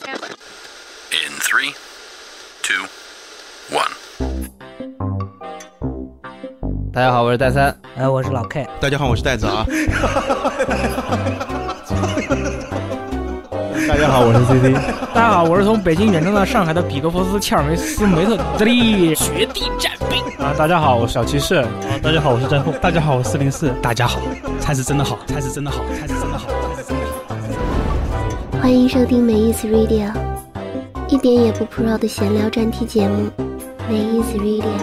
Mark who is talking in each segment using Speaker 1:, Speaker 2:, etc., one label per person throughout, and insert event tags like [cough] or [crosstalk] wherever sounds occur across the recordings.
Speaker 1: In three, two, one.
Speaker 2: 大家好，我是戴三。
Speaker 3: 哎，我是老 K，
Speaker 4: 大家好，我是袋子啊。
Speaker 5: [laughs] 大家好，我是 C C。
Speaker 3: 大家好，我是从北京远征到上海的彼得佛斯切尔梅斯梅特德利，绝地战兵。
Speaker 5: 啊，大家好，我是小骑士。啊，大家好，我是战后。大家好，我是四零四。大家好，菜是真的好，菜是真的好，菜是真的好，菜是真的好。
Speaker 6: 欢迎收听没意思 Radio，一点也不 pro 的闲聊专题节目，没意思 Radio。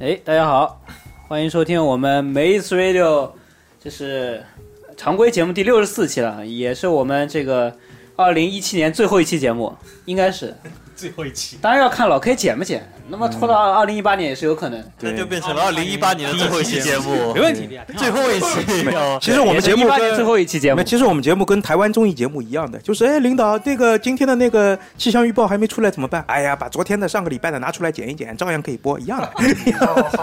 Speaker 7: 哎，大家好，欢迎收听我们梅意思 Radio，这是常规节目第六十四期了，也是我们这个二零一七年最后一期节目，应该是。
Speaker 5: 最后一期，
Speaker 7: 当然要看老 K 剪不剪，那么拖到
Speaker 4: 嗯
Speaker 7: 二零一八年也是有可能。
Speaker 8: 那就变成了二零一八年的最后一期节目，
Speaker 5: 没问题的呀。
Speaker 8: 最后一期。哦
Speaker 4: 其实我们节目
Speaker 7: 一八年最
Speaker 4: 跟
Speaker 7: 后一期节目
Speaker 4: 没，，其实我们节目跟台湾综艺节目一样的，就是哎，领导，这个今天的那个气象预报还没出来怎么办？哎呀，把昨天的、上个礼拜的拿出来剪一剪，照样可以播，一样
Speaker 7: [laughs]
Speaker 4: 的。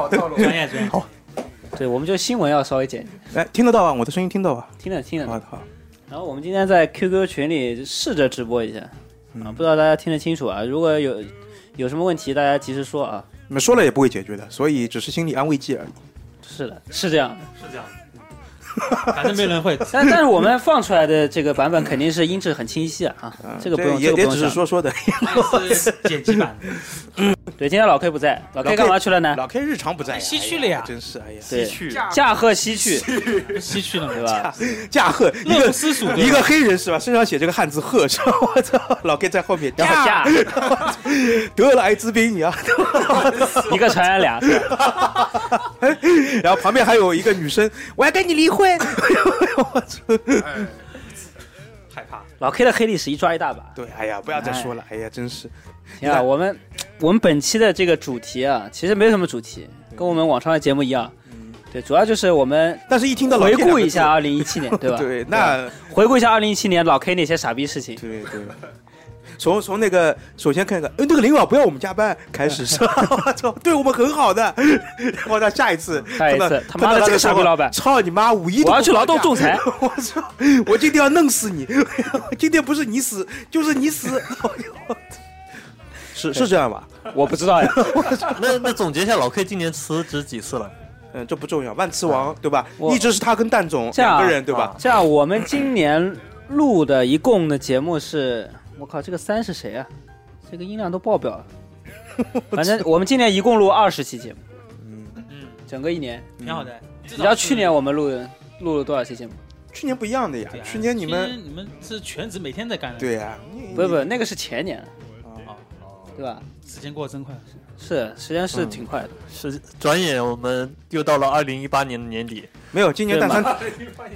Speaker 5: 专业专业。好，
Speaker 7: 对，我们就新闻要稍微剪，
Speaker 4: 哎，听得到啊，我的声音听到啊。
Speaker 7: 听着听着。
Speaker 4: 好好，
Speaker 7: 然后我们今天在 QQ 群里试着直播一下，
Speaker 4: 嗯
Speaker 7: 啊，不知道大家听得清楚啊？如果有有什么问题，大家及时说啊。
Speaker 4: 你们说了也不会解决的，所以只是心理安慰剂而已。
Speaker 7: 是的，是这样的。
Speaker 5: 是这样的。反正没人会。
Speaker 7: [laughs] 但但是我们放出来的这个版本肯定是音质很清晰
Speaker 4: [laughs]
Speaker 7: 啊，啊
Speaker 4: 嗯
Speaker 7: 这个不用，这
Speaker 4: 也
Speaker 7: 个不
Speaker 4: 也
Speaker 7: 用
Speaker 4: 只是
Speaker 7: 想。
Speaker 4: 说
Speaker 7: [laughs]
Speaker 4: 说的。
Speaker 5: 是剪辑版的，
Speaker 7: 对，今天老 K 不在，老 K 干嘛去了呢？
Speaker 4: 老 K 日常不在，
Speaker 5: 西去了呀
Speaker 4: 哎真是哎呀，
Speaker 7: 对，
Speaker 8: 去
Speaker 7: 驾鹤西去，
Speaker 5: 西去了
Speaker 7: 对
Speaker 5: 嘛，
Speaker 7: 吧？
Speaker 4: [laughs] 驾鹤一
Speaker 5: 乐不
Speaker 4: 个
Speaker 5: 思蜀。
Speaker 4: 一个黑人是吧？身上写这个汉字“鹤”是吧？我操，老 K 在后面，
Speaker 7: 然后驾
Speaker 4: [laughs] 得了艾滋病你啊！
Speaker 7: 一个传染俩，是吧
Speaker 4: [laughs] 然后旁边还有一个女生，我要跟你离 [laughs] 婚。
Speaker 5: 害怕，
Speaker 7: [laughs] 老 K 的黑历史一抓一大把。
Speaker 4: 对，哎呀，不要再说了，哎呀，真是
Speaker 7: 行啊，我们我们本期的这个主题啊，其实没什么主题，跟我们往常的节目一样。对，主要就是我们
Speaker 4: 但是一听到嗯老
Speaker 7: 回
Speaker 4: K 两
Speaker 7: 顾
Speaker 4: 个字
Speaker 7: 一下，二零一七年，对吧？
Speaker 4: [laughs] 对，那
Speaker 7: 回顾一下二零一七年老 K 那些傻逼事情。
Speaker 4: 对对。从从那个首先看看，呃，那个领导不要我们加班开始是吧？我操，对我们很好的。 [laughs] 然后到下一次，
Speaker 7: 下一次
Speaker 4: 碰到
Speaker 7: 他妈的
Speaker 4: 碰到这
Speaker 7: 那个
Speaker 4: 个时候
Speaker 7: 傻逼老板
Speaker 4: 操你妈！五一都
Speaker 7: 我要
Speaker 4: 不
Speaker 7: 去
Speaker 4: 放
Speaker 7: 劳动
Speaker 4: 假
Speaker 7: 仲裁
Speaker 4: [laughs] 我操，我今天要弄死你！ [laughs] 今天不是你死就是你死。 [laughs] 是是这样吧？
Speaker 7: 我不知道呀，
Speaker 8: 那那总结一下，老 K 今年辞职几次了？
Speaker 4: 嗯，这不重要。万磁王对吧？
Speaker 7: 啊我
Speaker 4: 一直是他跟蛋总
Speaker 7: 这样
Speaker 4: 两
Speaker 7: 啊
Speaker 4: 个人对吧？
Speaker 7: 这样，我们今年录的一共的节目是，我靠，这个三是谁啊？这个音量都爆表
Speaker 5: [laughs]
Speaker 7: 了。反正我们今年一共录二十期节目，
Speaker 5: 嗯，
Speaker 7: 整个一年。
Speaker 5: 挺好的。
Speaker 7: 你知道去年我们录的录了多少期节目？
Speaker 4: 去年不一样的呀
Speaker 5: 对啊，，
Speaker 4: 去年你们
Speaker 5: 你们是全职每天在干的，
Speaker 4: 对呀，
Speaker 7: 不是不是，那个是前年，
Speaker 5: 嗯哦，
Speaker 7: 对吧？
Speaker 5: 时间过得真快。
Speaker 7: 是，时间
Speaker 5: 嗯
Speaker 7: 是挺快的。
Speaker 8: 是转眼我们又到了二零一八年的年底，
Speaker 4: 没有，今年
Speaker 7: 对
Speaker 4: 蛋
Speaker 7: 嘛嗯
Speaker 4: 三，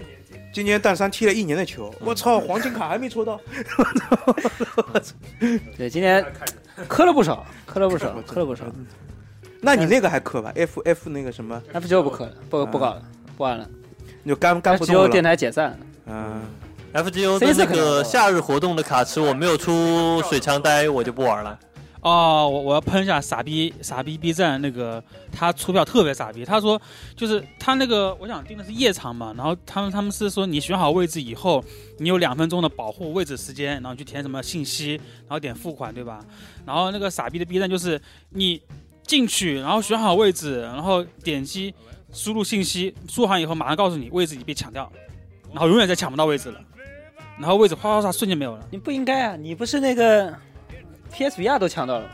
Speaker 4: 今年蛋三踢了一年的球，我操，黄金卡还没抽到，
Speaker 7: 对，今年磕了不少，磕了
Speaker 5: [laughs]
Speaker 7: 不少，
Speaker 4: 我
Speaker 7: 磕了不少。
Speaker 4: 那
Speaker 7: 嗯
Speaker 4: 你那个还磕吧？F F 那个什么，
Speaker 7: F 九不磕了，
Speaker 5: 嗯
Speaker 7: 不不搞了，不玩了。
Speaker 4: 你就干干
Speaker 7: F
Speaker 4: 不
Speaker 7: 九
Speaker 4: 动
Speaker 7: 电
Speaker 4: 了。
Speaker 7: 台解散了。
Speaker 4: 嗯，，
Speaker 8: FGO
Speaker 7: 谁
Speaker 8: 的
Speaker 7: 是
Speaker 8: 那
Speaker 7: 可能的
Speaker 8: 个夏日活动的卡池，我没有出水枪呆，我就不玩了。
Speaker 5: 哦，我我要喷一下傻逼傻逼 B 站那个，他出票特别傻逼。他说就是他那个，我想订的是夜场嘛，然后他们他们是说你选好位置以后，你有两分钟的保护位置时间，然后去填什么信息，然后点付款，对吧？然后那个傻逼的 B 站就是你进去，然后选好位置，然后点击输入信息，输好以后马上告诉你位置已被抢掉，然后永远再抢不到位置了，然后位置哗哗哗瞬间没有了。
Speaker 7: 你不应该啊，你不是那个 PSVR 都抢到了吗。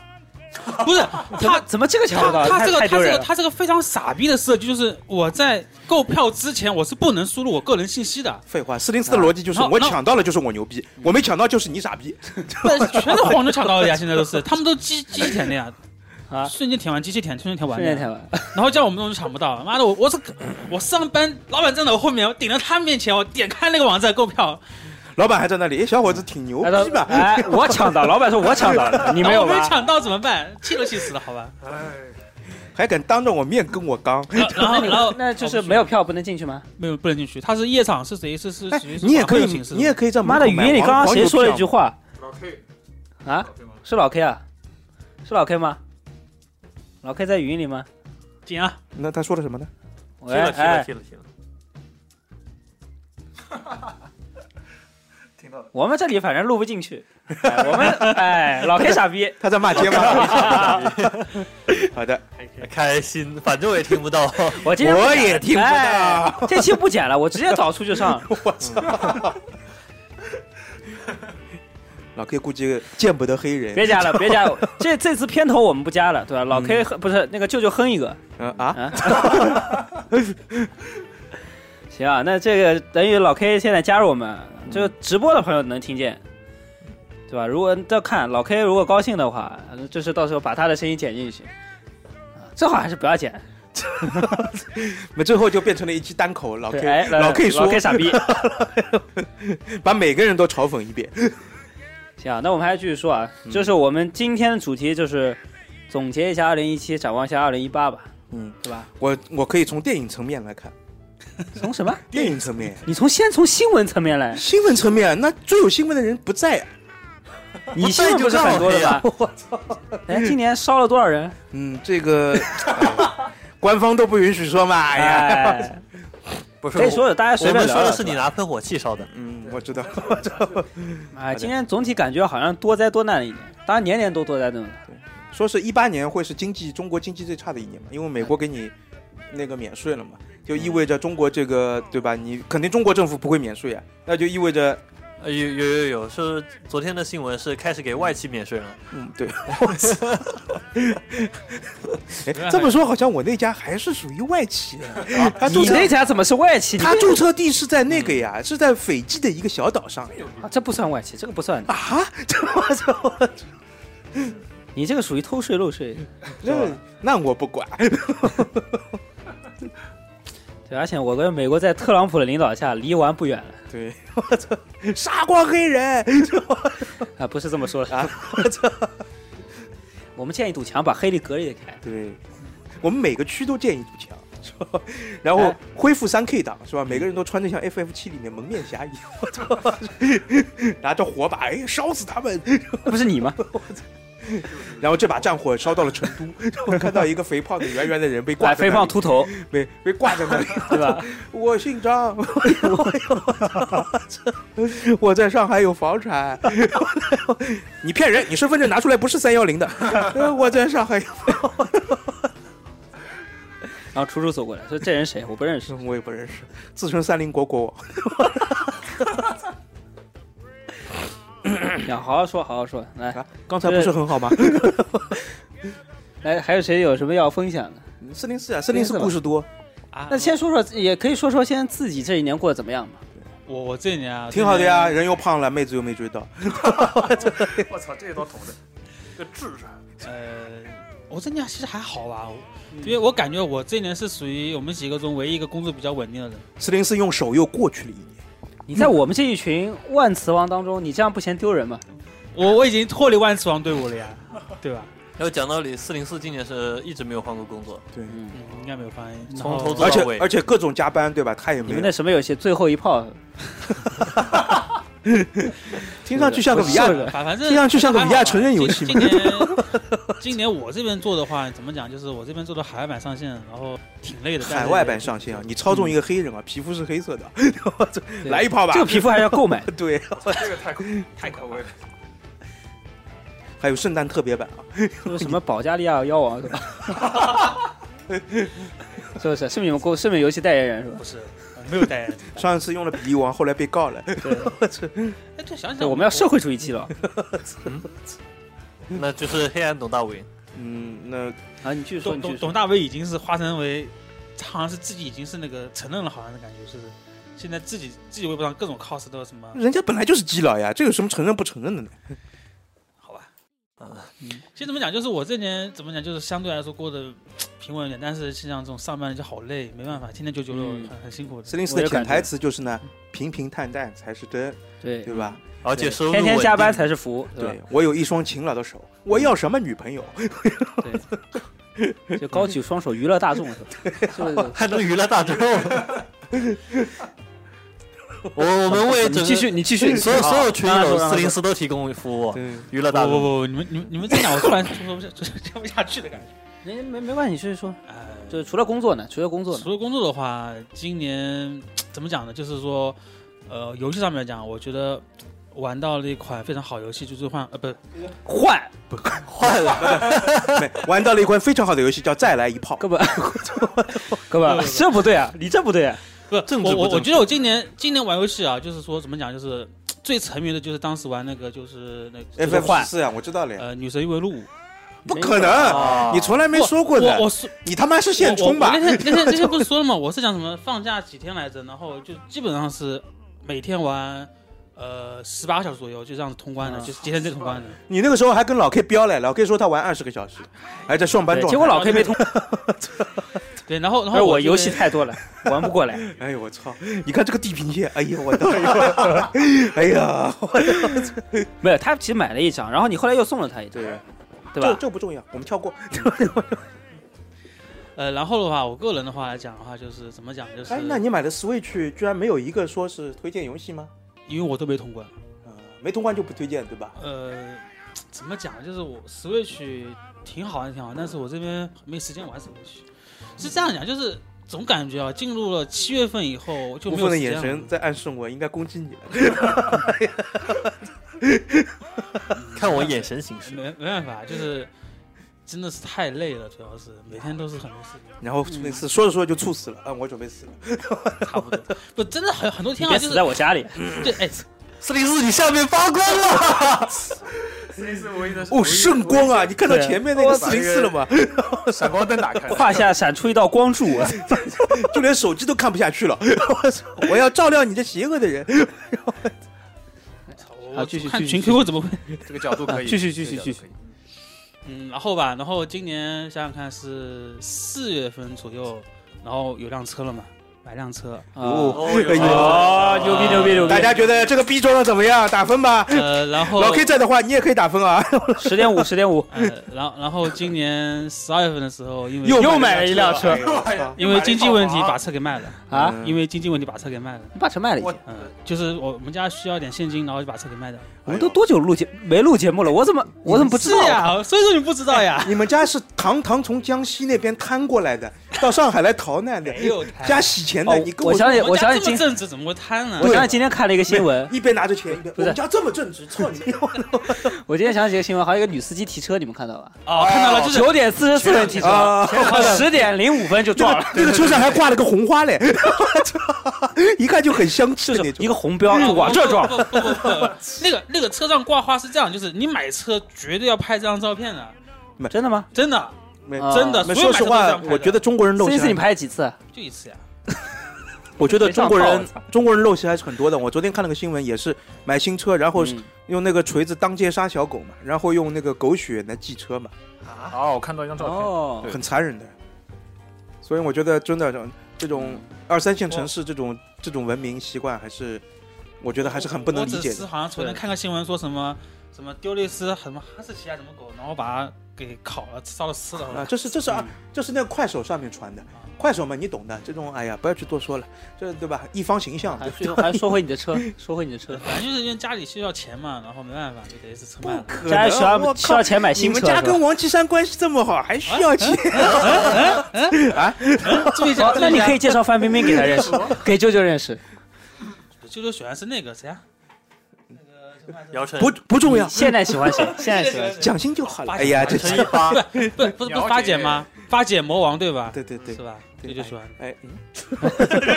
Speaker 5: 不是
Speaker 7: 怎么
Speaker 5: 他
Speaker 7: 怎么这个抢不到？
Speaker 5: 他他
Speaker 7: 太
Speaker 5: 这个他
Speaker 7: 太丢
Speaker 5: 这
Speaker 7: 人
Speaker 5: 个
Speaker 7: 了。
Speaker 5: 他这个非常傻逼的设计，就是我在购票之前我是不能输入我个人信息
Speaker 7: [laughs]
Speaker 5: 的
Speaker 4: 废话，四零四的逻辑
Speaker 7: 啊
Speaker 4: 就是
Speaker 5: 那
Speaker 4: 我
Speaker 5: 那
Speaker 4: 抢到了就是我牛逼，
Speaker 7: 嗯
Speaker 4: 我没抢到就是你傻逼。
Speaker 5: 不然全是黄牛抢到的呀！现在都是，他们都机机器填的呀，
Speaker 7: 啊
Speaker 5: 瞬间填完机器填，瞬间填完
Speaker 7: 顺
Speaker 5: 的呀，
Speaker 7: 便舔完，
Speaker 5: 然后叫我们这种就抢不到，妈的我我是我上班，老板站在我后面，我顶到他面前，我点开那个网站购票，
Speaker 4: 老板还在那里，哎，小伙子挺牛
Speaker 7: [laughs] 哎他
Speaker 4: 逼吧？
Speaker 7: 哎，我抢到，老板说我抢到了，你没有
Speaker 5: 我没
Speaker 7: 吧？
Speaker 5: 抢到怎么办？气都气死了，好吧。
Speaker 4: 还敢当着我面跟我刚？
Speaker 7: 哎
Speaker 5: 然然后然后
Speaker 7: [laughs] 那就是没有票不能进去吗？
Speaker 5: 没有不能进去，它是夜场是谁是是
Speaker 4: 哎
Speaker 5: 属于，是
Speaker 4: 你也
Speaker 5: 晚
Speaker 4: 可
Speaker 5: 会
Speaker 4: 以
Speaker 5: 的形，式
Speaker 4: 你也可以在
Speaker 7: 妈的，语
Speaker 4: 门口买
Speaker 7: 音里
Speaker 4: 黄
Speaker 7: 刚刚谁说了一句？
Speaker 4: 黄牛
Speaker 7: 话？
Speaker 4: 票
Speaker 7: 老 K，啊，是老 K 啊，是老 K 吗？老 K 在语音里吗？
Speaker 5: 紧啊！
Speaker 4: 那他说了什么呢？
Speaker 8: 踢
Speaker 7: 喂，
Speaker 8: 了踢了
Speaker 7: 哎
Speaker 8: 踢，了踢了，
Speaker 7: 我们这里反正录不进去，哎我
Speaker 4: [laughs]
Speaker 7: 们哎，老 K 傻逼，
Speaker 4: 他在骂街吗？ [laughs] 好的，
Speaker 8: 开心，反正我也听不到。
Speaker 7: [laughs] 我今天不
Speaker 4: 我
Speaker 7: 剪了
Speaker 4: 也听不到
Speaker 7: 哎这期不剪了，我直接早出就上。
Speaker 4: [laughs] 老 K 估计见不得黑人。
Speaker 7: 别加了，别加
Speaker 4: [laughs]
Speaker 7: 了，这这次片头我们不加了，对吧？老 K 哼不是那个舅舅哼一个
Speaker 4: 嗯啊，
Speaker 7: 啊。 [laughs] 行啊，那这个等于老 K 现在加入我们，就直播的朋友能听见，对吧？如果要看老 K 如果高兴的话，就是到时候把他的声音剪进去。啊最好还是不要剪。
Speaker 4: 那最后就变成了一期单口。老
Speaker 7: 对
Speaker 4: K，
Speaker 7: 哎，来
Speaker 4: 老 K
Speaker 7: 老
Speaker 4: 说
Speaker 7: K 傻 [laughs] 逼。
Speaker 4: 把每个人都嘲讽一遍。
Speaker 7: 行啊，那我们还继续说啊，就是我们今天的主题就是总结一下2017，展望一下2018吧，
Speaker 4: 嗯，
Speaker 7: 对吧？
Speaker 4: 我我可以从电影层面来看，
Speaker 7: 从什么？
Speaker 4: 电影层面、
Speaker 7: 你从先从新闻层面来，
Speaker 4: 新闻层面，那最有新闻的人不在啊。
Speaker 7: 你新闻不是很多 [laughs] 的
Speaker 8: [laughs]
Speaker 7: 吧？我操！哎，今年烧了多少人？
Speaker 4: 嗯，这个、哎官方都不允许说嘛。哎呀，
Speaker 7: 哎，
Speaker 8: 不是
Speaker 7: 可以说的，大家
Speaker 8: 我
Speaker 7: 随便
Speaker 8: 们
Speaker 7: 聊
Speaker 8: 说
Speaker 7: 聊
Speaker 8: 的是你拿喷火器烧的，
Speaker 4: 嗯，我知道， [laughs] 我知道。
Speaker 7: 啊，今年总体感觉好像多灾多难了一年，当然年年都多灾多难。
Speaker 4: 说是一八年会是经济中国经济最差的一年嘛，因为美国给你那个免税了嘛，就意味着中国这个对吧？你肯定中国政府不会免税啊，那就意味着
Speaker 8: 呃有有有有，是昨天的新闻是开始给外企免税了，
Speaker 4: 嗯对。 [laughs] 哎，这么说好像我那家还是属于外企，他
Speaker 7: 啊
Speaker 4: 注
Speaker 7: 你
Speaker 4: 册
Speaker 7: 那家怎么是外企？你嗯
Speaker 4: 他注册地是在那个呀，是在斐济的一个小岛上呀。
Speaker 7: 啊这不算外企，这个不算，
Speaker 4: 啊， [laughs] 这我操！
Speaker 7: 你这个属于偷税漏税。
Speaker 4: 那那我不管。 [laughs]
Speaker 7: 对，而且我跟美国在特朗普的领导下离完不远了
Speaker 4: 对，我操，杀光黑人！
Speaker 7: 啊，不是这么说的 [laughs]
Speaker 4: 啊。
Speaker 7: 我们建一堵墙把黑的隔离开。
Speaker 4: 对，我们每个区都建一堵墙，是吧？然后
Speaker 7: 哎
Speaker 4: 恢复三 K 档，是吧？每个人都穿的像 FF 七里面蒙面侠一样，我操！拿着火把，哎，烧死他们！
Speaker 7: 不是你吗？
Speaker 4: 然后这把战火烧到了成都，我看到一个肥胖的圆圆的人被挂
Speaker 7: 来，
Speaker 4: 在那
Speaker 7: 肥
Speaker 4: 里，
Speaker 7: 胖秃头，
Speaker 4: 被被挂在那里，
Speaker 7: [laughs] 对吧？
Speaker 4: 我姓张， [laughs] 我我我在上海有房
Speaker 7: [laughs]
Speaker 4: 产。你骗人！你身份证拿出来不是三幺零的。 [laughs] 呃我在上海有，
Speaker 7: 然后楚楚走过来说：“这人谁？我不认
Speaker 4: [laughs]
Speaker 7: 识。
Speaker 4: 我也不认识，自称三菱国国王。”
Speaker 7: 要好好说，好好说。来，
Speaker 4: 啊，刚才不是很好吗？ [laughs]
Speaker 7: 来，还有谁有什么要分享的？
Speaker 4: 四零四啊，四零四故事多，
Speaker 5: 啊，
Speaker 7: 那先说说，也可以说说先自己这一年过得怎么样吧。
Speaker 5: 我我这一年啊，
Speaker 4: 挺好的呀，
Speaker 5: 这一
Speaker 4: 人又胖了，妹子又没追到。
Speaker 9: 我操，这一刀捅的，这个智商。
Speaker 5: 年。呃，我这一年其实还好吧，我因为我感觉我这一年是属于我们几个中唯一一个工作比较稳定的人。
Speaker 4: 四零四用手又过去了一年，
Speaker 7: 你在我们这一群万磁王当中，你这样不嫌丢人吗？
Speaker 5: 我我已经脱离万磁王队伍了呀，对吧？
Speaker 8: 然后讲道理，四零四今年是一直没有换过工作，
Speaker 7: 嗯，
Speaker 5: 嗯，应该没有翻译。
Speaker 8: 从
Speaker 5: 然后
Speaker 8: 头做
Speaker 4: 而
Speaker 8: 到
Speaker 4: 且
Speaker 8: 位
Speaker 4: 而且各种加班，对吧？他也
Speaker 7: 你
Speaker 4: 没
Speaker 7: 们那
Speaker 4: 有，
Speaker 7: 什么游戏最后一炮，
Speaker 4: 听上去像个
Speaker 7: 不
Speaker 4: 比
Speaker 7: 是
Speaker 4: 亚，
Speaker 7: 的
Speaker 5: 反反正
Speaker 4: 听上去像个比亚成人游戏
Speaker 5: 今
Speaker 4: 嘛。 [laughs]
Speaker 5: 今年 [laughs] 今年我这边做的话，怎么讲？就是我这边做的海外版上线，然后挺累的。但是
Speaker 4: 海外版上线啊，你操纵一个黑人啊，皮肤是黑色的， [laughs] 来一炮吧
Speaker 7: 这。个嗯皮肤还要购买。
Speaker 4: [laughs] 对，
Speaker 9: 这个太太可恶了。
Speaker 4: 还有圣诞特别版啊，
Speaker 7: 说什么保加利亚妖王是吧？ [laughs] 是不是？是你们公是你们游戏代言人是吧
Speaker 5: 不？是我没有啊代言人。
Speaker 4: 上一次用了比利王，后来被告了。
Speaker 5: 哎，对，想
Speaker 7: 对，
Speaker 5: 想
Speaker 7: 我们要社会主义基佬嗯
Speaker 8: 那就是黑暗董大伟。
Speaker 4: 嗯，那
Speaker 7: 啊！你继续说，
Speaker 5: 董
Speaker 7: 你继
Speaker 5: 董
Speaker 7: 续说
Speaker 5: 董。大为已经是化身为，好像是自己已经是那个承认了，好像是感觉是，现在自己自己微博上各种 cos 都有什么，
Speaker 4: 人家本来就是基佬呀，这有什么承认不承认的呢？
Speaker 5: 好吧。
Speaker 8: 啊
Speaker 5: 其实怎么讲，就是我这年怎么讲，就是相对来说过得平稳一点，但是像这种上班就好累，没办法，天天九九六
Speaker 7: 嗯
Speaker 5: 很很辛苦的。
Speaker 4: 斯林斯的潜台词就是呢，平平淡淡才是真，
Speaker 7: 对嗯
Speaker 4: 对，吧？
Speaker 8: 而且收入
Speaker 7: 天天加班
Speaker 8: 稳
Speaker 7: 才是福，
Speaker 4: 对我有一双勤劳的手，我要什么女朋友？
Speaker 7: 吧？就高举双手娱乐大众，是吧
Speaker 8: 定，还能娱乐大众。我我们为整
Speaker 7: 你
Speaker 8: 个
Speaker 7: 继续，你继续，
Speaker 8: 所有所有群
Speaker 7: 让他说
Speaker 8: 友
Speaker 7: 让他
Speaker 8: 四零
Speaker 7: 说
Speaker 8: 四都提供服务，
Speaker 4: 对，
Speaker 8: 娱乐大
Speaker 5: 不不
Speaker 8: 众。
Speaker 5: 不，你们你们你们这样，我突然就说不
Speaker 8: [laughs]
Speaker 5: 下说不下去的感觉。
Speaker 7: 没没没关系，你继续说。
Speaker 5: 呃，
Speaker 7: 就是除了工作呢，除了工作呢，
Speaker 5: [laughs] 除了工作的话，今年怎么讲呢？就是说，呃，游戏上面来讲，我觉得玩到了一款非常好游戏，就是换呃不是
Speaker 7: 换
Speaker 8: 坏了，
Speaker 4: 没玩到了一款非常好的游戏，叫《再来一炮》。
Speaker 7: 哥们， [laughs] 哥们，这不对啊，你这不对啊，
Speaker 5: 不
Speaker 8: 政治
Speaker 5: 我
Speaker 8: 不
Speaker 5: 我我
Speaker 8: 正
Speaker 5: 觉得我今年今年玩游戏啊，就是说怎么讲，就是最沉迷的就是当时玩那个就是那个
Speaker 4: FF 十四啊，我知道了呀，
Speaker 5: 呃女神异闻录五，
Speaker 4: 不可能，
Speaker 8: 啊
Speaker 4: 你从来没说过
Speaker 5: 我
Speaker 4: 的
Speaker 5: 我，是
Speaker 4: 你他妈是现充吧
Speaker 5: 我？我那天那天那天不是说了吗？我是讲什么放假几天来着，然后就基本上是每天玩。呃，十八个小时左右就这样子通
Speaker 7: 啊
Speaker 5: 关的，就是今天这通关的。
Speaker 4: [laughs] 你那个时候还跟老 K 飙来，老 K 说他玩二十个小时，还在上班状态。
Speaker 7: 结果老 K 没通，
Speaker 5: 对，然后然后
Speaker 7: 而哎我
Speaker 5: 就
Speaker 7: 游戏太多了，玩不过来。
Speaker 4: 哎呦我操！你看这个地平线，哎呀
Speaker 5: [laughs]
Speaker 4: 我的，哎呀，
Speaker 7: 没有，他其实买了一张，然后你后来又送了他一张，
Speaker 4: 对，
Speaker 7: 对
Speaker 4: 这
Speaker 7: 吧？
Speaker 4: 这不重要，我们
Speaker 5: [laughs]
Speaker 4: 跳过。
Speaker 5: 呃，然后的话，我个人的话来讲的话，就是怎么讲，就是
Speaker 4: 哎，那你买的 Switch 居然没有一个说是推荐游戏吗？
Speaker 5: 因为我都没通关。
Speaker 4: 呃，没通关就不推荐对吧？
Speaker 5: 呃，怎么讲？就是我 Switch 挺好玩，挺好玩，但是我这边没时间玩 Switch。是这样讲，就是总感觉啊，进入了七月份以后就
Speaker 4: 吴
Speaker 5: 没
Speaker 4: 峰
Speaker 5: 有
Speaker 4: 的
Speaker 5: 时间
Speaker 4: 眼
Speaker 5: 了
Speaker 4: 神在暗示我应该攻击你了。 [laughs]
Speaker 8: 看我眼神行事。
Speaker 5: 没没办法，就是真的是太累了，主要是每天都是很多事情，
Speaker 4: 然后那次说着说着就猝死了，嗯，我准备死了。
Speaker 5: 差不
Speaker 7: [laughs]
Speaker 5: 多。不，真的很很多天啊，
Speaker 7: 别
Speaker 5: 就
Speaker 7: 死
Speaker 5: 是
Speaker 7: 在我家里，
Speaker 5: 对，哎，
Speaker 8: 四零四，你下面发光了！
Speaker 9: 四零四唯一的
Speaker 4: 哦，圣光啊！你看到
Speaker 7: 对
Speaker 4: 前面那个四
Speaker 9: 把
Speaker 4: 零
Speaker 9: 这
Speaker 4: 四
Speaker 9: 个
Speaker 4: 了吗？
Speaker 9: 唯一闪光灯打开，
Speaker 7: 胯下闪出一道光柱，啊
Speaker 4: 就连手机都看不下去了。我操 [laughs] 我要照料你这邪恶的人。
Speaker 5: 我
Speaker 7: 好继续
Speaker 5: 看
Speaker 7: 继续
Speaker 5: 群
Speaker 7: 继续
Speaker 5: QQ 怎么会？
Speaker 9: 这个角度
Speaker 5: [laughs]
Speaker 9: 可以，
Speaker 7: 继续继续
Speaker 9: 这个角度
Speaker 7: 继续
Speaker 9: 可以。
Speaker 5: 嗯，然后吧，然后今年想想看是四月份左右，然后有辆车了嘛，买辆车，
Speaker 7: 哦，
Speaker 8: 哦
Speaker 4: 哎呦
Speaker 7: 哦牛逼牛逼牛逼！
Speaker 4: 大家觉得这个逼装的怎么样？打分
Speaker 9: 啊
Speaker 4: 吧。
Speaker 5: 呃，然后
Speaker 4: 老 K 在的话，你也可以打分啊。
Speaker 7: 十点五十点五，
Speaker 5: 呃，然后然后今年十二月份的时候，因为
Speaker 7: 又买了一辆车
Speaker 4: 哎呦我操
Speaker 5: 因为经济问题把车给卖了
Speaker 7: 啊
Speaker 5: 因为经济问题把车给卖了。
Speaker 7: 你把车卖了已经
Speaker 9: 我。
Speaker 5: 嗯，就是我们家需要点现金，然后就把车给卖掉。
Speaker 7: 我们都多久录节没录节目了？我怎么我怎么不知道
Speaker 5: 是？啊呀？所以说你不知道呀？
Speaker 4: 你们家是堂堂从江西那边摊过来的，到上海来逃难的，
Speaker 5: 没有摊
Speaker 4: 家洗钱的。
Speaker 7: 哦
Speaker 4: 你跟
Speaker 7: 我
Speaker 4: 说
Speaker 7: 想起
Speaker 5: 我
Speaker 7: 我
Speaker 5: 家
Speaker 7: 想起
Speaker 5: 这么
Speaker 7: 今
Speaker 5: 正直，怎么会贪呢
Speaker 7: 我？想起今天看了一个新闻，
Speaker 4: 一边拿着钱，一边
Speaker 7: 不
Speaker 4: 我
Speaker 7: 是
Speaker 4: 们家这么正直，操你！ [laughs]
Speaker 7: 我今天想起一个新闻，好像有一个女司机提车，你们看到吧？
Speaker 5: 哦，看到了，就是
Speaker 7: 九点四十四分提车，
Speaker 4: 啊
Speaker 7: 然后十点零五分就
Speaker 4: 那
Speaker 7: 撞
Speaker 4: 个
Speaker 7: 了，
Speaker 4: 那个车上还挂了个红花嘞， [laughs] 一看就很香
Speaker 7: 就
Speaker 4: 气的
Speaker 7: 是
Speaker 4: 那
Speaker 7: 一
Speaker 4: 种。
Speaker 7: 个红标，就往这撞。
Speaker 5: 不不不不，那个那个车上挂花是这样，就是你买车绝对要拍这张照片的，
Speaker 7: 真的吗？
Speaker 5: 真的
Speaker 4: 没
Speaker 7: 啊
Speaker 5: 真的。
Speaker 4: 没
Speaker 5: 所有买车都
Speaker 4: 说实
Speaker 5: 这
Speaker 4: 话
Speaker 5: 样，拍
Speaker 4: 我
Speaker 5: 的
Speaker 4: 觉得中国人
Speaker 7: 这
Speaker 4: 陋
Speaker 7: 一次你
Speaker 4: 习，
Speaker 7: 拍了几次？啊
Speaker 5: 就一次呀。
Speaker 4: 我觉得中国
Speaker 7: 谁上报
Speaker 4: 人
Speaker 7: 我操
Speaker 4: 中国人陋习还是很多的。我昨天看了个新闻，也是买新车，然后
Speaker 7: 嗯
Speaker 4: 用那个锤子当街杀小狗嘛，然后用那个狗血来系车嘛，
Speaker 9: 哦，我看到一张照片，
Speaker 7: 哦，
Speaker 9: 对
Speaker 4: 很残忍的。所以我觉得真的这种这
Speaker 7: 嗯
Speaker 4: 种二三线城市这种这种文明习惯，还是我觉得还是很不能理
Speaker 5: 我
Speaker 4: 解
Speaker 5: 只是
Speaker 4: 的。
Speaker 5: 好像昨天看个新闻说什么什么丢了一只什么哈士奇啊什么狗，然后把它给烤了烧了吃
Speaker 4: 啊，
Speaker 5: 了。
Speaker 4: 这是这是啊，
Speaker 7: 嗯
Speaker 4: 这是那个快手上面传的，快手嘛，你懂的。这种哎呀，不要去多说了，这对吧？一方形象，
Speaker 7: 还最后还说回你的车，说回你的
Speaker 5: [laughs]
Speaker 7: 车，
Speaker 5: 反正就是因为家里需要钱嘛，然后没办法就得是车卖
Speaker 4: 不
Speaker 5: 了。
Speaker 4: 可
Speaker 7: 家里需
Speaker 4: 哦能！我
Speaker 7: 要需
Speaker 4: 靠
Speaker 7: 要，钱买
Speaker 4: 你
Speaker 7: 新
Speaker 4: 们
Speaker 7: 车
Speaker 4: 家
Speaker 7: 是
Speaker 4: 跟
Speaker 7: 吧？
Speaker 4: 王岐山关系这么好，还需
Speaker 7: [laughs]
Speaker 4: 要钱？
Speaker 5: 注意一下
Speaker 7: 好，，哦那你可以介绍范冰冰给他认识，给舅舅认识。
Speaker 5: 舅舅喜欢是那个谁啊？那个什么来着
Speaker 8: 姚晨
Speaker 4: 不不重要，
Speaker 7: 现在喜欢谁？现在喜欢谁？
Speaker 4: 讲心就好了。
Speaker 5: 八
Speaker 4: 哎呀，这
Speaker 8: 乘以八，
Speaker 5: 不是不是不是发姐吗？发姐魔王对吧？
Speaker 4: [laughs] 对对对
Speaker 5: 是，吧？
Speaker 4: 对
Speaker 5: 舅舅喜欢。
Speaker 4: 哎，嗯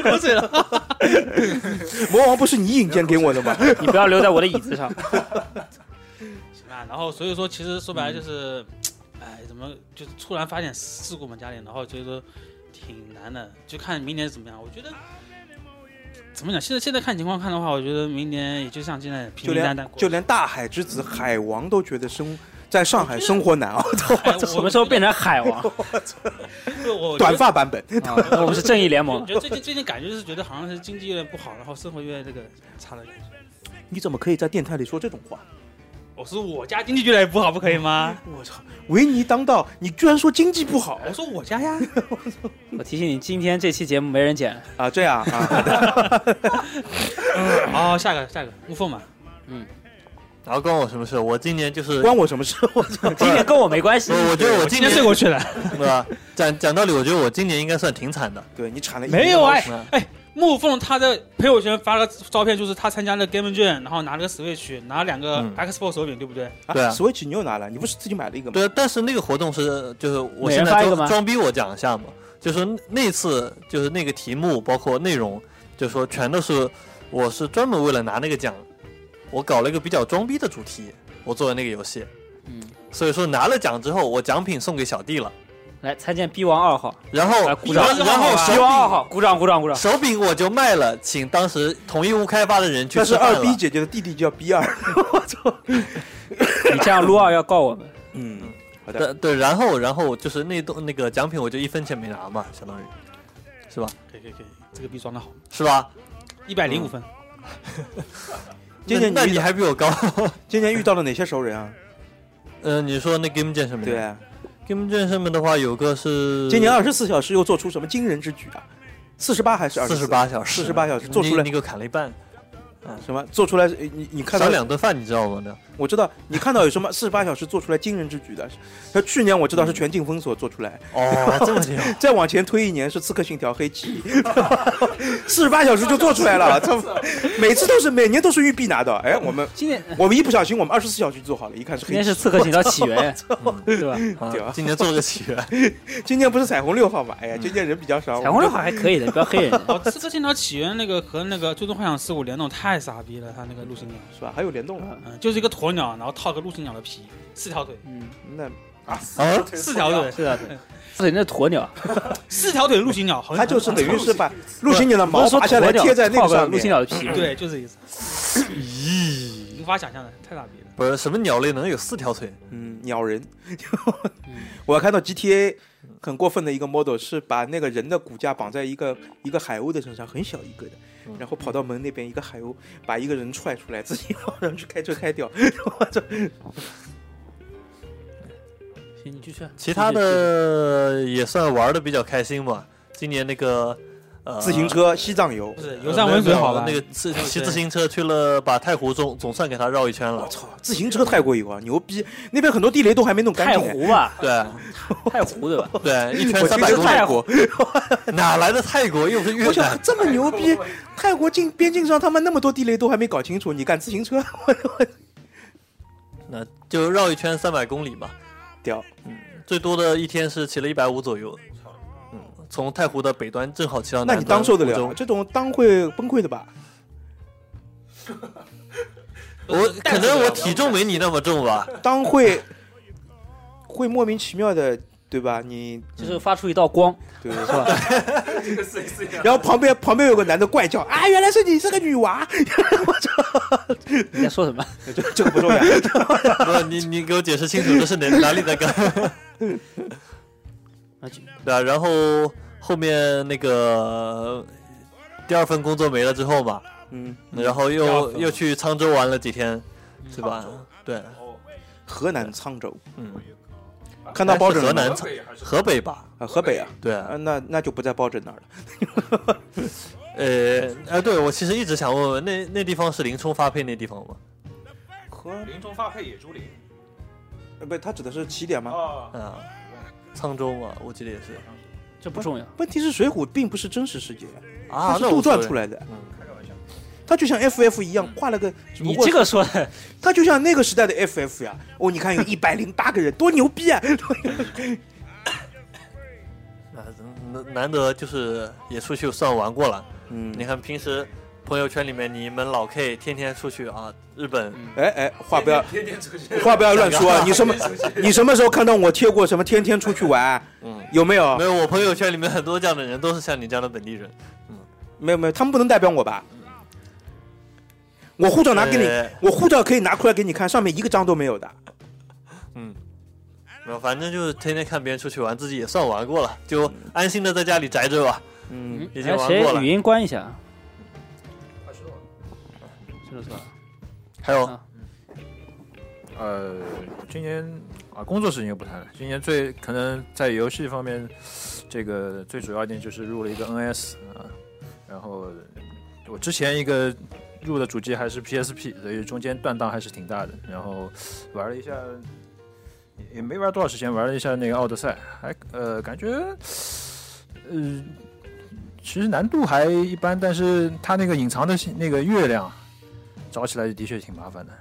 Speaker 5: 流口水了。
Speaker 4: [laughs] 魔王不是你引荐给我的吗？
Speaker 7: 你不要留在我的椅子上。
Speaker 5: 行吧，啊然后所以说其实说白了就是，哎，怎么就突然发现事故嘛家里，然后就是说挺难的，就看明年怎么样。我觉得怎么讲，现在现在看情况看的话，我觉得明年也就像现在
Speaker 4: 就
Speaker 5: 平平淡淡
Speaker 4: 连
Speaker 5: 过。
Speaker 4: 就连大海之子海王都觉得生在上海生活难熬，啊
Speaker 7: 哎我什么时候变成海王？
Speaker 5: 不我
Speaker 4: [laughs] 短发版本。 [laughs]
Speaker 7: 啊那我们是正义联
Speaker 5: 我
Speaker 7: 盟。
Speaker 5: 觉得最近最近感觉就是觉得好像是经济有点不好，然后生活越来越这个差了。
Speaker 4: 你怎么可以在电台里说这种话？
Speaker 5: 我说我家经济越来越不好，不可以吗？
Speaker 4: 我操！维尼当道，你居然说经济不好 [laughs]
Speaker 5: 我说我家 [laughs] 呀，
Speaker 7: 我提醒你，今天这期节目没人剪。
Speaker 4: 啊？这样啊？ [laughs]
Speaker 5: 哦，下个下个无缝嘛，
Speaker 8: 然后关我什么事？我今年就是，
Speaker 4: 关我什么事？我操！
Speaker 7: 今天跟我没关系
Speaker 8: 我。我觉得我
Speaker 5: 今
Speaker 8: 今
Speaker 5: 天睡过去了。
Speaker 8: 对吧？讲讲道理，我觉得我今年应该算挺惨的。
Speaker 4: 对你产了一
Speaker 5: 没有
Speaker 4: 年
Speaker 5: 哎
Speaker 8: 嗯
Speaker 5: 哎，木凤她在朋友圈发了照片，就是她参加了 Game 券，然后拿了个 Switch，拿了两个
Speaker 8: 嗯
Speaker 5: Xbox 手柄，对不 [laughs] 对？
Speaker 4: 啊
Speaker 8: 对啊
Speaker 4: ，Switch 你又拿来，你不是自己买了一个吗？
Speaker 8: 对，但是那个活动是就是我
Speaker 7: 每
Speaker 8: 现
Speaker 7: 人发
Speaker 8: 在
Speaker 7: 一个
Speaker 8: 装
Speaker 7: 吗
Speaker 8: 装逼，我讲一下嘛，就说那次就是那个题目包括内容，就说全都是我是专门为了拿那个奖，我搞了一个比较装逼的主题，我做的那个游戏，
Speaker 7: 嗯，
Speaker 8: 所以说拿了奖之后，我奖品送给小弟了，
Speaker 7: [laughs] 来参见逼王二号，
Speaker 8: 然后
Speaker 7: 来啊鼓掌。
Speaker 8: 然后然后
Speaker 7: 逼王二
Speaker 8: 手
Speaker 7: 号，鼓掌鼓掌鼓
Speaker 8: 柄
Speaker 7: 掌。
Speaker 8: 手柄我就卖了，请当时同一屋开发的人去
Speaker 4: 但
Speaker 8: 吃
Speaker 4: 是
Speaker 8: 饭
Speaker 4: 二
Speaker 8: 了。
Speaker 4: 逼姐姐的弟弟叫 B 二。
Speaker 7: 你这样撸二要告我们。
Speaker 4: 嗯，好的。
Speaker 8: 对对，然后然后就是那东那个奖品我就一分钱没拿嘛，相当于是吧？
Speaker 5: 可以可以可以，这个币装的好，
Speaker 8: 是吧？
Speaker 5: 一百零五分。
Speaker 4: 今
Speaker 8: 那
Speaker 4: 年
Speaker 8: 那
Speaker 4: 你遇
Speaker 8: 你
Speaker 4: 到
Speaker 8: 还比我高。
Speaker 4: 今年遇到了哪些熟人啊？
Speaker 8: 嗯，你说那 Game 剑上面？
Speaker 4: 对啊，
Speaker 8: ，Game 剑上面的话，有个是
Speaker 4: 今年二十四小时又做出什么惊人之举啊？四十八还是二
Speaker 8: 四十？八小时，
Speaker 4: 48小时做出来
Speaker 8: 你你给我砍了一半，
Speaker 4: 什么做出来？呃你你看
Speaker 8: 少
Speaker 4: 到
Speaker 8: 两顿饭，你知道吗？
Speaker 4: [laughs]
Speaker 8: 那
Speaker 4: 我知道你看到有什么四十八小时做出来惊人之举的？他去年我知道是全境封锁做出来，
Speaker 8: 哦，这么牛，
Speaker 4: 再往前推一年是刺客信条黑旗， [laughs] 四十八小时就做出来了。这每次都是每年都是玉璧拿到。哎，我们
Speaker 7: 今天
Speaker 4: 我们一不小心我们二十四小时就做好了，一看是
Speaker 7: 今天
Speaker 4: 黑旗
Speaker 7: 是。刺客信条起源，嗯对吧？
Speaker 8: [laughs] [laughs] 啊
Speaker 4: 对啊
Speaker 8: 今年做个起源，
Speaker 4: [laughs] 今年不是彩虹六号嘛？哎呀，今年人比较少。
Speaker 7: 彩虹六号还可以的，你不要黑人家。
Speaker 5: 哦，刺客信条起源那个和那个最终幻想十五联动太傻逼了，他那个陆行鸟，
Speaker 4: 是吧？还有联动了，
Speaker 5: 嗯，就是一个鸵鸟，然后套个陆行鸟的皮，四条腿，
Speaker 7: 嗯，
Speaker 4: 那
Speaker 8: 啊，
Speaker 5: 四条腿，
Speaker 7: 是的，对对，那鸵鸟，
Speaker 5: 四条腿陆行鸟，好
Speaker 4: 它
Speaker 5: 像
Speaker 4: 就是等于是把陆行鸟的
Speaker 7: 不
Speaker 4: 毛
Speaker 7: 是说
Speaker 4: 拔下
Speaker 7: 鸵
Speaker 4: 来
Speaker 7: 鸟
Speaker 4: 贴在那
Speaker 7: 套
Speaker 4: 个上
Speaker 7: 陆
Speaker 4: 面
Speaker 7: 星。鸟的皮，
Speaker 5: 对，就这意思。咦，无法想象的，太傻逼了。
Speaker 8: 不是什么鸟类能有四条腿？
Speaker 4: 嗯，鸟人。 [laughs] 我还看到 GTA 很过分的一个 model 是把那个人的骨架绑在一个一个海鸥的身上，很小一个的，然后跑到门那边，一个海鸥把一个人踹出来，自己往上去开车 [laughs] 开掉。我操！
Speaker 7: 行，你继续。
Speaker 8: 其他的也算玩的比较开心吧。今年那个呃
Speaker 4: 自行。车西藏游
Speaker 5: 不，是游山玩水好吧？
Speaker 8: 那个自骑自行车去了，把太湖总总算给它绕一圈了。
Speaker 4: 操，自行车泰国游啊，牛逼！那边很多地雷都还没弄干
Speaker 7: 太
Speaker 4: 净呢。
Speaker 7: 湖吧，
Speaker 8: 对
Speaker 7: 太湖对吧？
Speaker 8: 对，一圈
Speaker 4: 我
Speaker 8: 三
Speaker 4: 去
Speaker 8: 百
Speaker 4: 是
Speaker 8: 公
Speaker 4: 泰
Speaker 8: 里，
Speaker 4: 国，
Speaker 8: 哪来的泰国？又不是越
Speaker 4: 我
Speaker 8: 南
Speaker 4: 想。这么牛逼，泰国境边境上他们那么多地雷都还没搞清楚，你干自行车？ [laughs]
Speaker 8: 那就绕一圈三百公里嘛，
Speaker 4: 屌！
Speaker 8: 最多的一天是骑了一百五左右。嗯，从太湖的北端正好骑到
Speaker 4: 那
Speaker 8: 南
Speaker 4: 你
Speaker 8: 端。
Speaker 4: 当受得
Speaker 8: 湖
Speaker 4: 了？啊
Speaker 8: 州？
Speaker 4: 这种当会崩溃的吧？
Speaker 8: 我可能我体重没你那么重吧。
Speaker 4: 当会会莫名其妙的，对吧？你
Speaker 7: 就是发出一道光，
Speaker 4: 对，
Speaker 7: 是吧？
Speaker 4: 然后旁边旁边有个男的怪叫啊，原来是你是个女娃， [laughs]
Speaker 7: 你在说什么？ [laughs]
Speaker 4: 这这个不重要。
Speaker 8: 不，你你给我解释清楚这是哪哪里的梗？
Speaker 7: 那就
Speaker 8: 对啊，然后后面那个第二份工作没了之后嘛，
Speaker 4: 嗯，
Speaker 8: 然后又又去沧州玩了几天，是吧？对，
Speaker 4: 河南沧州
Speaker 8: 嗯，
Speaker 4: 看到包拯
Speaker 8: 哎河
Speaker 4: 了吗
Speaker 8: 南沧河北吧？
Speaker 4: 啊，河北啊，
Speaker 8: 对啊，
Speaker 4: 啊，那那就不在包拯那儿了。
Speaker 8: 呃，哎，对我其实一直想问问，那那地方是林冲发配那地方吗？
Speaker 4: 河
Speaker 9: 林中发配野猪林
Speaker 4: 呃不，他指的是起点吗？
Speaker 9: 啊，
Speaker 8: 啊，沧州嘛，我记得也是
Speaker 7: 这不重要。
Speaker 4: 问题是《水浒》并不是真实世界，
Speaker 8: 啊
Speaker 4: 它，是
Speaker 8: 那
Speaker 4: 杜
Speaker 8: 我
Speaker 4: 撰出
Speaker 8: 来。
Speaker 4: 来的。
Speaker 8: 嗯，
Speaker 4: 它就像 FF 一样，画了个，只不
Speaker 7: 你
Speaker 4: 过
Speaker 7: 这个说的，
Speaker 4: 它就像那个时代的 FF 呀。哦，你看有一百零八个人，多牛逼啊！
Speaker 8: 那难难得就是也出去算玩过了。
Speaker 4: 嗯
Speaker 8: 你看平时朋友圈里面，你们老 K 天天出去啊，日本
Speaker 7: 嗯
Speaker 4: 哎哎，话不要
Speaker 9: 天天出去，
Speaker 4: 话不要乱说啊！你什么
Speaker 9: 天天出去
Speaker 4: 你什么时候看到我贴过什么天天出去玩？
Speaker 8: 嗯
Speaker 4: 有没有
Speaker 8: 没？有，我朋友圈里面很多这样的人都是像你这样的本地人。
Speaker 4: 没有没有，他们不能代表我吧？我护照拿给你
Speaker 8: 对，
Speaker 9: 哎
Speaker 4: 我护照可以拿出来给你看，上面一个章都没有的。
Speaker 8: 嗯，然后反正就是天天看别人出去玩，自己也算玩过了，就安心的在家里宅着吧。
Speaker 4: 嗯，
Speaker 8: 已经
Speaker 7: 哎
Speaker 8: 玩过
Speaker 7: 谁
Speaker 8: 了
Speaker 7: 语。音关一下？啊
Speaker 8: 还有
Speaker 7: 啊
Speaker 9: 呃，今年啊，工作事情就不谈了。今年最可能在游戏方面，这个最主要一点就是入了一个 NS 啊，然后我之前一个入的主机还是 PSP，所以中间断档还是挺大的。然后玩了一下，也也没玩多少时间，玩了一下那个《奥德赛》，还呃感觉，呃，其实难度还一般，但是它那个隐藏的那个月亮找起来的确挺麻烦的。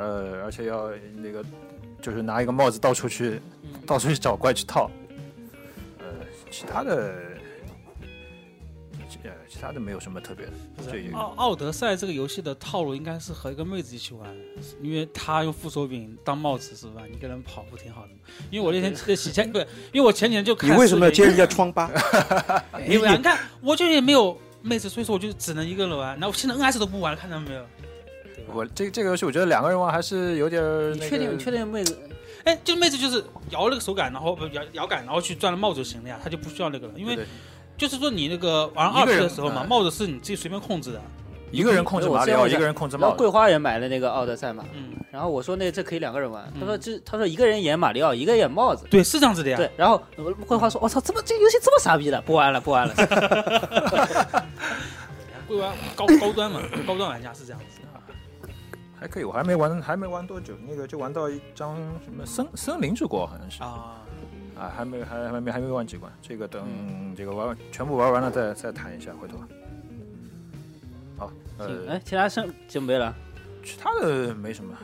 Speaker 9: 呃，而且要那个就是拿一个帽子到处去、 [laughs] 到处去找怪去套。呃，其他的，其呃，其他的没有什么特别的，这也
Speaker 5: 奥奥德赛这个游戏的套路应该是和一个妹子一起玩，因为她用副手柄当帽子是吧？你一个人跑不挺好的吗？因为我那天呃 [laughs] 洗前不是，因为我前几天就看
Speaker 4: 你为什么要揭
Speaker 5: 视
Speaker 4: 人家疮
Speaker 9: [laughs]
Speaker 4: 疤？
Speaker 5: 频因为你看我就也没有妹子，所以说我就只能一个人玩。那我现在 NS 都不玩了，看到没有？
Speaker 9: 我这这个游戏我觉得两个人玩还是有点、那个。
Speaker 7: 你确定？你确定妹子？
Speaker 5: 哎，就妹子就是摇那个手感，然后不摇摇杆，然后去转了帽子就行了呀，她就不需要那个了，因
Speaker 9: 对？
Speaker 5: 为
Speaker 9: 对
Speaker 5: 就是说你那个玩
Speaker 9: 一
Speaker 5: 二
Speaker 9: 个
Speaker 5: P
Speaker 9: 人
Speaker 5: 的时候嘛，
Speaker 9: 哎
Speaker 5: 帽子是你自己随便控制的，
Speaker 9: 一个人控制马里
Speaker 7: 我
Speaker 9: 奥，
Speaker 7: 先
Speaker 9: 一个人控制
Speaker 7: 然
Speaker 9: 帽
Speaker 7: 后
Speaker 9: 子
Speaker 7: 桂。花也买了那个奥德赛嘛，
Speaker 5: 嗯，
Speaker 7: 然后我说那这可以两个人玩，他说
Speaker 5: 嗯
Speaker 7: 这他说一个人演马里奥，一个演帽子。
Speaker 5: 对，是这样子的呀。
Speaker 7: 对，然后呃桂花说：“我操，这么这个游戏这么傻逼的，不玩了，不玩了。
Speaker 5: 会玩高高端嘛，高端玩家是这样子。
Speaker 9: 还可以，我还没玩，还没玩多久，那个就玩到一张什么森森林之国，好像是啊
Speaker 5: 啊，
Speaker 9: 还没还还没还没玩几关，这个等、这个玩完全部玩完了再再谈一下，回头。好，”呃，
Speaker 7: 哎，其他剩就没了。
Speaker 9: 其他的没什么，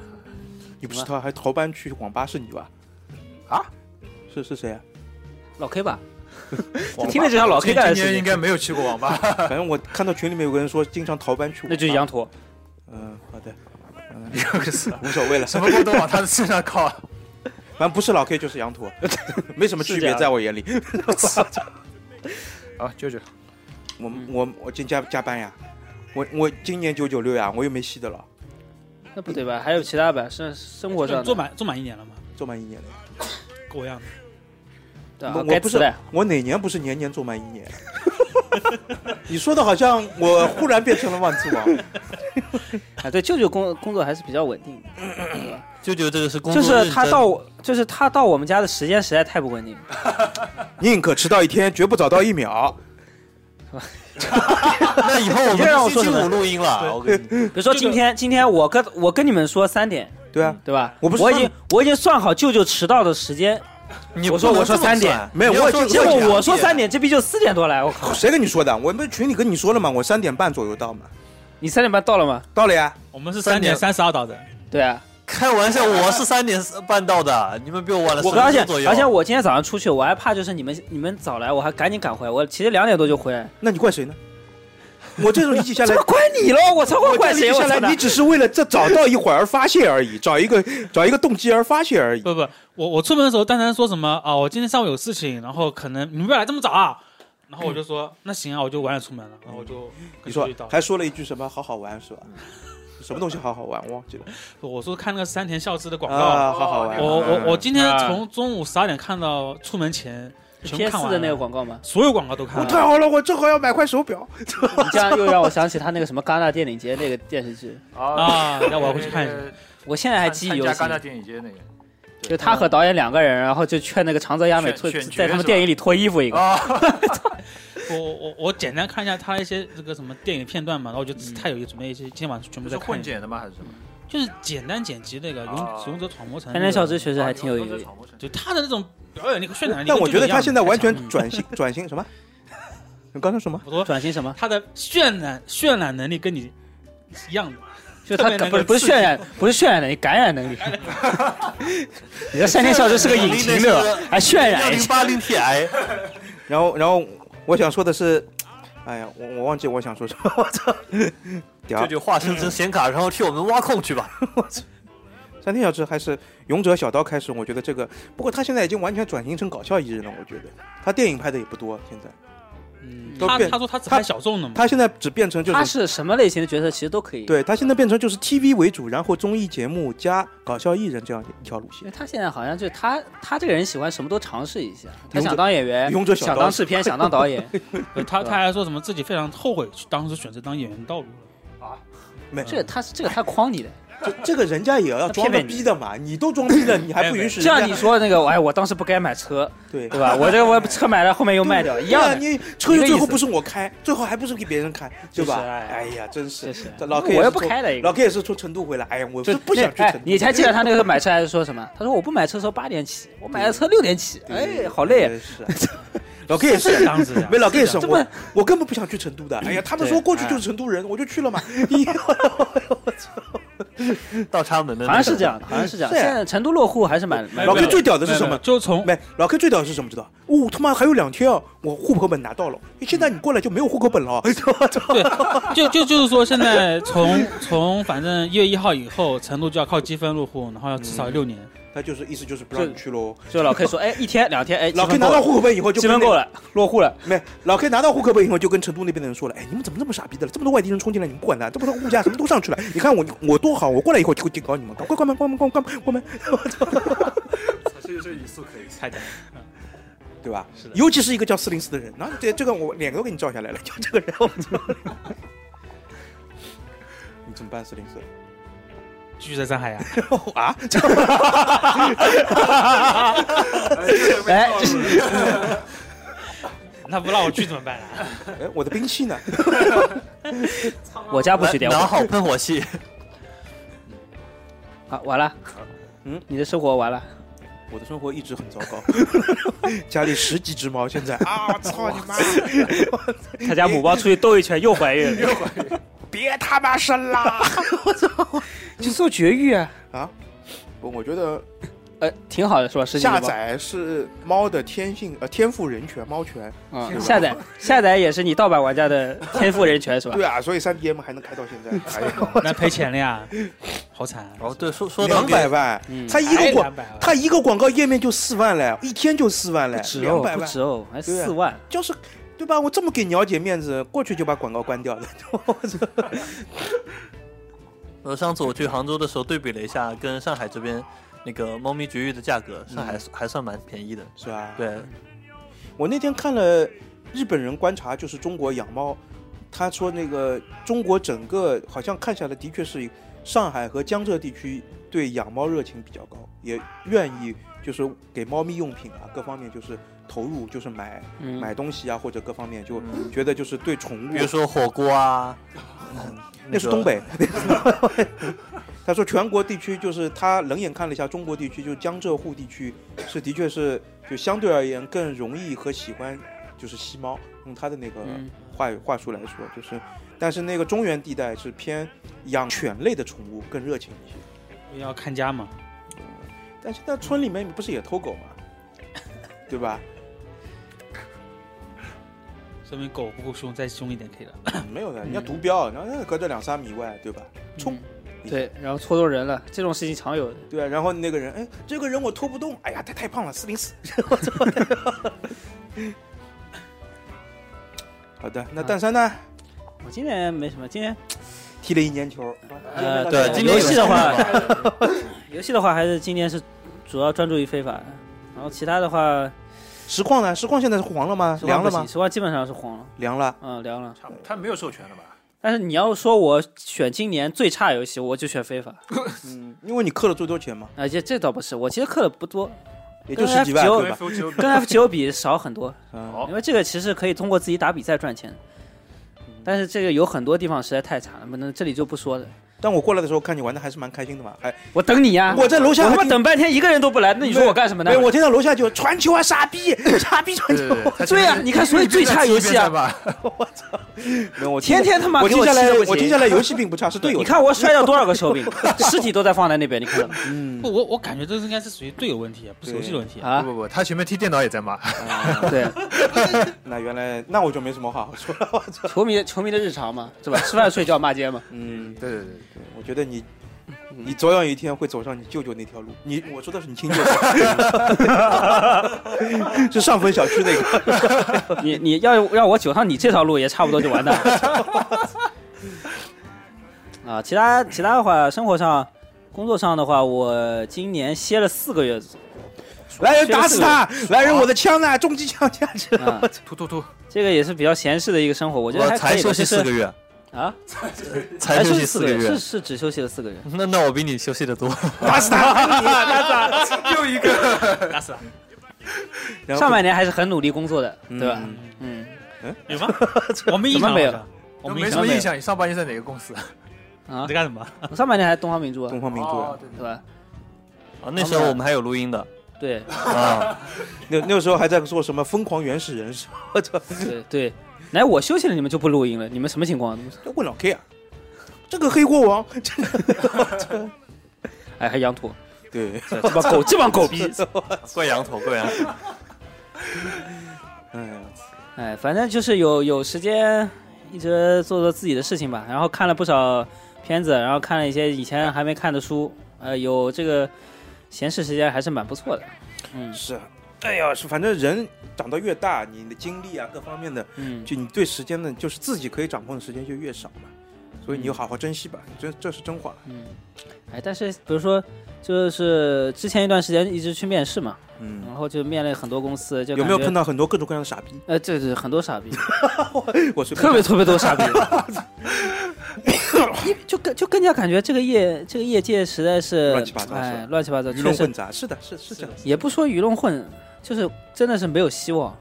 Speaker 4: 你不是他还逃班去网吧是你吧？
Speaker 9: 啊？
Speaker 4: 是是谁啊？
Speaker 7: 老 K 吧，
Speaker 9: 网吧
Speaker 7: 听着就像老 K
Speaker 9: 今
Speaker 7: 干的
Speaker 9: 今
Speaker 7: 事
Speaker 9: 年
Speaker 7: 情
Speaker 9: 应该没有去过网吧。
Speaker 4: 反正我看到群里面有个人说经常逃班
Speaker 9: [laughs]
Speaker 4: 去网吧。
Speaker 7: 那就是羊驼。
Speaker 4: 嗯，好的，
Speaker 9: 有个事，
Speaker 4: 无所谓了。
Speaker 9: 啊什么锅都往他的身上靠。
Speaker 4: 反正不是老 K 就是羊驼， [laughs] 没什么区
Speaker 7: 是这
Speaker 4: 别，
Speaker 7: 样
Speaker 4: 在我眼里。
Speaker 9: 好，舅舅，
Speaker 4: 我
Speaker 7: 嗯
Speaker 4: 我我今加加班呀，我我今年九九六呀，我又没戏的了，
Speaker 7: 那不对吧？还有其他吧？生生活上的
Speaker 5: 做满做满一年了嘛，
Speaker 4: 做满一年了。
Speaker 5: 狗样的。
Speaker 7: 对啊
Speaker 4: 我
Speaker 7: 该
Speaker 4: 我不
Speaker 7: 辞
Speaker 4: 是
Speaker 7: 了。
Speaker 4: 我哪年不是年年做满一年？ [laughs] 你说的好像我忽然变成了万磁
Speaker 7: [laughs]
Speaker 4: 王，
Speaker 7: 啊，对，舅舅工工作还是比较稳定的，
Speaker 8: 舅舅这个是工
Speaker 7: 就
Speaker 8: 作
Speaker 7: 是
Speaker 8: 认
Speaker 7: 他
Speaker 8: 真
Speaker 7: 到我，就是他到我们家的时间实在太不稳定了。
Speaker 4: 宁可迟到一天，绝不早到一秒。
Speaker 8: 那以后我
Speaker 7: 你这让我
Speaker 8: 们
Speaker 7: 说
Speaker 8: 星期
Speaker 7: 什么
Speaker 8: 五录音了，我跟你
Speaker 7: 比如说今天，今天我跟我跟你们说三点，
Speaker 4: 对啊，
Speaker 7: 对吧？
Speaker 4: 我不是
Speaker 7: 我已
Speaker 4: 算
Speaker 7: 经我已经算好舅舅迟到的时间，
Speaker 8: 你
Speaker 7: 我说
Speaker 8: 不能
Speaker 7: 我说
Speaker 8: 这么
Speaker 7: 三点
Speaker 8: 算
Speaker 4: 没有
Speaker 8: 你要
Speaker 4: 我
Speaker 8: 说
Speaker 4: 就
Speaker 7: 结
Speaker 4: 这
Speaker 7: 果
Speaker 4: 个啊
Speaker 7: 我说三点，这逼就四点多来，我靠！
Speaker 4: 谁跟你说的？我们群里跟你说了嘛，我三点半左右到嘛，
Speaker 7: 你三点半到了吗？
Speaker 4: 到了呀。
Speaker 5: 我们是
Speaker 8: 三
Speaker 5: 三
Speaker 8: 点
Speaker 5: 点三十二到的，
Speaker 7: 对啊，
Speaker 8: 开玩笑，我是三点半到的，你们比我晚了
Speaker 7: 我
Speaker 8: 十
Speaker 7: 而
Speaker 8: 分
Speaker 7: 且
Speaker 8: 钟左右。
Speaker 7: 而且我今天早上出去，我还怕就是你们你们早来，我还赶紧赶回来。我其实两点多就回来，
Speaker 4: 那你怪谁呢？ [laughs] 我这种理解下
Speaker 7: 这
Speaker 4: 来
Speaker 7: 不，怪你喽，我操，
Speaker 4: 我
Speaker 7: 怪
Speaker 4: 这
Speaker 7: 谁？
Speaker 4: 种理
Speaker 7: 我操
Speaker 4: 解下来，
Speaker 7: 的
Speaker 4: 你只是为了这早到一会儿而发泄而已，找一个找一个动机而发泄而已。
Speaker 5: 不不，我我出门的时候，丹丹说什么啊？我今天上午有事情，然后可能你们不要来这么早啊。然后我就说那行啊，我就晚点出门了，
Speaker 7: 嗯
Speaker 5: 然后我就
Speaker 4: 你说
Speaker 5: 到。
Speaker 4: 还说了一句什么好好玩是吧？什么东西好好玩？忘记了
Speaker 5: 我说看那个山田孝之的广告，
Speaker 4: 啊，好好玩。
Speaker 5: 我我我今天
Speaker 7: 啊
Speaker 5: 从中午十二点看到出门前全
Speaker 7: ？P
Speaker 5: 看
Speaker 7: S
Speaker 5: 完
Speaker 7: 的那个
Speaker 5: 了，
Speaker 7: 广告吗？
Speaker 5: 所有广告都看
Speaker 4: 我
Speaker 5: 完
Speaker 4: 嗯太
Speaker 5: 了。
Speaker 4: 好了，我正好要买块手表。
Speaker 7: 你这样又让我想起他那个什么戛纳电影节那个电视剧，
Speaker 5: 啊那我回去看一下
Speaker 7: [laughs]
Speaker 9: 那个
Speaker 7: 我现在还记忆犹
Speaker 9: 参加戛纳
Speaker 7: 新。
Speaker 9: 电影节那个。
Speaker 7: 就他和导演两个人，然后就劝那个长泽雅美
Speaker 9: 劝
Speaker 7: 脱，
Speaker 9: 劝角
Speaker 7: 在他
Speaker 9: 是
Speaker 7: 们
Speaker 9: 吧
Speaker 7: 电影里脱衣服一个。
Speaker 9: 啊，
Speaker 5: 我我我我简单看一下他一些这个什么电影片段嘛，然后我就
Speaker 7: 嗯
Speaker 5: 太有意准备一些，今天晚上全
Speaker 9: 不
Speaker 5: 部
Speaker 9: 是
Speaker 5: 再看
Speaker 9: 混
Speaker 5: 一遍。
Speaker 9: 剪的吗？还是什么？
Speaker 5: 就是简单剪辑那个《
Speaker 4: 哦
Speaker 9: 啊
Speaker 5: 勇勇者闯魔城》那
Speaker 7: 山
Speaker 5: 个。
Speaker 7: 田孝之确实还挺有意思。
Speaker 5: 就他的那种表演力和渲染力，
Speaker 4: 但我觉得他现在完全
Speaker 5: 嗯
Speaker 4: 转型转型什么？你刚才什么？
Speaker 5: 我说
Speaker 7: 转型什么？
Speaker 5: 他的渲染渲染能力跟你一样的，
Speaker 7: [laughs] 就
Speaker 5: 特
Speaker 7: 他
Speaker 5: 别能
Speaker 7: 不是
Speaker 5: 够
Speaker 7: 不是
Speaker 5: 刺激
Speaker 7: 渲染，不是渲染能力，感染能力。你的山田孝之是个隐形
Speaker 8: 那
Speaker 7: 的
Speaker 8: 是，
Speaker 7: 还渲
Speaker 8: 幺
Speaker 7: 染一
Speaker 8: 零
Speaker 7: 下。
Speaker 8: 八零 Ti，
Speaker 4: 然后然后我想说的是，哎呀，我我忘记我想说什么。我操！屌
Speaker 8: 舅，舅化身成显卡，然后替我们挖空去吧。
Speaker 4: 三天小志还是勇者小刀开始，我觉得这个，不过他现在已经完全转型成搞笑艺人了。我觉得他电影拍的也不多，现在
Speaker 5: 嗯
Speaker 4: 都
Speaker 5: 他
Speaker 4: 变
Speaker 5: 他说他只拍小众的嘛，
Speaker 4: 他现在只变成就
Speaker 7: 他
Speaker 4: 是，
Speaker 7: 是什么类型的角色，其实都可以。，
Speaker 4: 对他现在变成就是 TV 为主，然后综艺节目加搞笑艺人这样一条路
Speaker 7: 因为
Speaker 4: 线。
Speaker 7: 他现在好像就他他这个人喜欢什么都尝试一下，他
Speaker 4: 勇者
Speaker 7: 想当演员，
Speaker 4: 勇者小
Speaker 7: 想
Speaker 4: 刀
Speaker 7: 当制片，想当导演，
Speaker 5: 呃他他还说什么自己非常后悔去当时选择当演员道路了。
Speaker 4: 没，
Speaker 7: 这个他这个他诓你的。
Speaker 4: 这这个人家也要
Speaker 7: 骗
Speaker 4: 装个
Speaker 7: 骗你
Speaker 4: 逼的嘛，你都装
Speaker 7: [laughs]
Speaker 4: 逼了，你还不允许人家？
Speaker 7: 像你说那个，哎，我当时不该买车，
Speaker 4: 对
Speaker 7: 对吧？我这我车买了，后面又卖掉，一样
Speaker 4: 对啊
Speaker 7: 的。
Speaker 4: 你车最
Speaker 7: 一个意思
Speaker 4: 后不是我开，最后还不是给别人开，对吧？
Speaker 7: 就是哎
Speaker 4: 哎呀，真
Speaker 7: 就是是
Speaker 4: 这老 K
Speaker 7: 我
Speaker 4: 也
Speaker 7: 又
Speaker 4: 是
Speaker 7: 不
Speaker 4: 从
Speaker 7: 开了一个
Speaker 4: 老 K 也是从成都回来，哎呀，我
Speaker 7: 就是
Speaker 4: 不想去成
Speaker 7: 哎
Speaker 4: 都。，
Speaker 7: 你还记得他那个时候买车还是说什么？他说我不买车时候八点起，我买了车六点起，哎，好累。
Speaker 4: 真是啊， [laughs] 老 K 也
Speaker 5: 是这
Speaker 4: 是。
Speaker 5: 样子的，
Speaker 4: 没老 K 也是
Speaker 7: 这
Speaker 4: 我
Speaker 7: 么，
Speaker 4: 我根本不想去成都的。哎呀，他们说过去就是成都人，我就
Speaker 7: [laughs]
Speaker 4: 去了嘛。 [laughs]
Speaker 8: 倒插门的那个，
Speaker 7: 好像是这样的，好像是这样。
Speaker 4: 是
Speaker 7: 现在成都落户还是蛮蛮
Speaker 4: 啊老
Speaker 5: 哎没
Speaker 4: K
Speaker 5: 有
Speaker 4: 最屌的是什么？
Speaker 5: 就从
Speaker 4: 没，老 K 最屌的是什么？知道？哦，他妈还有两天啊，我户口本拿到了。现在你过来就没有户口本了。啊
Speaker 5: 哎对，就就就是说，现在从从反正一月一号以后，成都就要靠积分入户，然后要至
Speaker 4: 嗯
Speaker 5: 少六年。
Speaker 4: 他就是意思就是不让你去喽。
Speaker 7: 就老 K 说，哎，一天两天，哎，
Speaker 4: 老
Speaker 7: 积
Speaker 4: K
Speaker 7: 分
Speaker 4: 拿
Speaker 7: 够
Speaker 4: 到
Speaker 7: 了，
Speaker 4: 户口本以后就
Speaker 7: 积
Speaker 4: 跟那
Speaker 7: 分
Speaker 4: 个
Speaker 7: 够了，落户了。
Speaker 4: 没，老 K 拿到户口本以后，就跟成都那边的人说了：“哎，你们怎么那么傻逼的？这么多外地人冲进来，你们不管的，这么多物价什么都上去了。你看我我多好，我过来以后就警告你们，赶快关门，关门，关门关门，关门，
Speaker 9: 这这语速可以。
Speaker 5: 太屌了！
Speaker 4: 对吧？尤其是一个叫四零四的人，那这这个我脸都给你照下来了，就这个人，我操！你怎么办，四零四？
Speaker 5: 继续在上海呀、
Speaker 4: 啊，
Speaker 7: 哎，就是
Speaker 5: 那不让我去怎么办啊？
Speaker 4: 哎，我的兵器呢？
Speaker 7: 我家不许点
Speaker 8: 拿
Speaker 7: 火
Speaker 8: 好喷火器，
Speaker 7: 啊，完了。
Speaker 4: 嗯，
Speaker 7: 你的生活
Speaker 4: [laughs]
Speaker 7: 完了，
Speaker 4: 我的生活一直很糟糕，家里十几只猫，现在啊，我操你妈！
Speaker 7: 他家母包出去兜一圈又怀孕
Speaker 4: [laughs]
Speaker 7: 了，
Speaker 4: 别他妈生啦！
Speaker 7: 就做绝育啊，
Speaker 4: 啊，我我觉得
Speaker 7: 呃，挺好的是吧？十几
Speaker 4: 下
Speaker 7: 年包
Speaker 4: 载是猫的天性，呃，天赋人权，猫权。
Speaker 7: 啊
Speaker 4: 是，吧
Speaker 7: 下载下载也是你盗版玩家的天赋人权是吧？
Speaker 4: 对啊，所以三 DM 还能开到现在，哎呀，
Speaker 5: [laughs] 那赔钱了呀，好惨、啊！
Speaker 8: [laughs]
Speaker 5: 哎
Speaker 8: 哦，对，说说到
Speaker 4: 两百万，他一个广
Speaker 5: 两百万，
Speaker 4: 他一个广告页面就四万嘞，一天就四万嘞，
Speaker 7: 只
Speaker 4: 两
Speaker 7: 哦，
Speaker 4: 百
Speaker 7: 不
Speaker 4: 万，
Speaker 7: 止哦，还
Speaker 4: 对啊
Speaker 7: 四万，
Speaker 4: 就是对吧？我这么给鸟姐面子，过去就把广告关掉了。
Speaker 8: 我上次我去杭州的时候对比了一下，跟上海这边那个猫咪绝育的价格，上
Speaker 7: 嗯
Speaker 8: 海还算蛮便宜的。
Speaker 4: 是吧？
Speaker 8: 对，
Speaker 4: 我那天看了日本人观察，就是中国养猫，他说那个中国整个好像看下来，的确是上海和江浙地区对养猫热情比较高，也愿意就是给猫咪用品啊各方面就是投入，就是买
Speaker 7: 嗯，
Speaker 4: 买东西啊或者各方面就
Speaker 8: 嗯
Speaker 4: 觉得就是对宠物
Speaker 8: 比如说火锅啊，
Speaker 4: 那是东北。 [laughs] 他说全国地区就是他冷眼看了一下中国地区，就是江浙沪地区是的确是就相对而言更容易和喜欢就是吸猫，用他的那个
Speaker 7: 嗯
Speaker 4: 话语话术来说就是，但是那个中原地带是偏养犬类的宠物更热情一些。
Speaker 5: 要看家嘛，
Speaker 4: 但现在村里面不是也偷狗吗？对吧？
Speaker 5: 说明狗不够凶，再凶一点可以了。
Speaker 4: 没有的，人家毒标，然后隔着两三米外，对吧？
Speaker 7: 嗯
Speaker 4: 冲，
Speaker 7: 对，然后戳中人了，这种事情常有的。
Speaker 4: 对啊，然后那个人，哎，这个人我拖不动，哎呀，他太胖了，四零四。好的，那蛋三呢？
Speaker 7: 我今年没什么，今年
Speaker 4: 踢了一年球，
Speaker 7: 呃，
Speaker 8: 对，今天
Speaker 7: 游戏的话，
Speaker 8: 有
Speaker 7: 游戏的话还是今年是主要专注于非法，然后其他的话，
Speaker 4: 实况呢？实况现在是黄了吗？
Speaker 7: 实况
Speaker 4: 凉
Speaker 7: 不
Speaker 4: 了
Speaker 7: 行，
Speaker 4: 吗？
Speaker 7: 实况基本上是黄了，
Speaker 4: 凉了。
Speaker 7: 嗯，凉了。
Speaker 9: 差不多他没有授权了吧？
Speaker 7: 但是你要说我选今年最差游戏，我就选非法，
Speaker 4: 嗯，因为你氪了最多钱嘛，
Speaker 7: 而且这倒不是，我其实氪的不多，
Speaker 4: 也就十几万
Speaker 7: 跟 F9
Speaker 4: 对吧？
Speaker 7: 跟 F
Speaker 4: [laughs]
Speaker 7: 九比少很多，
Speaker 4: 嗯，
Speaker 9: 好
Speaker 7: 因为这个其实可以通过自己打比赛赚钱。但是这个有很多地方实在太差了，不能这里就不说了。
Speaker 4: 但我过来的时候看你玩的还是蛮开心的嘛，哎，
Speaker 7: 我等你呀、
Speaker 4: 我在楼下
Speaker 7: 我他
Speaker 4: 还
Speaker 7: 妈
Speaker 4: 听
Speaker 7: 等半天一个人都不来，那你说我干什么呢
Speaker 4: 没？有，我听到楼下就传球啊，傻逼，傻逼传球。
Speaker 7: 对呀、你看，所以最差游戏啊，
Speaker 4: 没有，我听
Speaker 7: 天天他妈
Speaker 4: 我
Speaker 7: 给
Speaker 4: 听下
Speaker 7: 气
Speaker 4: 来
Speaker 7: 得不，
Speaker 4: 我
Speaker 7: 行
Speaker 4: 听下。来游戏并不差，是队友
Speaker 7: 你
Speaker 4: 差。
Speaker 7: 看我摔掉多少个手柄， [laughs] 尸体都在放在那边，你看到吗？
Speaker 5: 不，我我感觉这是应该是属于队友问题，不是游戏的问
Speaker 4: [laughs]
Speaker 5: 题。
Speaker 9: [laughs] 不
Speaker 7: 啊，
Speaker 9: 不不，他前面踢电脑也在骂，
Speaker 4: 啊
Speaker 7: 对，
Speaker 4: 那原来那我就没什么话好说了。
Speaker 7: 球迷球迷的日常嘛，是吧？吃饭睡觉骂街嘛，
Speaker 4: 嗯，
Speaker 9: 对对对，
Speaker 4: 我觉得你
Speaker 7: 嗯
Speaker 4: 你早晚有一天会走上你舅舅那条路。你我说的是你 [laughs] 亲舅舅，是上坟小区那个。
Speaker 7: 你你要要我走上你这条路也差不多就完蛋了。啊，其他其他的话，生活上、工作上的话，我今年歇了四个月。
Speaker 4: [laughs] 来人打死他！来人，我的枪呢？重机枪架着。
Speaker 7: 啊，
Speaker 9: 突突突！
Speaker 7: 这个也是比较闲适的一个生活，我觉得
Speaker 8: 我
Speaker 7: 还可
Speaker 8: 哦才
Speaker 7: 以
Speaker 8: 休
Speaker 7: 吧。
Speaker 8: 息
Speaker 7: 就
Speaker 8: 四个
Speaker 7: 是
Speaker 8: 月，
Speaker 7: 啊， [laughs]
Speaker 8: 才休息
Speaker 7: 四
Speaker 8: 个
Speaker 7: 是是只休息了四个月。
Speaker 8: [laughs] 那那我比你休息的多。
Speaker 5: [laughs]
Speaker 4: [laughs]
Speaker 9: 又一个，
Speaker 4: 然后
Speaker 7: 上半年还是很努力工作的，
Speaker 4: 嗯
Speaker 7: 对吧？嗯，
Speaker 5: 有 [laughs] 吗？我没印
Speaker 7: 怎
Speaker 5: 象
Speaker 7: 么没有
Speaker 5: 好像我
Speaker 9: 没
Speaker 5: 印
Speaker 9: 什
Speaker 5: 象
Speaker 9: 么印象。你上半年在哪个
Speaker 4: [laughs]
Speaker 9: 公司？
Speaker 7: 啊
Speaker 5: 你在，干什么？
Speaker 7: 我上半年还是东方明珠啊，
Speaker 4: 东方明珠啊，
Speaker 9: 哦对
Speaker 7: 对吧？
Speaker 8: 啊，那时候我们还有录
Speaker 7: [laughs]
Speaker 8: 音的
Speaker 7: 对
Speaker 8: 啊，
Speaker 4: 那那个时候还在做什么疯狂原始人是吧？ [laughs] 我操！
Speaker 7: 对对，来我休息了，你们就不录音了，你们什么情况？
Speaker 4: 问老 K 啊，这个黑锅王，这个
Speaker 7: 哎，还羊驼，
Speaker 4: [laughs] 对，
Speaker 7: 这这帮狗，这帮狗逼，
Speaker 8: 怪羊头，怪羊头。
Speaker 4: 哎呀，
Speaker 7: 哎，反正就是有有时间一直做做自己的事情吧，然后看了不少片子，然后看了一些以前还没看的书，呃，有这个闲适时间还是蛮不错的。嗯
Speaker 4: 是，哎呀，是，反正人长得越大，你的精力啊各方面的，
Speaker 7: 嗯，
Speaker 4: 就你对时间的，就是自己可以掌控的时间就越少嘛，所以你就好好珍惜吧，这这是真话。
Speaker 7: 嗯，哎，但是比如说，就是之前一段时间一直去面试嘛，
Speaker 4: 嗯，
Speaker 7: 然后就面了很多公司，就
Speaker 4: 有没有
Speaker 7: 感觉
Speaker 4: 碰？到很多各种各样的傻逼？ [laughs]
Speaker 7: 呃，对对，很多傻逼，
Speaker 4: 我随便
Speaker 7: 特别特别多
Speaker 4: [laughs]
Speaker 7: 傻逼，因为就跟就更加感觉这个业这个业界实在是
Speaker 4: 乱七八糟是
Speaker 7: 哎
Speaker 4: 吧，
Speaker 7: 乱七八糟，
Speaker 4: 鱼
Speaker 7: 确
Speaker 4: 龙
Speaker 7: 实
Speaker 4: 混杂，是的，是是这样，
Speaker 7: 也不说鱼龙混，就是真的是没有希望，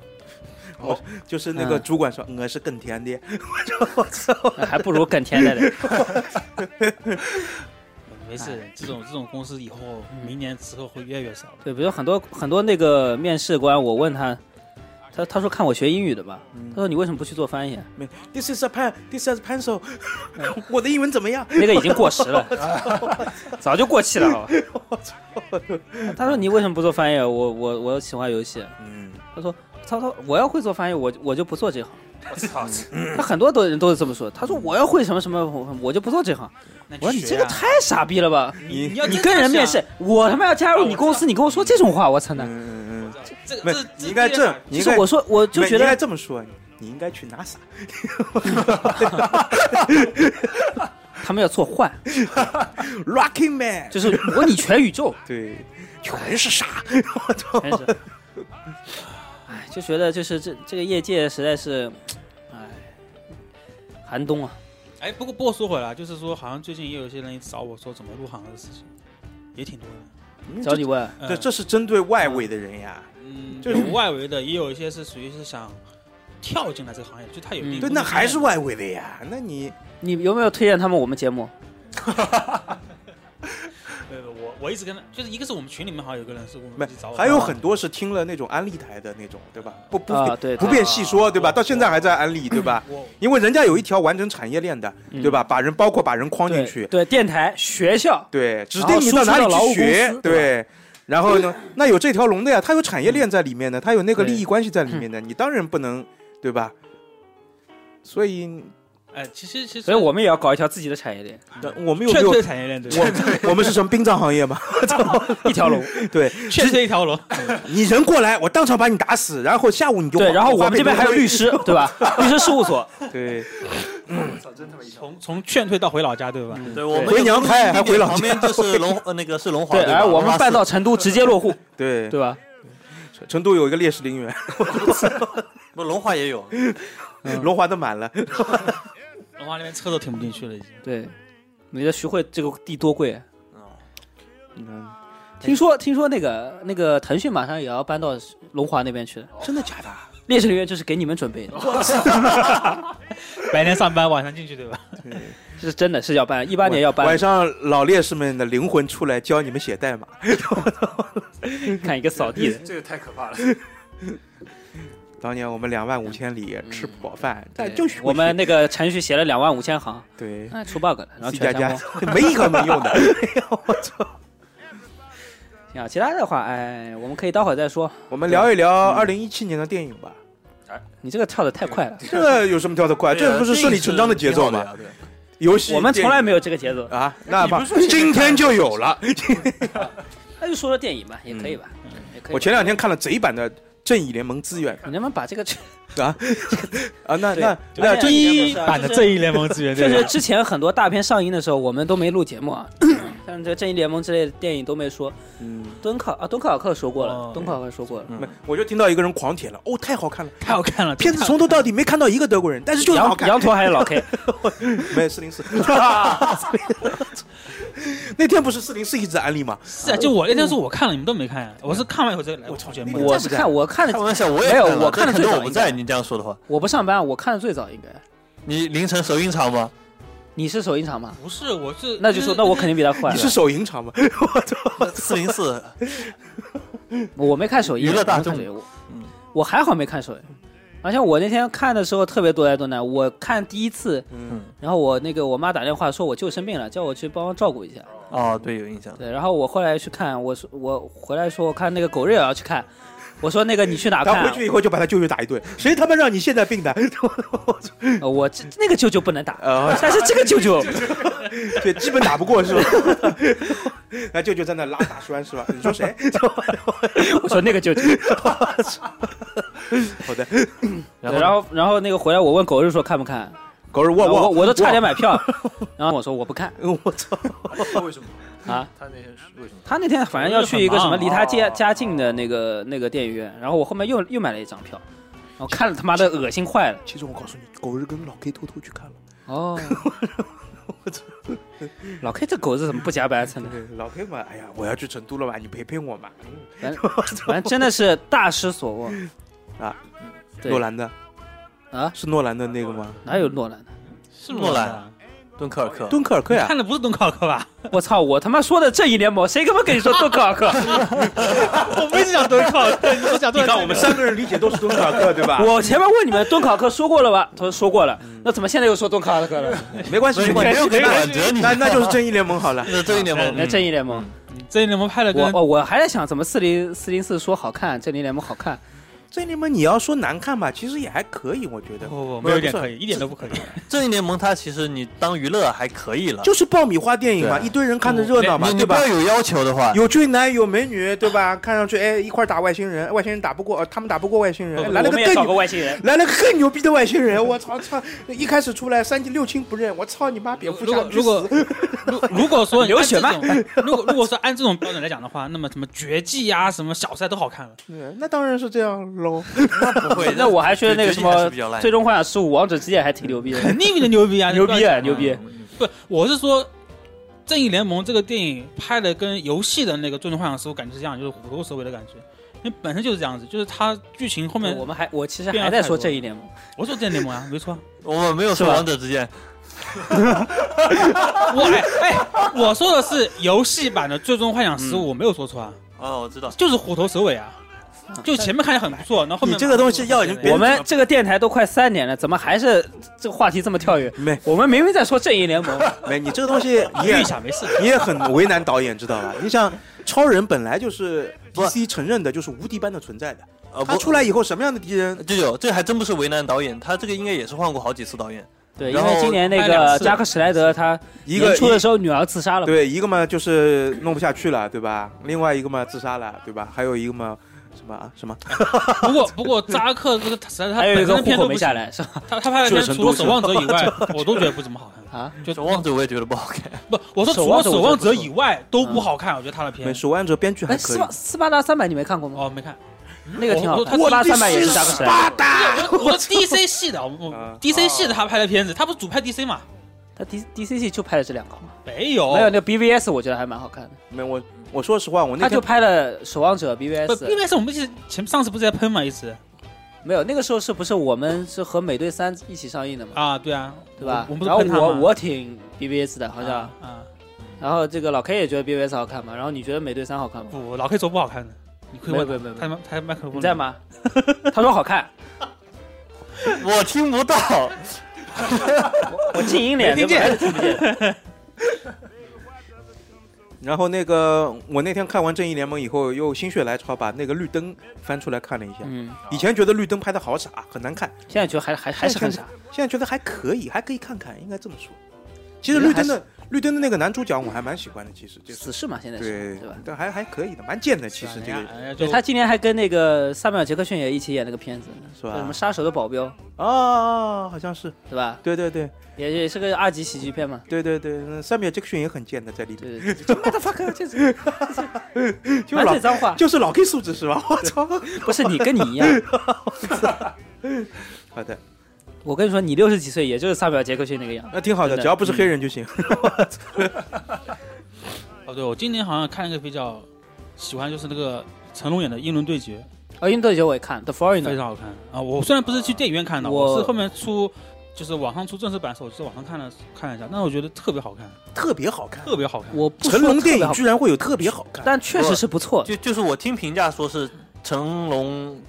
Speaker 4: 就是那个
Speaker 7: 嗯
Speaker 4: 主管说我是耕田的，
Speaker 7: 还不如更天的嘞。
Speaker 5: 没事，这种这种公司以后明年之后会越来越少的。
Speaker 7: 对，比如很多很多那个面试官，我问他，他他说看我学英语的吧，他说你为什么不去做翻译？啊
Speaker 4: 没 This is a pen, this is a pencil，我 [laughs] 的英文怎么样？
Speaker 7: 嗯那个已经过时了，早就过气了，好吧？他说你为什么不做翻译？啊我我我喜欢游戏。
Speaker 4: 嗯，
Speaker 7: 他说他说我要会做翻译，我我就不做这行。
Speaker 9: 我操！
Speaker 7: 他很多都人都是这么说。他说我要会什么什么，我我就不做这行。
Speaker 5: 那
Speaker 7: 我说你
Speaker 5: 学
Speaker 7: 这个
Speaker 5: 啊
Speaker 7: 太傻逼了吧！
Speaker 5: 你
Speaker 4: 你
Speaker 5: 你要
Speaker 7: 你
Speaker 5: 真啊
Speaker 7: 跟
Speaker 5: 这
Speaker 7: 人
Speaker 5: 样
Speaker 7: 面
Speaker 5: 想
Speaker 7: 试，我他妈要加入你公司，你跟我说这种话，我操呢！
Speaker 4: 嗯嗯嗯，
Speaker 5: 这个
Speaker 4: 没
Speaker 5: 这，
Speaker 4: 你应该这，
Speaker 7: 就
Speaker 4: 你应
Speaker 7: 是
Speaker 4: 该
Speaker 7: 我说我就
Speaker 4: 没
Speaker 7: 觉
Speaker 4: 你应该
Speaker 7: 得
Speaker 4: 这么说，你应该去 [laughs] NASA。
Speaker 7: 他们要做换，
Speaker 4: Rocky Man，
Speaker 7: 就是模拟全宇 [laughs] 宙，
Speaker 4: 对，全是傻。
Speaker 7: 真是。哎，就觉得就是这这个业界实在是，哎，寒冬啊。
Speaker 5: 哎，不过不过说回来，就是说，好像最近也有一些人找我说怎么入行的事情，也挺多的。
Speaker 7: 找你问，啊
Speaker 5: 嗯
Speaker 4: 这这是针对外围的人呀。
Speaker 5: 嗯，
Speaker 4: 这
Speaker 5: 就是是外围的，也有一些是属于是想跳进来这个行业，就他有一定
Speaker 7: 嗯
Speaker 4: 对，那还是外围的呀。那你
Speaker 7: 你有没有推荐他们我们节目？
Speaker 5: 对呃我我一直跟他，就是一个是我们群里面好像有个人是我
Speaker 4: 没
Speaker 5: 们去找我，
Speaker 4: 还有很多是听了那种安利台的那种，对吧？不不
Speaker 7: 啊对
Speaker 4: 不便细说，对吧？到现在还在安利，
Speaker 7: [laughs]
Speaker 4: 对吧？
Speaker 5: 我
Speaker 4: 因为人家有一条完整产业链的，对吧？把人包括把人框
Speaker 7: 嗯
Speaker 4: 进
Speaker 7: 对
Speaker 4: 去，
Speaker 7: 对，电台、学校，
Speaker 4: 对，指
Speaker 7: 然
Speaker 4: 定
Speaker 7: 后
Speaker 4: 你
Speaker 7: 输
Speaker 4: 到
Speaker 7: 出
Speaker 4: 哪
Speaker 7: 到
Speaker 4: 里
Speaker 7: 劳
Speaker 4: 去
Speaker 7: 务
Speaker 4: 学
Speaker 7: 公，司
Speaker 4: 对。然后呢，那有这条龙的呀，它有产业链在里面的，它有那个利益
Speaker 7: 对嗯
Speaker 4: 关系在里面的，你当然不能，对吧？所
Speaker 7: 嗯
Speaker 4: 以，
Speaker 5: 哎，其实其实
Speaker 7: 所以我们也要搞一条自己的产业链，
Speaker 4: 我们有没
Speaker 5: 劝
Speaker 4: 有
Speaker 5: 退产业链对吧， [laughs]
Speaker 4: 我我们是什么殡葬行业吗？
Speaker 7: [laughs] 一条龙。
Speaker 4: [laughs] 对
Speaker 5: 劝退一条龙，
Speaker 4: 你人过来，我当场把你打死，然后下午你就
Speaker 7: 对，然后我们这 [laughs] 边还有律
Speaker 4: 师， [laughs]
Speaker 7: 师，对 [laughs] 吧？律师事务所，
Speaker 4: 对，
Speaker 5: 从从劝退到回老家对吧？
Speaker 4: 嗯
Speaker 7: 嗯
Speaker 8: 对，我们
Speaker 4: 回娘胎还回老家
Speaker 8: 旁边就是龙，呃那个是龙华。
Speaker 7: 对，
Speaker 8: 吧
Speaker 7: 哎，我们搬到成都直接落户，
Speaker 4: 对
Speaker 7: 对吧？
Speaker 4: 成都有一个烈士陵园，
Speaker 8: 不龙华也有，
Speaker 4: 龙华的满了，
Speaker 5: 龙华那边车都停不进去了已经。
Speaker 7: 对，你的徐汇这个地多贵啊。
Speaker 4: 嗯
Speaker 7: 听说听说那个那个腾讯马上也要搬到龙华那边去了，
Speaker 4: 哦真的假的？哦
Speaker 7: 烈士陵园就是给你们准备的，
Speaker 5: 白天上班，晚上进去
Speaker 4: [laughs]
Speaker 5: 对吧？
Speaker 7: 这是真的是要搬，一八年要搬
Speaker 4: 晚，上老烈士们的灵魂出来教你们写代码，
Speaker 7: 看一个扫
Speaker 4: [laughs]
Speaker 7: 地的，
Speaker 9: 这个太可怕了。
Speaker 4: 当年我们两万五千里吃不饱饭，但
Speaker 7: 对
Speaker 4: 就是
Speaker 7: 哎我们那个程序写了两万五千行，
Speaker 4: 对
Speaker 7: 哎，出 bug 了，然后
Speaker 4: C
Speaker 7: 全
Speaker 4: 加
Speaker 7: 加
Speaker 4: 加 [laughs]
Speaker 7: 工。
Speaker 4: 没一个没
Speaker 7: [laughs]
Speaker 4: 用的，
Speaker 7: 行啊，其他的话，哎，我们可以待会儿再说。
Speaker 4: 我们聊一聊二零一七年的电影吧。
Speaker 7: 你这个跳的太快了，
Speaker 4: [laughs] 这个有什么跳得快？
Speaker 8: 对啊
Speaker 4: 这不是顺理成章的节奏
Speaker 8: 这
Speaker 4: 吗？
Speaker 8: 个挺好的呀
Speaker 4: 游戏
Speaker 7: 我们从来没
Speaker 4: 有
Speaker 7: 有这个节奏，
Speaker 4: 啊，那吧
Speaker 9: 你不是说，
Speaker 4: 今天就有 [laughs] 了。
Speaker 7: 那就说说电影吧，也可以吧，也可以吧。
Speaker 4: 嗯我前两天看了贼版的《正义联盟》资源
Speaker 7: 你能不能把这个
Speaker 4: 啊啊，那那
Speaker 7: 对
Speaker 4: 那
Speaker 7: 这
Speaker 4: 这
Speaker 7: 一
Speaker 4: 啊
Speaker 7: 版
Speaker 5: 版
Speaker 7: 的
Speaker 5: 的
Speaker 7: 正
Speaker 5: 正义联盟资源
Speaker 7: 确实，之前很多大片上映的时候，我们都没录节目啊，像这《正义联盟》之类的电影都没说。
Speaker 4: 嗯，
Speaker 7: 敦刻啊，敦刻尔克说过了
Speaker 5: 哦，
Speaker 7: 敦刻尔克说过了。
Speaker 4: 没我就听到一个人狂舔了，哦，太好看了。
Speaker 5: 太好看了，
Speaker 4: 片子从头到底没看到一个德国人，但是就是好
Speaker 7: 羊
Speaker 4: 看。
Speaker 7: 羊驼还是老 K，
Speaker 4: [laughs] 没有四零四， [laughs] 那天不是四零四一直安利吗？
Speaker 5: [laughs] 是啊，就我那天说我看了，你们都没看呀，我是看完以后再来
Speaker 4: 嗯我
Speaker 5: 我
Speaker 4: 操
Speaker 5: 出节
Speaker 4: 那
Speaker 5: 目
Speaker 4: 个
Speaker 5: 的。
Speaker 7: 我是看我看
Speaker 8: 开
Speaker 7: 的，
Speaker 8: 玩笑，我也
Speaker 7: 没有
Speaker 8: 看了
Speaker 7: 我看的
Speaker 8: 这可
Speaker 7: 最
Speaker 8: 能
Speaker 7: 早
Speaker 8: 我不
Speaker 7: 应该
Speaker 8: 在，你这样说的话，
Speaker 7: 我不上班，我看的最早应该。
Speaker 8: 你凌晨首映场
Speaker 7: [laughs]
Speaker 8: 吗？
Speaker 7: 你是首映场吗？
Speaker 5: 不是，我是
Speaker 7: 那就说，那我肯定比他快
Speaker 4: 你是
Speaker 7: 了。
Speaker 4: 首映场吗？
Speaker 8: 四零四，
Speaker 7: 我没看首映，
Speaker 8: 娱乐
Speaker 7: 我没
Speaker 8: 大
Speaker 7: 看
Speaker 8: 众
Speaker 7: 首映我
Speaker 8: 嗯
Speaker 7: 我还好没看首映。而且我那天看的时候特别多灾多难，我看第一次，
Speaker 4: 嗯，
Speaker 7: 然后我那个我妈打电话说我舅生病了，叫我去帮忙照顾一下。
Speaker 8: 哦，对，有印象。
Speaker 7: 对，然后我后来去看，我说我回来说我看那个狗日也要去看，我说那个你去哪看
Speaker 4: 他
Speaker 7: 啊、
Speaker 4: 回去以后就把他舅舅打一顿，谁他妈让你现在病的？ [laughs]
Speaker 7: 呃我这那个舅舅不能打，
Speaker 4: 啊，
Speaker 7: 但是这个舅舅
Speaker 4: 对，基本打不过是吧？ [laughs] 那舅舅在那拉大栓是吧？你说谁？
Speaker 7: [laughs] 我说那个舅舅，
Speaker 4: [laughs] 好的，
Speaker 7: 对 [laughs] 然后然后那个回来我问狗日说看不看，
Speaker 4: 狗日
Speaker 7: 我
Speaker 4: 旺旺，
Speaker 7: 我我都差点买 [laughs] 票，然后我说我不看
Speaker 4: 旺，我操！
Speaker 9: 为什么
Speaker 7: 啊。
Speaker 9: [laughs] 他那天是为什么？
Speaker 7: 他那天反正要去一个什么离他家
Speaker 9: 哦
Speaker 7: 家近的那个那个电影院，然后我后面又又买了一张票，然后看了他妈的恶心坏了。
Speaker 4: 其实我告诉你，狗日跟老 K 偷偷去看了。
Speaker 7: 哦， [laughs] 老 K 这狗子怎么不加班才呢？
Speaker 4: 对老 K 嘛，哎呀，我要去成都了嘛，你陪陪我嘛。
Speaker 7: 反 [laughs] 正反正真的是大失所望
Speaker 4: 啊！
Speaker 7: 对
Speaker 4: 诺兰的
Speaker 7: 啊，
Speaker 4: 是诺兰的那个吗？
Speaker 7: 哪有诺兰的？
Speaker 5: 是
Speaker 8: 诺兰啊，敦刻尔克，
Speaker 4: 敦刻尔克呀
Speaker 5: 看，的不是敦刻尔克吧？ [laughs]
Speaker 7: 我操！我他妈说的正义联盟，谁他妈跟你说敦刻
Speaker 5: [laughs]
Speaker 7: 尔克？
Speaker 5: 我没讲敦刻尔克，你是讲
Speaker 4: 你看我们三个人理解都是敦刻尔克对吧？
Speaker 7: 我前面问你们敦刻尔克说过了
Speaker 5: 嗯
Speaker 7: 吧？他说说过了，那怎么现在又说敦刻尔克了？
Speaker 4: 没关系，
Speaker 8: 没
Speaker 4: 没关
Speaker 8: 没有
Speaker 4: 系，
Speaker 8: 给转折，你
Speaker 4: 那那就是正义联盟好了。
Speaker 8: 那这一点
Speaker 7: 那
Speaker 8: 吗？
Speaker 7: 正义联盟，
Speaker 5: 正义联盟拍的
Speaker 7: 我哦
Speaker 5: 跟
Speaker 7: 我我还在想怎么四零四零四说好看，正义联盟好看，
Speaker 4: 正义联盟你要说难看吧，其实也还可以，我觉得
Speaker 5: 不。不不没有一点可以，一点都不可以。
Speaker 8: 正义联盟它其实你当娱乐还可以了，
Speaker 4: 就是爆米花电影嘛，
Speaker 8: 对
Speaker 4: 一堆人看着热闹嘛，
Speaker 8: 你
Speaker 4: 对
Speaker 8: 你不
Speaker 4: 吧
Speaker 8: 要？有要求的话，
Speaker 4: 有俊男有美女，对吧？看上去哎，一块儿打外星人，外星人打不过，呃他们打不过外星人，哎来了
Speaker 7: 我
Speaker 4: 个
Speaker 7: 们也
Speaker 4: 更
Speaker 7: 找个
Speaker 4: 牛，
Speaker 7: 外星人。
Speaker 4: 来了个更牛逼的外星人，我操操！一开始出来三六亲不认，我操你妈！蝙蝠
Speaker 5: 如
Speaker 4: 侠
Speaker 5: 果如果如如果说流血吧， [laughs] 如果如果说按这种标准来讲的话，那么什么绝技啊，什么小赛都好看了。 [laughs]
Speaker 4: 嗯那当然是这样喽。
Speaker 8: 不会。
Speaker 7: [laughs] 那我还觉得那个什
Speaker 8: 绝技还
Speaker 7: 么
Speaker 8: 是比较烂
Speaker 7: 《最终幻想十五》《王者之剑》还挺牛逼的，
Speaker 5: 哎肯定比的牛逼啊！
Speaker 7: [laughs] 牛逼啊
Speaker 5: 你
Speaker 7: 牛
Speaker 5: 不要
Speaker 7: 逼！
Speaker 8: 嗯
Speaker 5: 讲！不，我是说，《正义联盟》这个电影拍的跟游戏的那个《最终幻想十五》感觉是一样，就是虎头蛇尾的感觉。因为本身就是这样子，就是它剧情后面
Speaker 7: 我，们还我其实
Speaker 5: 变
Speaker 7: 还
Speaker 5: 化
Speaker 7: 在
Speaker 5: 太
Speaker 7: 说
Speaker 5: 多
Speaker 7: 正义联盟，
Speaker 5: 我说《正义联盟》啊，没错啊。
Speaker 8: 我们没有说
Speaker 7: 是吧
Speaker 8: 王者之剑，
Speaker 5: 我哎哎，我说的是游戏版的《最终幻想十五》，我没有说错啊，
Speaker 8: 哦，我知道，
Speaker 5: 就是虎头蛇尾啊。就前面看起来很不错，然后后面
Speaker 4: 你这个东西要已经别人
Speaker 7: 我们这个电台都快三年了，怎么还是这个话题这
Speaker 5: [laughs]
Speaker 7: 么跳跃？
Speaker 4: 没
Speaker 7: 我们明明在说正义联盟，
Speaker 4: 没，你这个东 [laughs] 西你
Speaker 5: 预
Speaker 4: 也
Speaker 5: 一下没事。
Speaker 4: [laughs] 你也很为难导演，知道吧？你想，超人本来就是
Speaker 8: 不
Speaker 4: DC 承认的，就是无敌般的存在的。
Speaker 8: 呃，
Speaker 4: 他
Speaker 8: 不
Speaker 4: 出来以后，什么样的敌人
Speaker 8: 舅舅，这还真不是为难导演，他这个应该也是换过好几次导演。
Speaker 7: 对，因
Speaker 8: 然
Speaker 7: 为
Speaker 8: 后
Speaker 7: 今年那
Speaker 5: 拍两
Speaker 7: 个
Speaker 5: 次
Speaker 7: 扎克施莱德他
Speaker 4: 一个
Speaker 7: 年初的时候女儿自杀了嘛，
Speaker 4: 对，一个嘛就是弄不下去了，对吧？另外一个嘛自杀了，对吧？还有一个嘛什么啊什么？
Speaker 5: [laughs] 不过不过扎克这个实在是他
Speaker 7: 还有一
Speaker 5: 本身
Speaker 7: 个
Speaker 5: 的
Speaker 7: 户
Speaker 5: 片
Speaker 7: 口
Speaker 5: 都
Speaker 7: 没
Speaker 5: 不
Speaker 7: 下
Speaker 5: 行，
Speaker 7: 来是吧？
Speaker 5: 他他拍的片
Speaker 4: 就是
Speaker 5: 除了《守
Speaker 4: 成都
Speaker 5: 望者》以外，
Speaker 7: [laughs]
Speaker 5: 我都觉得不怎么好看。
Speaker 7: 啊，
Speaker 5: 就
Speaker 8: 守望者我也觉得不好看，
Speaker 5: 不，我说
Speaker 7: 守
Speaker 5: 除
Speaker 7: 望
Speaker 5: 了《
Speaker 7: 者我
Speaker 5: 守
Speaker 7: 觉得
Speaker 5: 望
Speaker 7: 不嗯
Speaker 5: 者》
Speaker 7: 错
Speaker 5: 以外都不好看，我觉得他的片
Speaker 4: 没。守望者编剧还
Speaker 7: 哎，
Speaker 4: 可
Speaker 7: 斯
Speaker 4: 以
Speaker 7: 巴，斯巴达三百你没看过吗？
Speaker 5: 哦，没
Speaker 7: [laughs]
Speaker 5: 看。
Speaker 7: 那个挺好
Speaker 5: 我他
Speaker 7: 看，斯巴达
Speaker 4: 必
Speaker 7: 三百也
Speaker 4: 须
Speaker 7: 是扎克施莱德，
Speaker 5: 我我 DC 系的，我我
Speaker 7: 嗯
Speaker 4: 啊
Speaker 5: DC 系
Speaker 7: 哦
Speaker 5: 的他拍的片子，他不是主拍 DC 嘛？
Speaker 7: 他 D D C C 就拍了这两个嘛，
Speaker 5: 没有，
Speaker 7: 还有那个 B V S 我觉得还蛮好看的，
Speaker 4: 没我我说实话，我那
Speaker 7: 他就
Speaker 4: 天
Speaker 7: 拍了《守望者》B V
Speaker 5: 不
Speaker 7: S，
Speaker 5: ，BBS 我们一直前上次不是在喷嘛一直
Speaker 7: 没有那个时候是不是我们是和美队三一起上映的嘛？
Speaker 5: 啊，对啊，
Speaker 7: 对吧？
Speaker 5: 我我们
Speaker 7: 然
Speaker 5: 不
Speaker 7: 后
Speaker 5: 是喷他
Speaker 7: 我
Speaker 5: 吗
Speaker 7: 我挺 B V S 的，好像
Speaker 5: 啊，啊
Speaker 7: 然后这个老 K 也觉得 B V S 好看嘛，然后你觉得美队三好看吗？
Speaker 5: 不老 K 说不好看的，你可以
Speaker 7: 没有
Speaker 5: 问
Speaker 7: 没有没有
Speaker 5: 他他妈他麦克风
Speaker 7: 你在？吗？ [laughs] 他说好看，
Speaker 8: [laughs] 我听不到。
Speaker 7: 我静音脸
Speaker 5: 没听
Speaker 7: 对
Speaker 5: 见
Speaker 7: 吧还是听不
Speaker 5: [laughs]
Speaker 7: 见。
Speaker 4: 然后那个我那天看完《正义联盟》以后，又心血来潮把那个绿灯翻出来看了一下。
Speaker 7: 嗯，
Speaker 4: 以前觉得绿灯拍的好傻，很难看，
Speaker 7: 现在觉得还还还是很傻。
Speaker 4: 现在觉得还可以，还可以看看，应该这么说。其实绿灯的绿灯的那个男主角我还蛮喜欢的，其实就是
Speaker 7: 死侍嘛，现在是
Speaker 4: 对
Speaker 7: 对吧？
Speaker 4: 但还还可以的，蛮贱的。其实这个
Speaker 5: 人家
Speaker 7: 对
Speaker 5: 啊哎就
Speaker 7: 他今年还跟那个萨缪尔杰克逊也一起演那个片子，
Speaker 4: 是
Speaker 7: 叫
Speaker 4: 吧
Speaker 7: 什么《杀手的保镖》，
Speaker 4: 啊，好像是，
Speaker 7: 对吧？
Speaker 4: 对对对
Speaker 7: 也也是个二级喜剧片嘛。
Speaker 4: 对对对，嗯三秒杰克逊也很贱的在里面，
Speaker 7: 对，
Speaker 4: [laughs]
Speaker 7: 这 motherfucker [laughs] 就是
Speaker 4: 就
Speaker 7: 满
Speaker 4: 老
Speaker 7: 嘴脏话，
Speaker 4: 就是老 K 素质是吧？我 [laughs] 操！
Speaker 7: 不是你跟你一样。
Speaker 4: 好的，
Speaker 7: 我跟你说，你六十几岁，也就是萨缪尔杰克逊那个样。
Speaker 4: 那挺好的，
Speaker 7: 真的
Speaker 4: 只要不是黑人就行。
Speaker 5: 哦，对我今年好像看了一个比较喜欢，就是那个成龙演的《英伦对决
Speaker 7: 哦，运动球我也看，《The Foreigner》
Speaker 5: 非常好看啊！我虽然不是去电影院看的，
Speaker 7: 我
Speaker 5: 我是后面出就是网上出正式版的时候，我就在网上看了看了一下，但是我觉得特别好看，
Speaker 7: 嗯
Speaker 4: 特别好看，
Speaker 5: 特别好看。
Speaker 7: 我不说
Speaker 4: 成龙
Speaker 7: 特别
Speaker 4: 电影
Speaker 7: 好
Speaker 4: 居然会有特别好看，
Speaker 7: 但确实是不错。
Speaker 8: 就就是我听评价说是成龙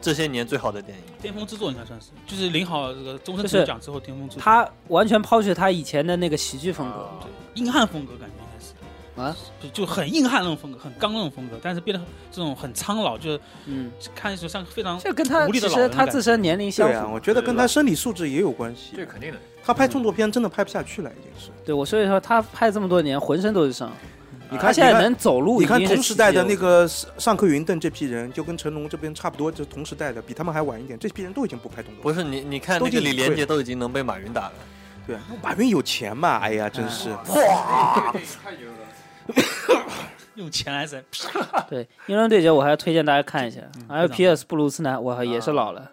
Speaker 8: 这些年最好的电影。
Speaker 5: 巅峰之作应该算是，就是领好这个终身
Speaker 7: 就是
Speaker 5: 成就奖之后巅峰之作，
Speaker 7: 他完全抛弃他以前的那个喜剧风
Speaker 4: 啊
Speaker 7: 格，
Speaker 5: 硬汉风格感觉应该是。
Speaker 7: 啊，
Speaker 5: 就就很硬汉那种风格，很刚那种风格，但是变得这种很苍老，就是
Speaker 7: 嗯，
Speaker 5: 看起来像非常
Speaker 7: 这跟他
Speaker 5: 无力
Speaker 7: 其
Speaker 5: 的老
Speaker 7: 实
Speaker 5: 人
Speaker 7: 他
Speaker 5: 感
Speaker 7: 自身年龄相
Speaker 4: 对啊，
Speaker 7: 符。
Speaker 4: 我觉得跟他生理素质也有关
Speaker 9: 这
Speaker 4: 系。
Speaker 9: 肯定的。
Speaker 4: 他拍动作片真的拍不下去了，已经是。
Speaker 7: 对我所以说他拍这么多年，浑身都是伤。
Speaker 4: 你
Speaker 7: 啊他
Speaker 4: 看
Speaker 7: 现在
Speaker 4: 你看
Speaker 7: 能走路，
Speaker 4: 你看同时代的那，个上上科云顿这批人，就跟成龙这边差不多，就同时代的，比他们还晚一点。这批人都已经不拍动作
Speaker 8: 不
Speaker 4: 片。
Speaker 8: 是你，你看
Speaker 4: 都
Speaker 8: 那
Speaker 4: 已
Speaker 8: 个
Speaker 4: 经
Speaker 8: 李连
Speaker 4: 退
Speaker 8: 杰都已经能被马云打了，
Speaker 4: 对啊，马云有钱嘛？哎呀，真是
Speaker 5: 用钱来整。
Speaker 7: 对《英伦对决》，我还要推荐大家看一下。还有
Speaker 5: 非常
Speaker 7: 皮尔斯布鲁斯南，我也
Speaker 4: 啊
Speaker 7: 是老了。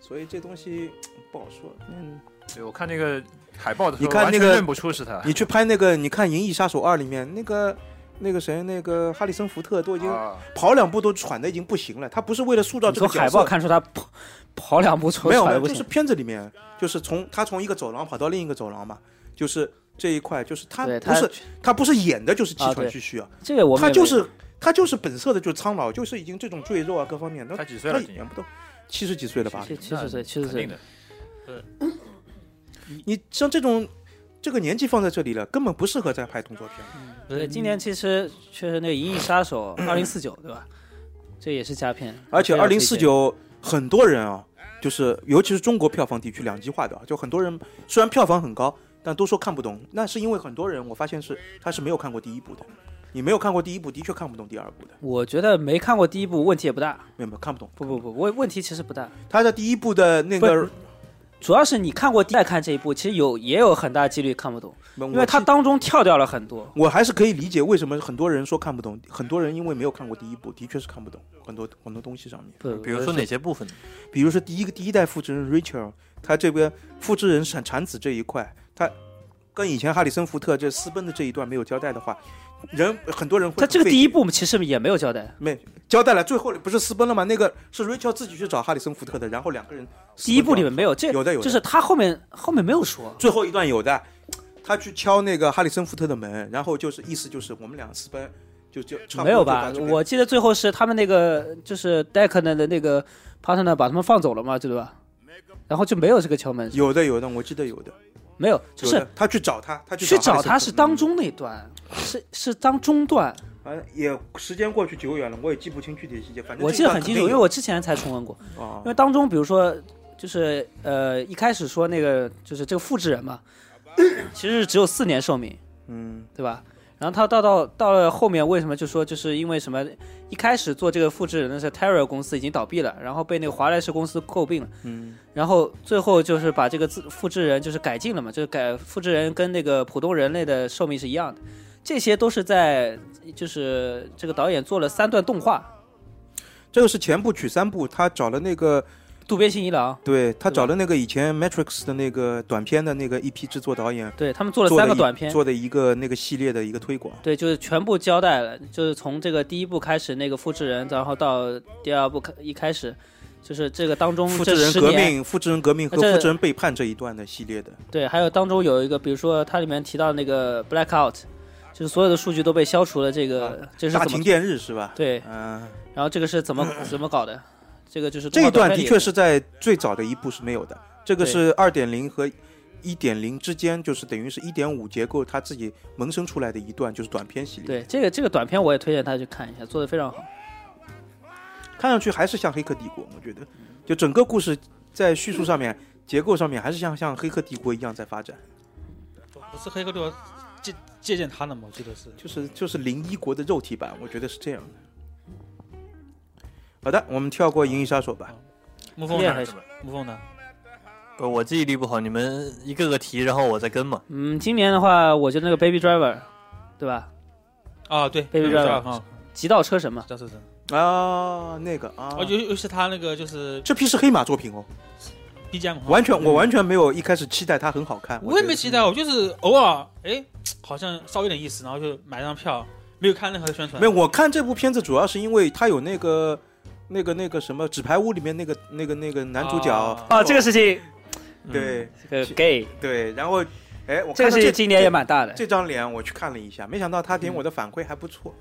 Speaker 4: 所以这东西不好说。嗯，
Speaker 9: 对，我看那个海报的时候，
Speaker 4: 你看
Speaker 9: 完全
Speaker 4: 那个
Speaker 9: 认不出是
Speaker 7: 哎
Speaker 9: 他。
Speaker 4: 你去拍那个，你看《银翼杀手二》里面那个那个谁，那个哈里森福特都已经
Speaker 9: 啊，
Speaker 4: 跑两步都喘的已经不行了。他不是为了塑造
Speaker 7: 你
Speaker 4: 这个
Speaker 7: 从
Speaker 4: 角色
Speaker 7: 海报看出他跑跑两步出
Speaker 4: 没有没
Speaker 7: 来
Speaker 4: 有，
Speaker 7: 不
Speaker 4: 就是
Speaker 7: 行。
Speaker 4: 片子里面，就是从他从一个走廊跑到另一个走廊嘛，就是这一块，就是他
Speaker 7: 对
Speaker 4: 不
Speaker 7: 他
Speaker 4: 是他不是演的，就是气
Speaker 7: 啊
Speaker 4: 喘
Speaker 7: 对
Speaker 4: 吁吁啊，
Speaker 7: 这个我们
Speaker 4: 他
Speaker 7: 也
Speaker 4: 就
Speaker 7: 没
Speaker 4: 是他就是本色的，就是苍老，就是已经这种赘肉啊各方面，他
Speaker 9: 他几岁了
Speaker 4: 他
Speaker 9: 今年
Speaker 4: 演不动，七十几岁了吧？
Speaker 7: 七七十岁，七十
Speaker 9: 肯定
Speaker 7: 岁
Speaker 9: 的。
Speaker 4: 你像这种这个年纪放在这里了，根本不适合再拍动作片了。
Speaker 7: 对，今年其实确实那个《银翼杀
Speaker 4: [clears throat]
Speaker 7: 手》二零四九，对吧？这也是佳片，
Speaker 4: 而且
Speaker 7: 非常
Speaker 4: 二
Speaker 7: 推
Speaker 4: 零
Speaker 7: 荐
Speaker 4: 四九很多人啊，就是尤其是中国票房地区两极化的啊，就很多人虽然票房很高，但都说看不懂。那是因为很多人我发现是他是没有看过第一部的，你没有看过第一部，的确看不懂第二部的，
Speaker 7: 我觉得没看过第一部问题也不大，
Speaker 4: 没有没有看不懂。
Speaker 7: 不不不，问问题其实不大，
Speaker 4: 他的第一部的那个，
Speaker 7: 主要是你看过第再看这一部，其实有也有很大几率看不懂，
Speaker 4: 因
Speaker 7: 因为它当中跳掉了很多。
Speaker 4: 我还是可以理解为什么很多人说看不懂，很多人因为没有看过第一部，的确是看不懂很多很多东西上面。
Speaker 7: 不，
Speaker 8: 比如说哪些部分？
Speaker 4: 比如说第一个第一代复制人 Rachel，他这边复制人产产子这一块，他跟以前哈里森福特这私奔的这一段没有交代的话，人很多人会
Speaker 7: 他这个
Speaker 4: 很费
Speaker 7: 第一
Speaker 4: 解
Speaker 7: 部其实也没有交代，
Speaker 4: 没交代了，最后不是私奔了吗？那个是 Rachel 自己去找哈里森福特的，然后两个人私奔
Speaker 7: 第一部里
Speaker 4: 掉
Speaker 7: 面没有，这
Speaker 4: 有的有的
Speaker 7: 就是他后面后面没有说，
Speaker 4: 最后一段有的，他去敲那个哈里森福特的门，然后就是意思就是我们俩私奔，就就差不多
Speaker 7: 没有
Speaker 4: 就
Speaker 7: 吧
Speaker 4: 到？这边
Speaker 7: 我记得最后是他们那个就是戴克的那个 partner 把他们放走了嘛，对吧？然后就没有这个敲门，
Speaker 4: 有的有的，我记得有的，
Speaker 7: 没有，就
Speaker 4: 有
Speaker 7: 是
Speaker 4: 的他去找他，他
Speaker 7: 去
Speaker 4: 找
Speaker 7: 找
Speaker 4: 哈里森福特
Speaker 7: 他是当中那段，是是当中段，
Speaker 4: 反正也时间过去久远了，我也记不清具体细节，反正
Speaker 7: 我
Speaker 4: 这
Speaker 7: 记得
Speaker 4: 段
Speaker 7: 很
Speaker 4: 肯
Speaker 7: 清楚，
Speaker 4: 定
Speaker 7: 因为
Speaker 4: 有
Speaker 7: 我之前才重温过。
Speaker 4: 啊
Speaker 7: 因为当中比如说就是呃一开始说那个就是这个复制人嘛，其实只有四年寿命，
Speaker 4: 嗯
Speaker 7: 对吧？然后他到到到了后面，为什么就说就是因为什么？一开始做这个复制人的是 Terra 公司已经倒闭了，然后被那个华莱士公司诟病了，
Speaker 4: 嗯
Speaker 7: 然后最后就是把这个自复制人就是改进了嘛，就是改复制人跟那个普通人类的寿命是一样的，这些都是在就是这个导演做了三段动画，
Speaker 4: 这个是前部曲三部，他找了那个，
Speaker 7: 渡边信一郎
Speaker 4: 对他找了那个以前 Matrix 的那个短片的那个一批制作导演
Speaker 7: 对他们做了
Speaker 4: 做
Speaker 7: 三个
Speaker 4: 一
Speaker 7: 短片，
Speaker 4: 做的一个那个系列的一个推广。
Speaker 7: 对，就是全部交代了，就是从这个第一部开始，那个复制人，然后到第二部开一开始，就是这个当中
Speaker 4: 复
Speaker 7: 这
Speaker 4: 制人
Speaker 7: 十
Speaker 4: 革
Speaker 7: 年，
Speaker 4: 命、复制人革命和
Speaker 7: 这
Speaker 4: 复制人背叛这一段的系列的，
Speaker 7: 对，还有当中有一个，比如说它里面提到那个 blackout，就是所有的数据都被消除了，这个这是
Speaker 4: 啊大
Speaker 7: 怎
Speaker 4: 停
Speaker 7: 么
Speaker 4: 电日是吧？
Speaker 7: 对，
Speaker 4: 嗯、
Speaker 7: 然后这个是怎么怎么搞的，这个就是
Speaker 4: 这一段
Speaker 7: 动画短片
Speaker 4: 的
Speaker 7: 里
Speaker 4: 确是在最早的一部是没有的，这个
Speaker 7: 对
Speaker 4: 是二点零和一点零之间，就是等于是一点五结构它自己萌生出来的一段就是短片系列，
Speaker 7: 对这个这个短片我也推荐大家去看一下，做的非常好。
Speaker 4: 看上去还是像《黑客帝国》，我觉得，就整个故事在叙述上面、结构上面还是像像《黑客帝国》一样在发展。
Speaker 5: 不是黑客帝国借借鉴他的吗？我记得是。
Speaker 4: 就是就是零一国的肉体版，我觉得是这样的。好的，我们跳过《银翼杀手》吧。
Speaker 5: 木凤
Speaker 7: 厉
Speaker 5: 呢
Speaker 7: 害？
Speaker 5: 木凤呢？
Speaker 8: 不是我记忆力不好，你们一个个提，然后我再跟嘛。
Speaker 7: 嗯，今年的话，我就那个 Baby Driver，对吧？
Speaker 5: 啊，对，
Speaker 7: Baby
Speaker 5: 对
Speaker 7: Driver 嗯
Speaker 5: 啊，
Speaker 7: 极道车神嘛，
Speaker 5: 叫是神。
Speaker 4: 啊，那个啊，
Speaker 5: 哦，尤尤其是他那个就是
Speaker 4: 这批是黑马作品哦，
Speaker 5: BGM，哈
Speaker 4: 完全我完全没有一开始期待它很好看，
Speaker 5: 我也
Speaker 4: 觉
Speaker 5: 没
Speaker 4: 得
Speaker 7: 嗯
Speaker 5: 期待，我就是偶尔哎，好像稍微有点意思，然后就买张票，没有看任何的宣传。
Speaker 4: 没有，我看这部片子主要是因为它有那个、那个、那个什么《纸牌屋》里面那个、那个、那个男主角。
Speaker 5: 啊
Speaker 7: 啊，这个事情，
Speaker 4: 对
Speaker 7: 这个 gay，
Speaker 4: 对，然后，哎，我
Speaker 7: 这个
Speaker 4: 看到
Speaker 7: 事
Speaker 4: 这
Speaker 7: 情今年也蛮大的。
Speaker 4: 这张脸，我去看了一下，没想到
Speaker 7: 嗯
Speaker 4: 他给我的反馈还不错，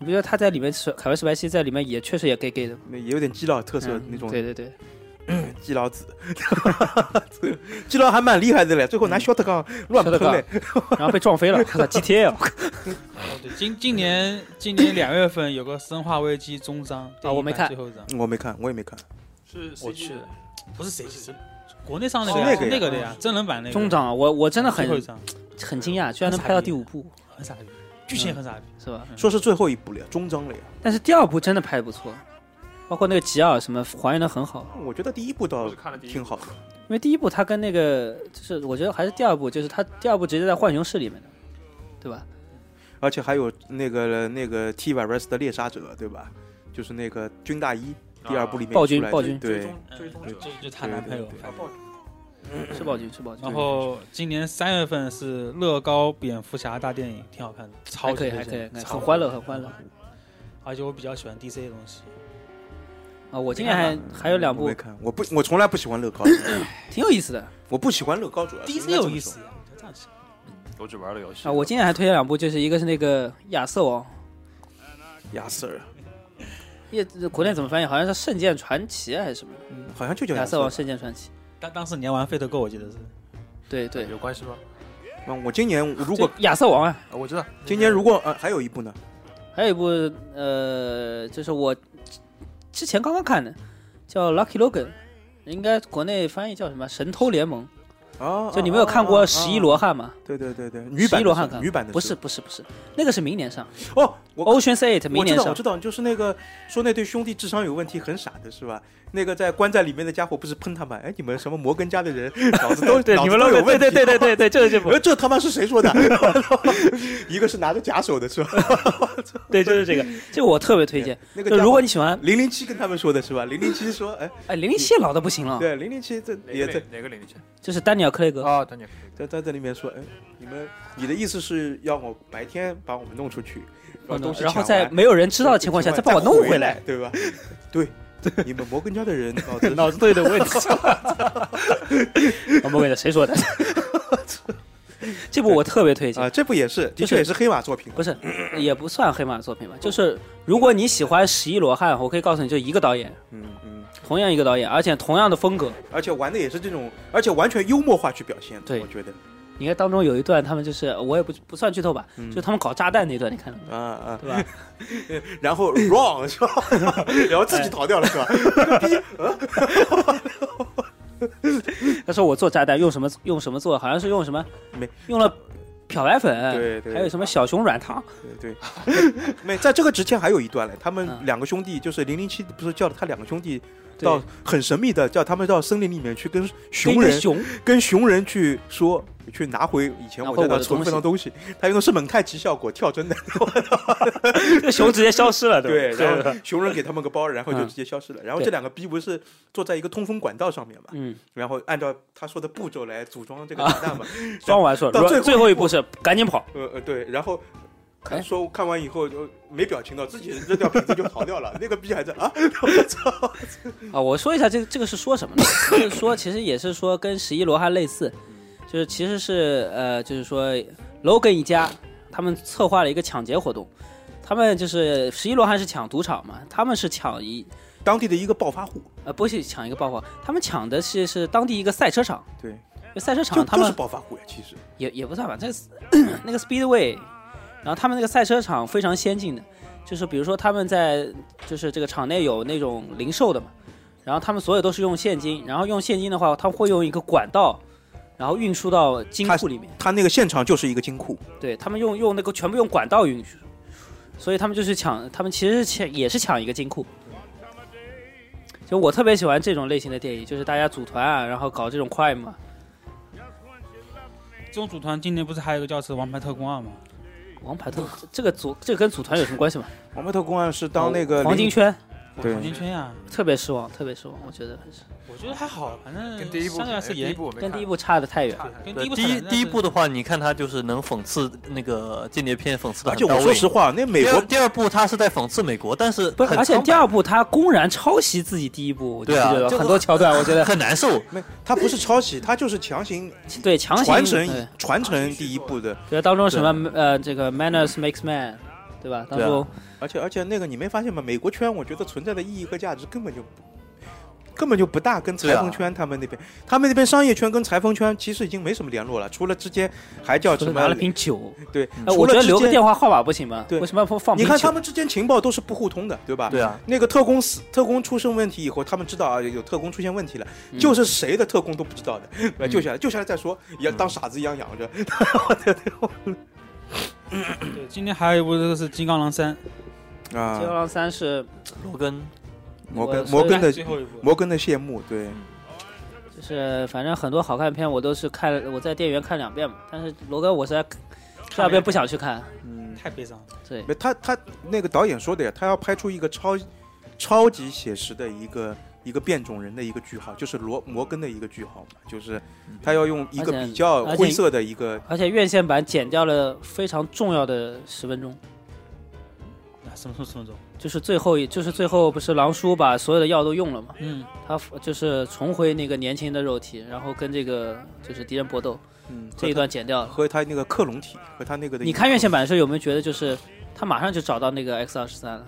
Speaker 7: 你不觉得他在里面是凯文史派西在里面也确实也 gay gay 的吗？
Speaker 4: 那也有点基佬特色
Speaker 7: 嗯
Speaker 4: 那种
Speaker 7: 对对对，
Speaker 4: 基佬子， [laughs] 基佬还蛮厉害的嘞，最
Speaker 7: 嗯
Speaker 4: 后拿 shot gun 乱喷嘞，
Speaker 7: 然后被撞飞了，我靠 GTA 啊！
Speaker 5: 哦对，今今年今年两月份有个《生化危机》终章
Speaker 7: 啊我没看
Speaker 5: 第一版最后一章，
Speaker 4: 我没看，我也没看，
Speaker 9: 是
Speaker 5: 我去的，不是谁是国内上那
Speaker 4: 哦
Speaker 5: 个呀
Speaker 4: 那个呀
Speaker 5: 那个的呀，真人版那个
Speaker 7: 中长，我我真的很
Speaker 5: 最后一章
Speaker 7: 很惊讶，居然能拍到第五部，
Speaker 5: 很傻逼，剧
Speaker 7: 嗯
Speaker 5: 情也很傻逼。
Speaker 7: 是吧？
Speaker 4: 说是最后一部了呀，终章了呀，
Speaker 7: 但是第二部真的拍的不错，包括那个吉尔什么还原的很好。
Speaker 4: 我觉得第一部倒
Speaker 9: 看了第
Speaker 4: 挺好的，
Speaker 7: 因为第一部它跟那个就是我觉得还是第二部，就是它第二部直接在浣熊市里面的，对吧？
Speaker 4: 而且还有那个那个 T virus 的猎杀者，对吧？就是那个军大衣，
Speaker 5: 啊
Speaker 4: 第二部里面
Speaker 7: 暴君
Speaker 4: 出来的
Speaker 7: 暴君
Speaker 4: 对，
Speaker 9: 嗯追踪者
Speaker 5: 嗯就就她男朋友
Speaker 4: 对对对。
Speaker 5: 反正
Speaker 7: 是暴君，是暴君
Speaker 5: 然，后今年三月份是乐高蝙蝠侠大电影，挺好看的，超
Speaker 7: 还
Speaker 5: 级
Speaker 7: 可以，
Speaker 5: 推
Speaker 7: 还可以
Speaker 5: 荐，
Speaker 7: 很欢乐，很欢乐。。
Speaker 5: 而且我比较喜欢 DC 的东西，
Speaker 7: 啊！我今年还还有两
Speaker 4: 我
Speaker 7: 部
Speaker 4: 没看，我不，我从来不喜欢乐
Speaker 7: [coughs]
Speaker 4: 高，
Speaker 7: 挺有意思的
Speaker 4: 我不喜欢乐高，主
Speaker 7: 呃
Speaker 4: 要是
Speaker 5: DC 有意思。呀，你就这样想
Speaker 4: 嗯
Speaker 9: 我只玩了游戏
Speaker 7: 啊！我今年还推荐两部，就是一个是那个亚瑟王，
Speaker 4: 亚瑟尔
Speaker 7: 也国内怎么翻译？好像是《圣剑传奇》还是什么？
Speaker 4: 好像就叫
Speaker 7: 亚
Speaker 4: 亚
Speaker 7: 瑟
Speaker 4: 瑟
Speaker 7: 王
Speaker 4: 尔
Speaker 7: 《圣剑传奇》。
Speaker 5: 当当时你还玩费特购，我记得是。
Speaker 7: 对对，
Speaker 9: 有关系吗？
Speaker 4: 嗯，我今年如果
Speaker 7: 这亚瑟王啊，
Speaker 9: 啊，我知道，
Speaker 4: 今年如果呃还有一部呢，
Speaker 7: 还有一部呃，就是我之前刚刚看的，叫《Lucky Logan》，应该国内翻译叫什么《神偷联盟
Speaker 4: 啊，》。
Speaker 7: 就你们有看过
Speaker 4: 啊
Speaker 7: 《十一？罗汉》吗？
Speaker 4: 啊啊对对对对，女
Speaker 7: 十
Speaker 4: 版
Speaker 7: 一
Speaker 4: 的
Speaker 7: 罗汉
Speaker 4: 是
Speaker 7: 看
Speaker 4: 女版的
Speaker 7: 不是不是不是，那个是明年上，
Speaker 4: 哦，我
Speaker 7: Ocean's Eight》明
Speaker 4: 我知
Speaker 7: 年
Speaker 4: 道我
Speaker 7: 上
Speaker 4: 知。道，就是那个说那对兄弟智商有问题很傻的是吧？那个在关在里面的家伙不是喷他们？哎，你们什么摩根家的人脑子
Speaker 7: [laughs]
Speaker 4: 都
Speaker 7: 对，
Speaker 4: 脑
Speaker 7: 你
Speaker 4: 子
Speaker 7: 们
Speaker 4: 都
Speaker 7: Logan，
Speaker 4: 有问
Speaker 7: 对
Speaker 4: 题，
Speaker 7: 对对对
Speaker 4: [laughs]
Speaker 7: 对对，就是这部
Speaker 4: 哎，，这他妈是谁说的？ [laughs] 一个是拿着假手的是吧？
Speaker 7: 对 [laughs] 就是这个，这个我特别推荐。
Speaker 4: [laughs] 那个
Speaker 7: 就呃如果你喜欢，
Speaker 4: 零零七跟他们说的是吧？零零七说，哎，
Speaker 7: 哎，零零七老的不行了，
Speaker 4: 对，零零七这也在
Speaker 9: 哪个领域？
Speaker 7: 就是丹尼尔·克雷格，
Speaker 9: 啊，等你。
Speaker 4: 在在这里面说，哎，你们你的意思是要我白天把我们弄出去，把东西
Speaker 7: 然后
Speaker 4: 抢完
Speaker 7: 在没有人知道的情况下再把我弄
Speaker 4: 回
Speaker 7: 回
Speaker 4: 来
Speaker 7: 来，，
Speaker 4: 对吧？ [laughs] 对，你们摩根家的人
Speaker 7: [laughs]
Speaker 4: 脑子
Speaker 7: 脑子都有点问题。 [laughs] 我们为了谁说的？这部我特别推
Speaker 4: 啊，
Speaker 7: 荐，
Speaker 4: 这部也是，的
Speaker 7: 就是
Speaker 4: 确也是黑马作品。
Speaker 7: 不是也不算黑马作品吧，就是如果你喜欢《十一罗汉》，我可以告诉你，就一个导演，
Speaker 4: 嗯嗯，
Speaker 7: 同样一个导演，而且同样的风格。
Speaker 4: 而且玩的也是这种，而且完全幽默化去表现的，
Speaker 7: 对
Speaker 4: 我觉得
Speaker 7: 你看当中有一段，他们就是我也不不算剧透吧，
Speaker 4: 嗯
Speaker 7: 就他们搞炸弹那段，你看了吗？
Speaker 4: 啊啊，
Speaker 7: 对吧？
Speaker 4: [laughs] 然后 wrong [laughs] 是吧？然后自己逃掉了是吧？
Speaker 7: 他说我做炸弹用什么用什么做，好像是用什么
Speaker 4: 没
Speaker 7: 用了漂白粉，
Speaker 4: 对对
Speaker 7: 还有什么小熊软糖，
Speaker 4: 对对，没在这个之前还有一段嘞，他们
Speaker 7: 嗯
Speaker 4: 两个兄弟就是零零七不是叫他两个兄弟
Speaker 7: 对
Speaker 4: 到很神秘的叫他们到森林里面去跟
Speaker 7: 跟一
Speaker 4: 熊
Speaker 7: 个
Speaker 4: 人
Speaker 7: 熊
Speaker 4: 跟熊人去说，去拿回以前
Speaker 7: 拿
Speaker 4: 我
Speaker 7: 回
Speaker 4: 在
Speaker 7: 我
Speaker 4: 那
Speaker 7: 的
Speaker 4: 存
Speaker 7: 东
Speaker 4: 放
Speaker 7: [laughs]
Speaker 4: 的东西。他用的是蒙太奇效果跳帧的，
Speaker 7: 这个熊直接消失了，
Speaker 4: 对。
Speaker 7: 吧？
Speaker 4: [laughs] 然后熊人给他们个包，然后就
Speaker 7: 嗯
Speaker 4: 直接消失了。然后
Speaker 7: 对
Speaker 4: 这两个逼不是坐在一个通风管道上面嘛，
Speaker 7: 嗯，
Speaker 4: 然后按照他说的步骤来组装 [laughs] 这个炸弹嘛。
Speaker 7: 装完说，
Speaker 4: 到
Speaker 7: 说
Speaker 4: 最后
Speaker 7: 最后一步是赶紧跑，
Speaker 4: 呃呃，对，然后。看
Speaker 7: 哎
Speaker 4: 说看完以后就没表情的，自己扔掉瓶子就逃掉 [laughs] 了。那个逼还在啊，
Speaker 7: 啊，我说一下这个这个是说 [laughs] 什么呢？就是说，其实也是说跟十一罗汉类似，就是其实是呃，就是说 Logan 一家他们策划了一个抢劫活动，他们就是十一罗汉是抢赌场嘛，他们是抢一
Speaker 4: 当地的一个暴发户，
Speaker 7: 呃不是抢一个爆火，他们抢的是是当地一个赛车场，
Speaker 4: 对，
Speaker 7: 因为赛车
Speaker 4: 就
Speaker 7: 场他
Speaker 4: 就是
Speaker 7: 们
Speaker 4: 暴发户呀，其实
Speaker 7: 也也不算吧，这那个 [clears throat] Speedway，然后他们那个赛车场非常先进的，就是比如说他们在就是这个场内有那种零售的嘛，然后他们所有都是用现金，然后用现金的话，他们会用一个管道然后运输到金库里面。
Speaker 4: 他那个现场就是一个金库，
Speaker 7: 对他们用用那个全部用管道运输，所以他们就是抢，他们其实是抢也是抢一个金库。就我特别喜欢这种类型的电影，就是大家组团啊，然后搞这种 crime 嘛。
Speaker 5: 这种组团今年不是还有一个叫是《王牌特工二》吗？
Speaker 7: 王牌特这个组这个跟组团有什么关系吗？
Speaker 4: 王牌特工案是当嗯那个
Speaker 7: 黄金
Speaker 4: 零
Speaker 7: 圈
Speaker 4: 对
Speaker 5: 黄金圈呀，
Speaker 7: 特别失望，特别失望，我觉得还是
Speaker 5: 我觉得还好，啊反
Speaker 7: 嗯
Speaker 5: 正
Speaker 9: 跟第一部
Speaker 5: 相对来说
Speaker 9: 哎第一
Speaker 5: 也
Speaker 9: 部我没
Speaker 7: 跟
Speaker 9: 看
Speaker 7: 第一部差得太远。
Speaker 5: 跟啊
Speaker 8: 对
Speaker 5: 第一部
Speaker 8: 呃第
Speaker 5: 差
Speaker 8: 一
Speaker 5: 点但
Speaker 8: 第一
Speaker 5: 是
Speaker 8: 部的话，你看他就是能讽刺那个间谍片，讽刺的
Speaker 4: 而
Speaker 8: 很
Speaker 4: 且
Speaker 8: 到
Speaker 4: 我
Speaker 8: 位。
Speaker 4: 说实话，那美
Speaker 8: 第
Speaker 4: 国
Speaker 8: 二第二部他是在讽刺美国，但是
Speaker 7: 不是，
Speaker 8: 很
Speaker 7: 而且
Speaker 8: 苍白
Speaker 7: 第二部他公然抄袭自己第一部，我就
Speaker 8: 对啊
Speaker 7: 觉得
Speaker 8: 这个
Speaker 7: 很多桥段，我觉得
Speaker 8: 很难受。
Speaker 4: 没，他不是抄袭，他就是强行
Speaker 7: 对强行
Speaker 4: 传承
Speaker 7: 对
Speaker 4: 传承第一部的，
Speaker 7: 比如当中什么呃，这个 manners makes man，对吧？当
Speaker 8: 对啊
Speaker 7: 中
Speaker 4: 而且而且那个你没发现吗？美国圈我觉得存在的意义和价值根本就根本就不大，跟
Speaker 7: 啊
Speaker 4: 裁缝圈他们那边，他们那边商业圈跟裁缝圈其实已经没什么联络了，除了之间还叫
Speaker 7: 就
Speaker 4: 什
Speaker 7: 是
Speaker 4: 么
Speaker 7: 拿了瓶酒，
Speaker 4: 对，
Speaker 7: 哎，
Speaker 4: 除
Speaker 7: 我
Speaker 4: 了
Speaker 7: 觉得
Speaker 4: 之
Speaker 7: 留个
Speaker 4: 间
Speaker 7: 电话号码不行吗？
Speaker 4: 对
Speaker 7: 为什么要放放
Speaker 4: 你
Speaker 7: 瓶
Speaker 4: 看
Speaker 7: 酒
Speaker 4: 他们之间情报都是不互通的，对吧？
Speaker 8: 对啊，
Speaker 4: 那个特工死特工出现问题以后，他们知道啊有特工出现问题了，
Speaker 7: 嗯
Speaker 4: 就是谁的特工都不知道的， [laughs] 对吧救下来救下来再说，也当傻子一样养着。
Speaker 5: 对今年还有一部这个是《金刚狼三》，
Speaker 7: 《金刚
Speaker 4: 啊，
Speaker 7: 狼三》是
Speaker 8: 罗根
Speaker 4: 摩根
Speaker 7: 嗯我
Speaker 4: 摩根的
Speaker 5: 最后一部。
Speaker 4: 摩根的谢幕，对，
Speaker 7: 就是反正很多好看片我都是看我在电影院看两遍嘛，但是罗根我实在第二遍不想去看，
Speaker 4: 嗯，
Speaker 5: 太悲伤啊了，
Speaker 7: 对，
Speaker 4: 没他他那个导演说的呀，他要拍出一个超超级写实的一个一个变种人的一个句号，就是罗摩根的一个句号嘛，就是他要用一个
Speaker 7: 而且
Speaker 4: 比较
Speaker 7: 而且
Speaker 4: 晦涩的一个
Speaker 7: 而且院线版剪掉了非常重要的十分钟，
Speaker 5: 啊什么什么什么什么？
Speaker 7: 就是最后一就是最后不是狼叔把所有的药都用了嘛，
Speaker 5: 嗯，
Speaker 7: 他就是重回那个年轻的肉体，然后跟这个就是敌人搏斗
Speaker 4: 嗯
Speaker 7: 这一段剪掉了。
Speaker 4: 和他那个克隆体和他那个的一个，
Speaker 7: 你看院线版的时候有没有觉得就是他马上就找到那个 X 二十三了，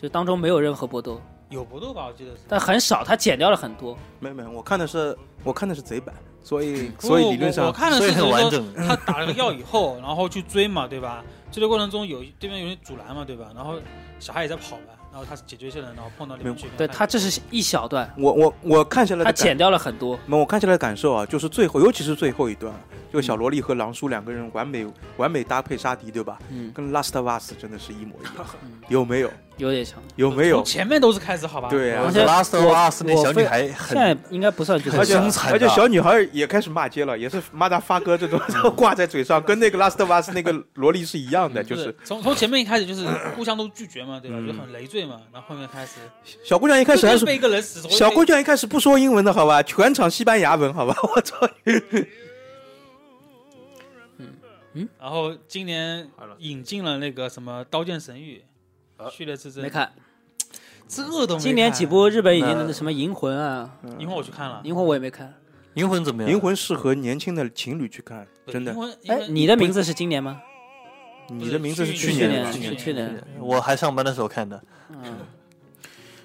Speaker 7: 就当中没有任何搏斗，
Speaker 5: 有搏斗吧？我记得是。
Speaker 7: 但很少，他剪掉了很多。
Speaker 4: 没没，我看的是我看的是贼版，
Speaker 7: [laughs]
Speaker 4: 所以
Speaker 5: 不
Speaker 4: 所以理论
Speaker 5: 我
Speaker 4: 上
Speaker 7: 哦
Speaker 5: 我看的
Speaker 8: 所以
Speaker 5: 是
Speaker 8: 很
Speaker 5: 只
Speaker 8: 完
Speaker 5: 是说 [laughs]
Speaker 8: 整。
Speaker 5: 他打了个药以后，然后去追嘛，对吧？追的过程中有对面有人阻拦嘛，对吧？然后小孩也在跑嘛，然后他解决一些人，然后碰到里面去。
Speaker 7: 对他这是一小段，
Speaker 4: 我我我看下来
Speaker 7: 他
Speaker 4: 的感，
Speaker 7: 剪掉了很多。
Speaker 4: 那我看下来的感受啊，就是最后，尤其是最后一段，
Speaker 7: 嗯
Speaker 4: 这个小萝莉和狼叔两个人完美完美搭配杀敌，对吧？
Speaker 7: 嗯，
Speaker 4: 跟《Last of Us》真的是一模一
Speaker 7: [laughs]
Speaker 4: 样，有没有？
Speaker 7: 有点像。
Speaker 4: 有没有
Speaker 5: 从？前面都是开始好吧？
Speaker 4: 对啊
Speaker 7: 而
Speaker 8: 而
Speaker 7: 且
Speaker 8: 且 Last of
Speaker 7: 我
Speaker 8: Us 那
Speaker 7: 我
Speaker 8: 小
Speaker 7: 非
Speaker 8: 女孩
Speaker 7: 现
Speaker 8: 很
Speaker 7: 在应该不算剧透
Speaker 4: 而且
Speaker 8: 凶残的
Speaker 4: 而且小女孩也开始骂街了，也是妈达发哥这种挂在嘴上，跟那个《Last of Us》那个萝嗯莉是一样的，就
Speaker 5: 就是是从从前面一开始就是互相都拒绝嘛，对
Speaker 7: 嗯
Speaker 5: 吧？就很累赘嘛，然后后面开始
Speaker 4: 小姑娘一开始还
Speaker 5: 就被
Speaker 4: 是
Speaker 5: 一个人死，总会
Speaker 4: 小
Speaker 5: 被
Speaker 4: 姑娘一开始不说英文的好吧，全场西班牙文好吧，我操！
Speaker 5: 然后今年
Speaker 9: 好了
Speaker 5: 引进了那个什么《刀剑神域
Speaker 4: 呃
Speaker 9: 啊》
Speaker 5: 序列之争，
Speaker 7: 没，看。
Speaker 5: 这都没看。
Speaker 7: 今年几？部日本已经
Speaker 8: 那
Speaker 7: 什么《银魂》啊，
Speaker 5: 银魂我去看了，
Speaker 7: 《银魂》我也没看。
Speaker 8: 银魂怎么样？
Speaker 4: 银魂适合年轻的情侣去看，
Speaker 5: 对
Speaker 4: 真的
Speaker 5: 银。魂，银
Speaker 7: 哎，
Speaker 5: 魂
Speaker 7: 你的名字是今年吗？
Speaker 4: 你的名字是
Speaker 5: 去
Speaker 4: 去
Speaker 7: 去
Speaker 4: 年的吧
Speaker 7: 年，是去年。
Speaker 8: 我还上班的时候看的。
Speaker 7: 嗯，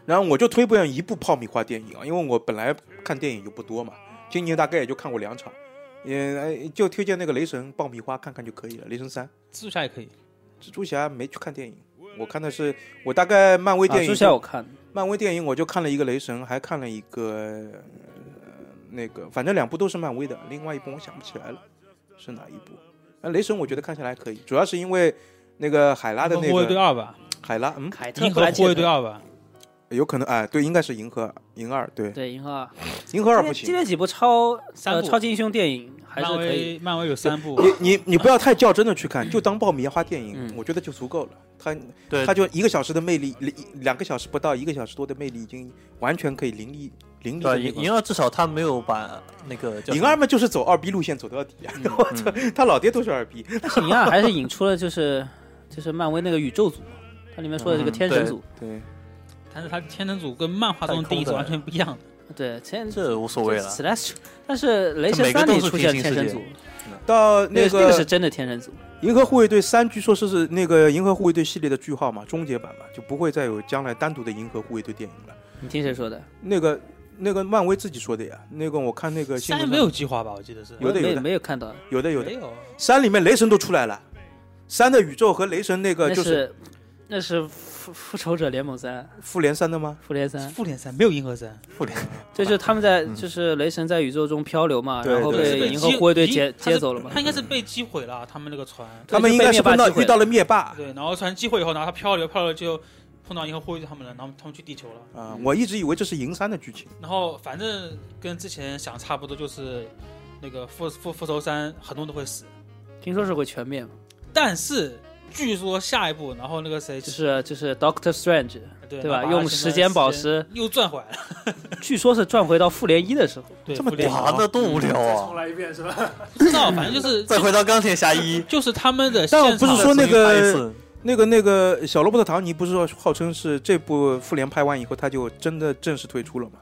Speaker 4: 然后我就推不上一部爆米花电影，啊因为我本来看电影就不多嘛，今年大概也就看过两场，也哎就推荐那个雷神爆米花看看就可以了。雷神三，
Speaker 5: 蜘蛛侠也可以，
Speaker 4: 蜘蛛侠没去看电影，我看的是我大概漫威
Speaker 7: 啊
Speaker 4: 电
Speaker 7: 蜘蛛
Speaker 4: 影，
Speaker 7: 侠我看
Speaker 5: 嗯
Speaker 7: 了，
Speaker 4: 漫威电影我就看了一个雷神，还看了一个、呃、那个，反正两部都是漫威的，另外一部我想不起来了是哪一部。啊，雷神我觉得看下来还可以，主要是因为那个海拉的那
Speaker 5: 银河护卫队
Speaker 4: 个
Speaker 5: 二吧，
Speaker 4: 海拉，嗯，
Speaker 7: 凯特
Speaker 5: 银
Speaker 7: 布
Speaker 5: 河
Speaker 7: 兰
Speaker 5: 护卫
Speaker 7: 切
Speaker 5: 队啊
Speaker 7: 特。
Speaker 5: 二吧，
Speaker 4: 有可能哎，对，应该是银河银二，对，
Speaker 7: 对，银河二。
Speaker 4: 银河二
Speaker 7: 今
Speaker 4: 不
Speaker 7: 年今
Speaker 4: 行。
Speaker 7: 年几部超
Speaker 5: 三
Speaker 7: 呃
Speaker 5: 部
Speaker 7: 超级英雄电影还是
Speaker 5: 漫
Speaker 7: 可 [clears throat] 以。
Speaker 5: 威漫威有三
Speaker 7: [laughs]
Speaker 5: 部，
Speaker 4: 你你你不要太较真的去看，就当爆米花电影，
Speaker 7: 嗯
Speaker 4: 我觉得就足够了。它
Speaker 8: 对
Speaker 4: 它就一个小时的魅力，两两个小时不到，一个小时多的魅力已经完全可以淋漓淋漓
Speaker 8: 对吧，
Speaker 4: 的那
Speaker 8: 银
Speaker 4: 个。
Speaker 8: 银二至少他没有把那个叫嗯
Speaker 4: 银二嘛，就是走二逼路线走到底，我操， [laughs] 他老爹都是二逼。
Speaker 7: 但是银二还是引出了就是就是漫威那个宇宙组嘛，它里面说的这
Speaker 5: 嗯
Speaker 7: 个天神组。
Speaker 4: 对，
Speaker 5: 但是他天能组跟漫画中的定义是完全不一样的。
Speaker 7: 对，天
Speaker 8: 这无所谓了。
Speaker 7: 史莱斯，但是雷神
Speaker 8: 每个
Speaker 7: 三
Speaker 8: 都
Speaker 7: 里
Speaker 8: 是
Speaker 7: 出现
Speaker 8: 平行
Speaker 7: 天神
Speaker 8: 世
Speaker 7: 组
Speaker 8: 界，
Speaker 4: 到那
Speaker 7: 那
Speaker 4: 个
Speaker 7: 那个是真的天神组。
Speaker 4: 银河护卫队三，据说是是那个银河护卫队系列的句号嘛，终结版嘛，就不会再有将来单独的银河护卫队电影了。
Speaker 7: 你听谁说的？
Speaker 4: 那个那个漫威自己说的呀，那个我看那个新
Speaker 5: 三
Speaker 4: 闻上
Speaker 5: 没有计划吧？我记得是
Speaker 4: 有的
Speaker 7: 没
Speaker 4: 有的
Speaker 7: 没有看到，
Speaker 4: 有的有的
Speaker 5: 没有？啊
Speaker 4: 三里面雷神都出来了，三的宇宙和雷神那个
Speaker 7: 那
Speaker 4: 就是
Speaker 7: 那是复复仇者联盟三、
Speaker 4: 复联三的吗？
Speaker 7: 复联三，
Speaker 5: 复联三没有银河三，
Speaker 7: 这就是他们在就是雷神在宇宙中漂流嘛，
Speaker 4: 对
Speaker 7: 然后
Speaker 4: 对
Speaker 7: 被
Speaker 4: 对
Speaker 7: 银河护卫队
Speaker 5: 已
Speaker 7: 接
Speaker 5: 他是
Speaker 7: 接走了嘛。
Speaker 5: 他应该是被击毁了，啊他们那个船。
Speaker 4: 他们应该是碰到遇到了灭霸啊、
Speaker 5: 对，然后船击毁以后，然后他漂流漂流就碰到银河护卫队他们了，然后他们去地球了。
Speaker 4: 呃我一直以为这是银三的剧情，
Speaker 5: 然后反正跟之前想差不多，就是那个复复复仇三很多人都会死，
Speaker 7: 听说是会全面嘛，
Speaker 5: 但是据说下一步，然后那个谁
Speaker 7: 就是就是 Doctor Strange，
Speaker 5: 对
Speaker 7: 对吧
Speaker 5: 然后把
Speaker 7: 用
Speaker 5: 什么
Speaker 7: 时间宝
Speaker 5: [laughs]
Speaker 7: 石
Speaker 5: 又赚回来了，
Speaker 7: 据说是转回到复联一的时候，
Speaker 5: 对，
Speaker 4: 这么
Speaker 5: 不
Speaker 4: 屌
Speaker 5: 联
Speaker 8: 哇，那多无聊啊！
Speaker 9: 来一遍是吧？
Speaker 5: 不知道，反正就是
Speaker 8: 再回到钢铁侠
Speaker 4: [laughs]
Speaker 8: 一，
Speaker 5: 就是他们的现
Speaker 4: 但
Speaker 5: 场，
Speaker 4: 不是说那
Speaker 8: 再重新拍一
Speaker 4: 个
Speaker 8: 次
Speaker 4: 那个那个小罗伯特·唐尼不是说号称是这部复联拍完以后他就真的正式退出了吗？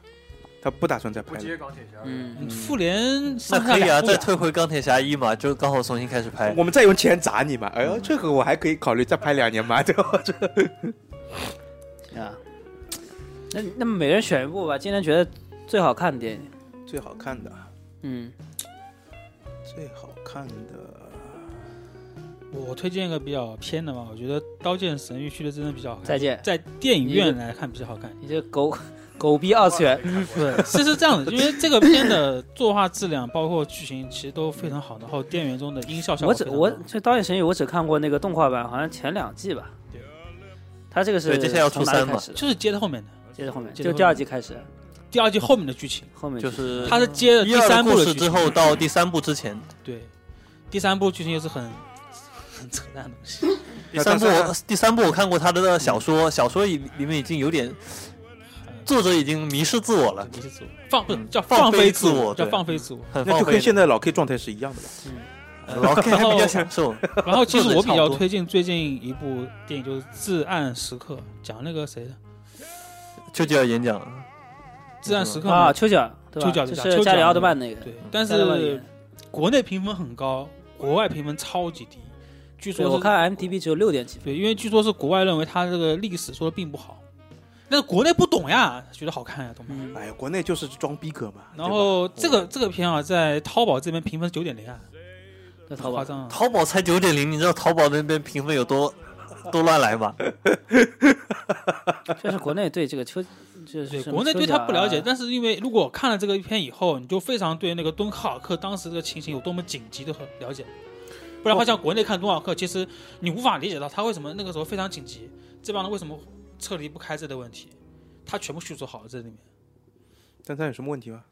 Speaker 4: 他不打算再
Speaker 9: 不
Speaker 4: 拍了。
Speaker 9: 接钢铁侠。
Speaker 7: 嗯，
Speaker 5: 复联
Speaker 8: 那
Speaker 5: 上下
Speaker 8: 可以啊，
Speaker 5: 两部
Speaker 8: 再
Speaker 5: 呀
Speaker 8: 退回钢铁侠一嘛，就刚好重新开始拍。
Speaker 4: 哎我们再用钱砸你嘛！哎呦，这个我还可以考虑再拍两年嘛，对吧？ [laughs] 这个
Speaker 5: 嗯
Speaker 7: 啊，那那么每人选一部吧，今天觉得最好看的电影，
Speaker 4: 最好看的，
Speaker 7: 嗯，
Speaker 4: 最好看的，
Speaker 5: 我推荐一个比较偏的嘛，我觉得《刀剑神域》系列真的比较好看，
Speaker 7: 再见，
Speaker 5: 在电影院来看比较好
Speaker 7: [laughs]
Speaker 5: 看。
Speaker 7: 你这狗狗逼二次元，
Speaker 5: 对， [laughs] 其实是这样的，因为这个片的作画质量，包括剧情，其实都非常好。然后电源中的音效效
Speaker 7: 我
Speaker 5: 果
Speaker 7: 只
Speaker 5: 非常好，
Speaker 7: 我这《导演神域》我只看过那个动画版，好像前两季吧
Speaker 5: 对。
Speaker 7: 他这个是
Speaker 8: 对接下来要
Speaker 7: 从
Speaker 8: 出
Speaker 7: 哪里
Speaker 8: 三
Speaker 7: 开
Speaker 8: 嘛
Speaker 7: 始的？
Speaker 5: 就是接着后面的
Speaker 7: 接着后面，
Speaker 5: 接
Speaker 7: 就
Speaker 5: 着
Speaker 7: 第
Speaker 5: 后
Speaker 7: 二
Speaker 5: 面
Speaker 7: 季开始，
Speaker 5: 第二季后面的剧情，
Speaker 7: 后面
Speaker 8: 就是
Speaker 4: 嗯
Speaker 5: 它是接着
Speaker 8: 一
Speaker 5: 第
Speaker 8: 二的
Speaker 5: 三部
Speaker 8: 故
Speaker 5: 的
Speaker 8: 事
Speaker 5: 剧
Speaker 8: 之
Speaker 5: 情。
Speaker 8: 后到呃第三部之前，
Speaker 5: 对，第三部剧情又是很 [laughs] 很扯淡的东西，
Speaker 8: 第三部
Speaker 4: 那但
Speaker 8: 我第三部我看过他的小说，小说里里面已经有点作者已经迷失自我了，
Speaker 5: 你是自我放不是
Speaker 8: 嗯
Speaker 5: 叫
Speaker 8: 放
Speaker 5: 放
Speaker 8: 飞
Speaker 5: 飞
Speaker 8: 自我
Speaker 5: 我，叫
Speaker 8: 对
Speaker 5: 放飞自我。
Speaker 8: 很
Speaker 4: 那
Speaker 8: 放
Speaker 4: 就跟
Speaker 8: 飞的。
Speaker 4: 现在老 K 状态是一样的吧？
Speaker 8: 老 K 还比较享
Speaker 5: [laughs]
Speaker 8: 受，
Speaker 5: 然后其实我比较
Speaker 8: 作者差不多
Speaker 5: 推荐最近一部电影就是《至暗时刻》，讲那个谁的《
Speaker 8: 丘吉尔演讲，
Speaker 5: 至暗时刻》
Speaker 7: 啊，
Speaker 5: 嘛
Speaker 7: 丘吉尔，对吧
Speaker 5: 丘吉尔
Speaker 7: 就
Speaker 5: 丘
Speaker 7: 是
Speaker 5: 吉
Speaker 7: 加里
Speaker 5: 尔
Speaker 7: 奥德曼那个，
Speaker 5: 对，但
Speaker 7: 加里奥德曼
Speaker 5: 是
Speaker 7: 演
Speaker 5: 国内评分很高，国外评分超级低。据
Speaker 7: 对
Speaker 5: 说
Speaker 7: 我
Speaker 5: 是
Speaker 7: 看 M D B 只有六点几分，
Speaker 5: 对，因为据说是国外认为他这个历史说的并不好，但是国内不懂呀，觉得好看呀，懂吗？
Speaker 7: 嗯，
Speaker 4: 哎呀，国内就是装逼格嘛。
Speaker 5: 然后这个这个片啊，在淘宝这边评分九点零啊，
Speaker 7: 那淘
Speaker 5: 夸
Speaker 7: 宝，
Speaker 5: 张啊！
Speaker 8: 淘宝才九点零，你知道淘宝那边评分有多多乱来吗？
Speaker 7: 就是国内对这个丘，就是
Speaker 5: 对，
Speaker 7: 什么
Speaker 5: 国内
Speaker 7: 丘
Speaker 5: 对
Speaker 7: 吉
Speaker 5: 他
Speaker 7: 尔
Speaker 5: 不了解
Speaker 7: 啊，
Speaker 5: 但是因为如果看了这个片以后，你就非常对那个敦刻尔克当时这个情形有多么紧急的很了解，不然的话，像国内看敦刻尔克，其实你无法理解到他为什么那个时候非常紧急，这帮人为什么撤离不开这类问题，他全部叙述好了这里面。
Speaker 4: 但他有什么问题吗？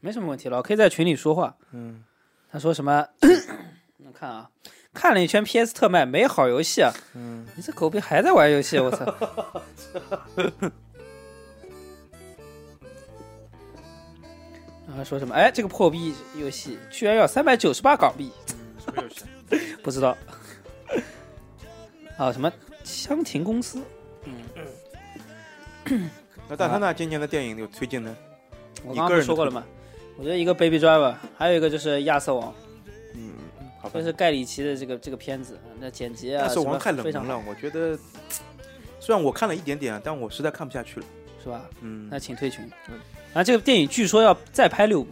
Speaker 7: 没什么问题，老 K 在群里说话，
Speaker 4: 嗯，
Speaker 7: 他说什么？ [coughs] 我看啊，看了一圈 PS 特卖，没好游戏啊！嗯，你这狗逼还在玩游戏，我操！ [laughs] 然后说什么？哎，这个破逼游戏居然要三百九十八港币，
Speaker 9: 什么游嗯戏？
Speaker 7: 不知道。啊，什么香亭公司？
Speaker 4: 那大三那今年的电影有推荐呢？
Speaker 7: 我
Speaker 4: 你
Speaker 7: 刚刚
Speaker 4: 个
Speaker 7: 不
Speaker 4: 人
Speaker 7: 是说
Speaker 4: 的
Speaker 7: 过了
Speaker 4: 推
Speaker 7: 吗？我觉得一个 Baby Driver，还有一个就是亚瑟王，
Speaker 4: 嗯，好吧
Speaker 7: 就。是盖里奇的这个这个片子，那剪辑啊，
Speaker 4: 亚瑟
Speaker 7: 什么
Speaker 4: 王太冷
Speaker 7: 非常
Speaker 4: 门
Speaker 7: 好，
Speaker 4: 了，我觉得嘖虽然我看了一点点，啊但我实在看不下去了。
Speaker 7: 是吧？
Speaker 4: 嗯
Speaker 7: 那，请退群。然后这个电影据说要再拍六部，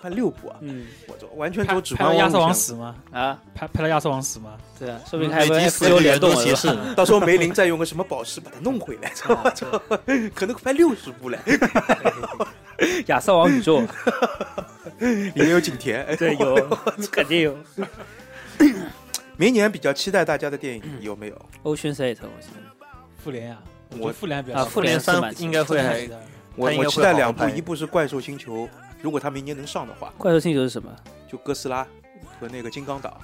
Speaker 4: 看六部啊，
Speaker 7: 嗯
Speaker 4: 我就完全
Speaker 5: 拍
Speaker 4: 走指
Speaker 5: 拍
Speaker 4: 环
Speaker 5: 到亚瑟王
Speaker 4: 路线
Speaker 5: 死吗？
Speaker 7: 啊，
Speaker 5: 拍拍到亚瑟王死吗？
Speaker 7: 对啊，
Speaker 4: 嗯
Speaker 7: 说不定还
Speaker 8: 每
Speaker 7: 有个
Speaker 8: 集
Speaker 7: F
Speaker 8: 死
Speaker 7: 六
Speaker 8: 个
Speaker 7: 联
Speaker 8: 远
Speaker 7: 动
Speaker 8: 东
Speaker 7: 了
Speaker 8: 骑
Speaker 7: 是吧
Speaker 8: 士，
Speaker 4: 了到时候梅林再用个什么宝石把它弄回来，可能快六十部了。
Speaker 7: 亚瑟王宇宙，啊
Speaker 4: 里面有景甜，哎
Speaker 7: 对，
Speaker 4: [laughs]
Speaker 7: 有，肯定有。
Speaker 4: [clears throat] 明年比较期待大家的电影有没有？
Speaker 7: Ocean Eight，我觉得
Speaker 5: 复联呀，
Speaker 4: 我
Speaker 5: 觉得复联比较
Speaker 7: 啊，
Speaker 5: 好
Speaker 7: 复
Speaker 8: 联
Speaker 7: 联是蛮
Speaker 8: 三
Speaker 7: 期
Speaker 8: 应
Speaker 7: 待
Speaker 8: 该会还
Speaker 5: 复联比较
Speaker 4: 我
Speaker 8: 他应该
Speaker 4: 我
Speaker 8: 会
Speaker 4: 期待
Speaker 8: 好好
Speaker 4: 两部，
Speaker 8: 拍
Speaker 4: 一部是《怪兽星球》，如果它明年能上的话，
Speaker 7: 怪兽星球是什么？
Speaker 4: 就哥斯拉和那个金刚岛。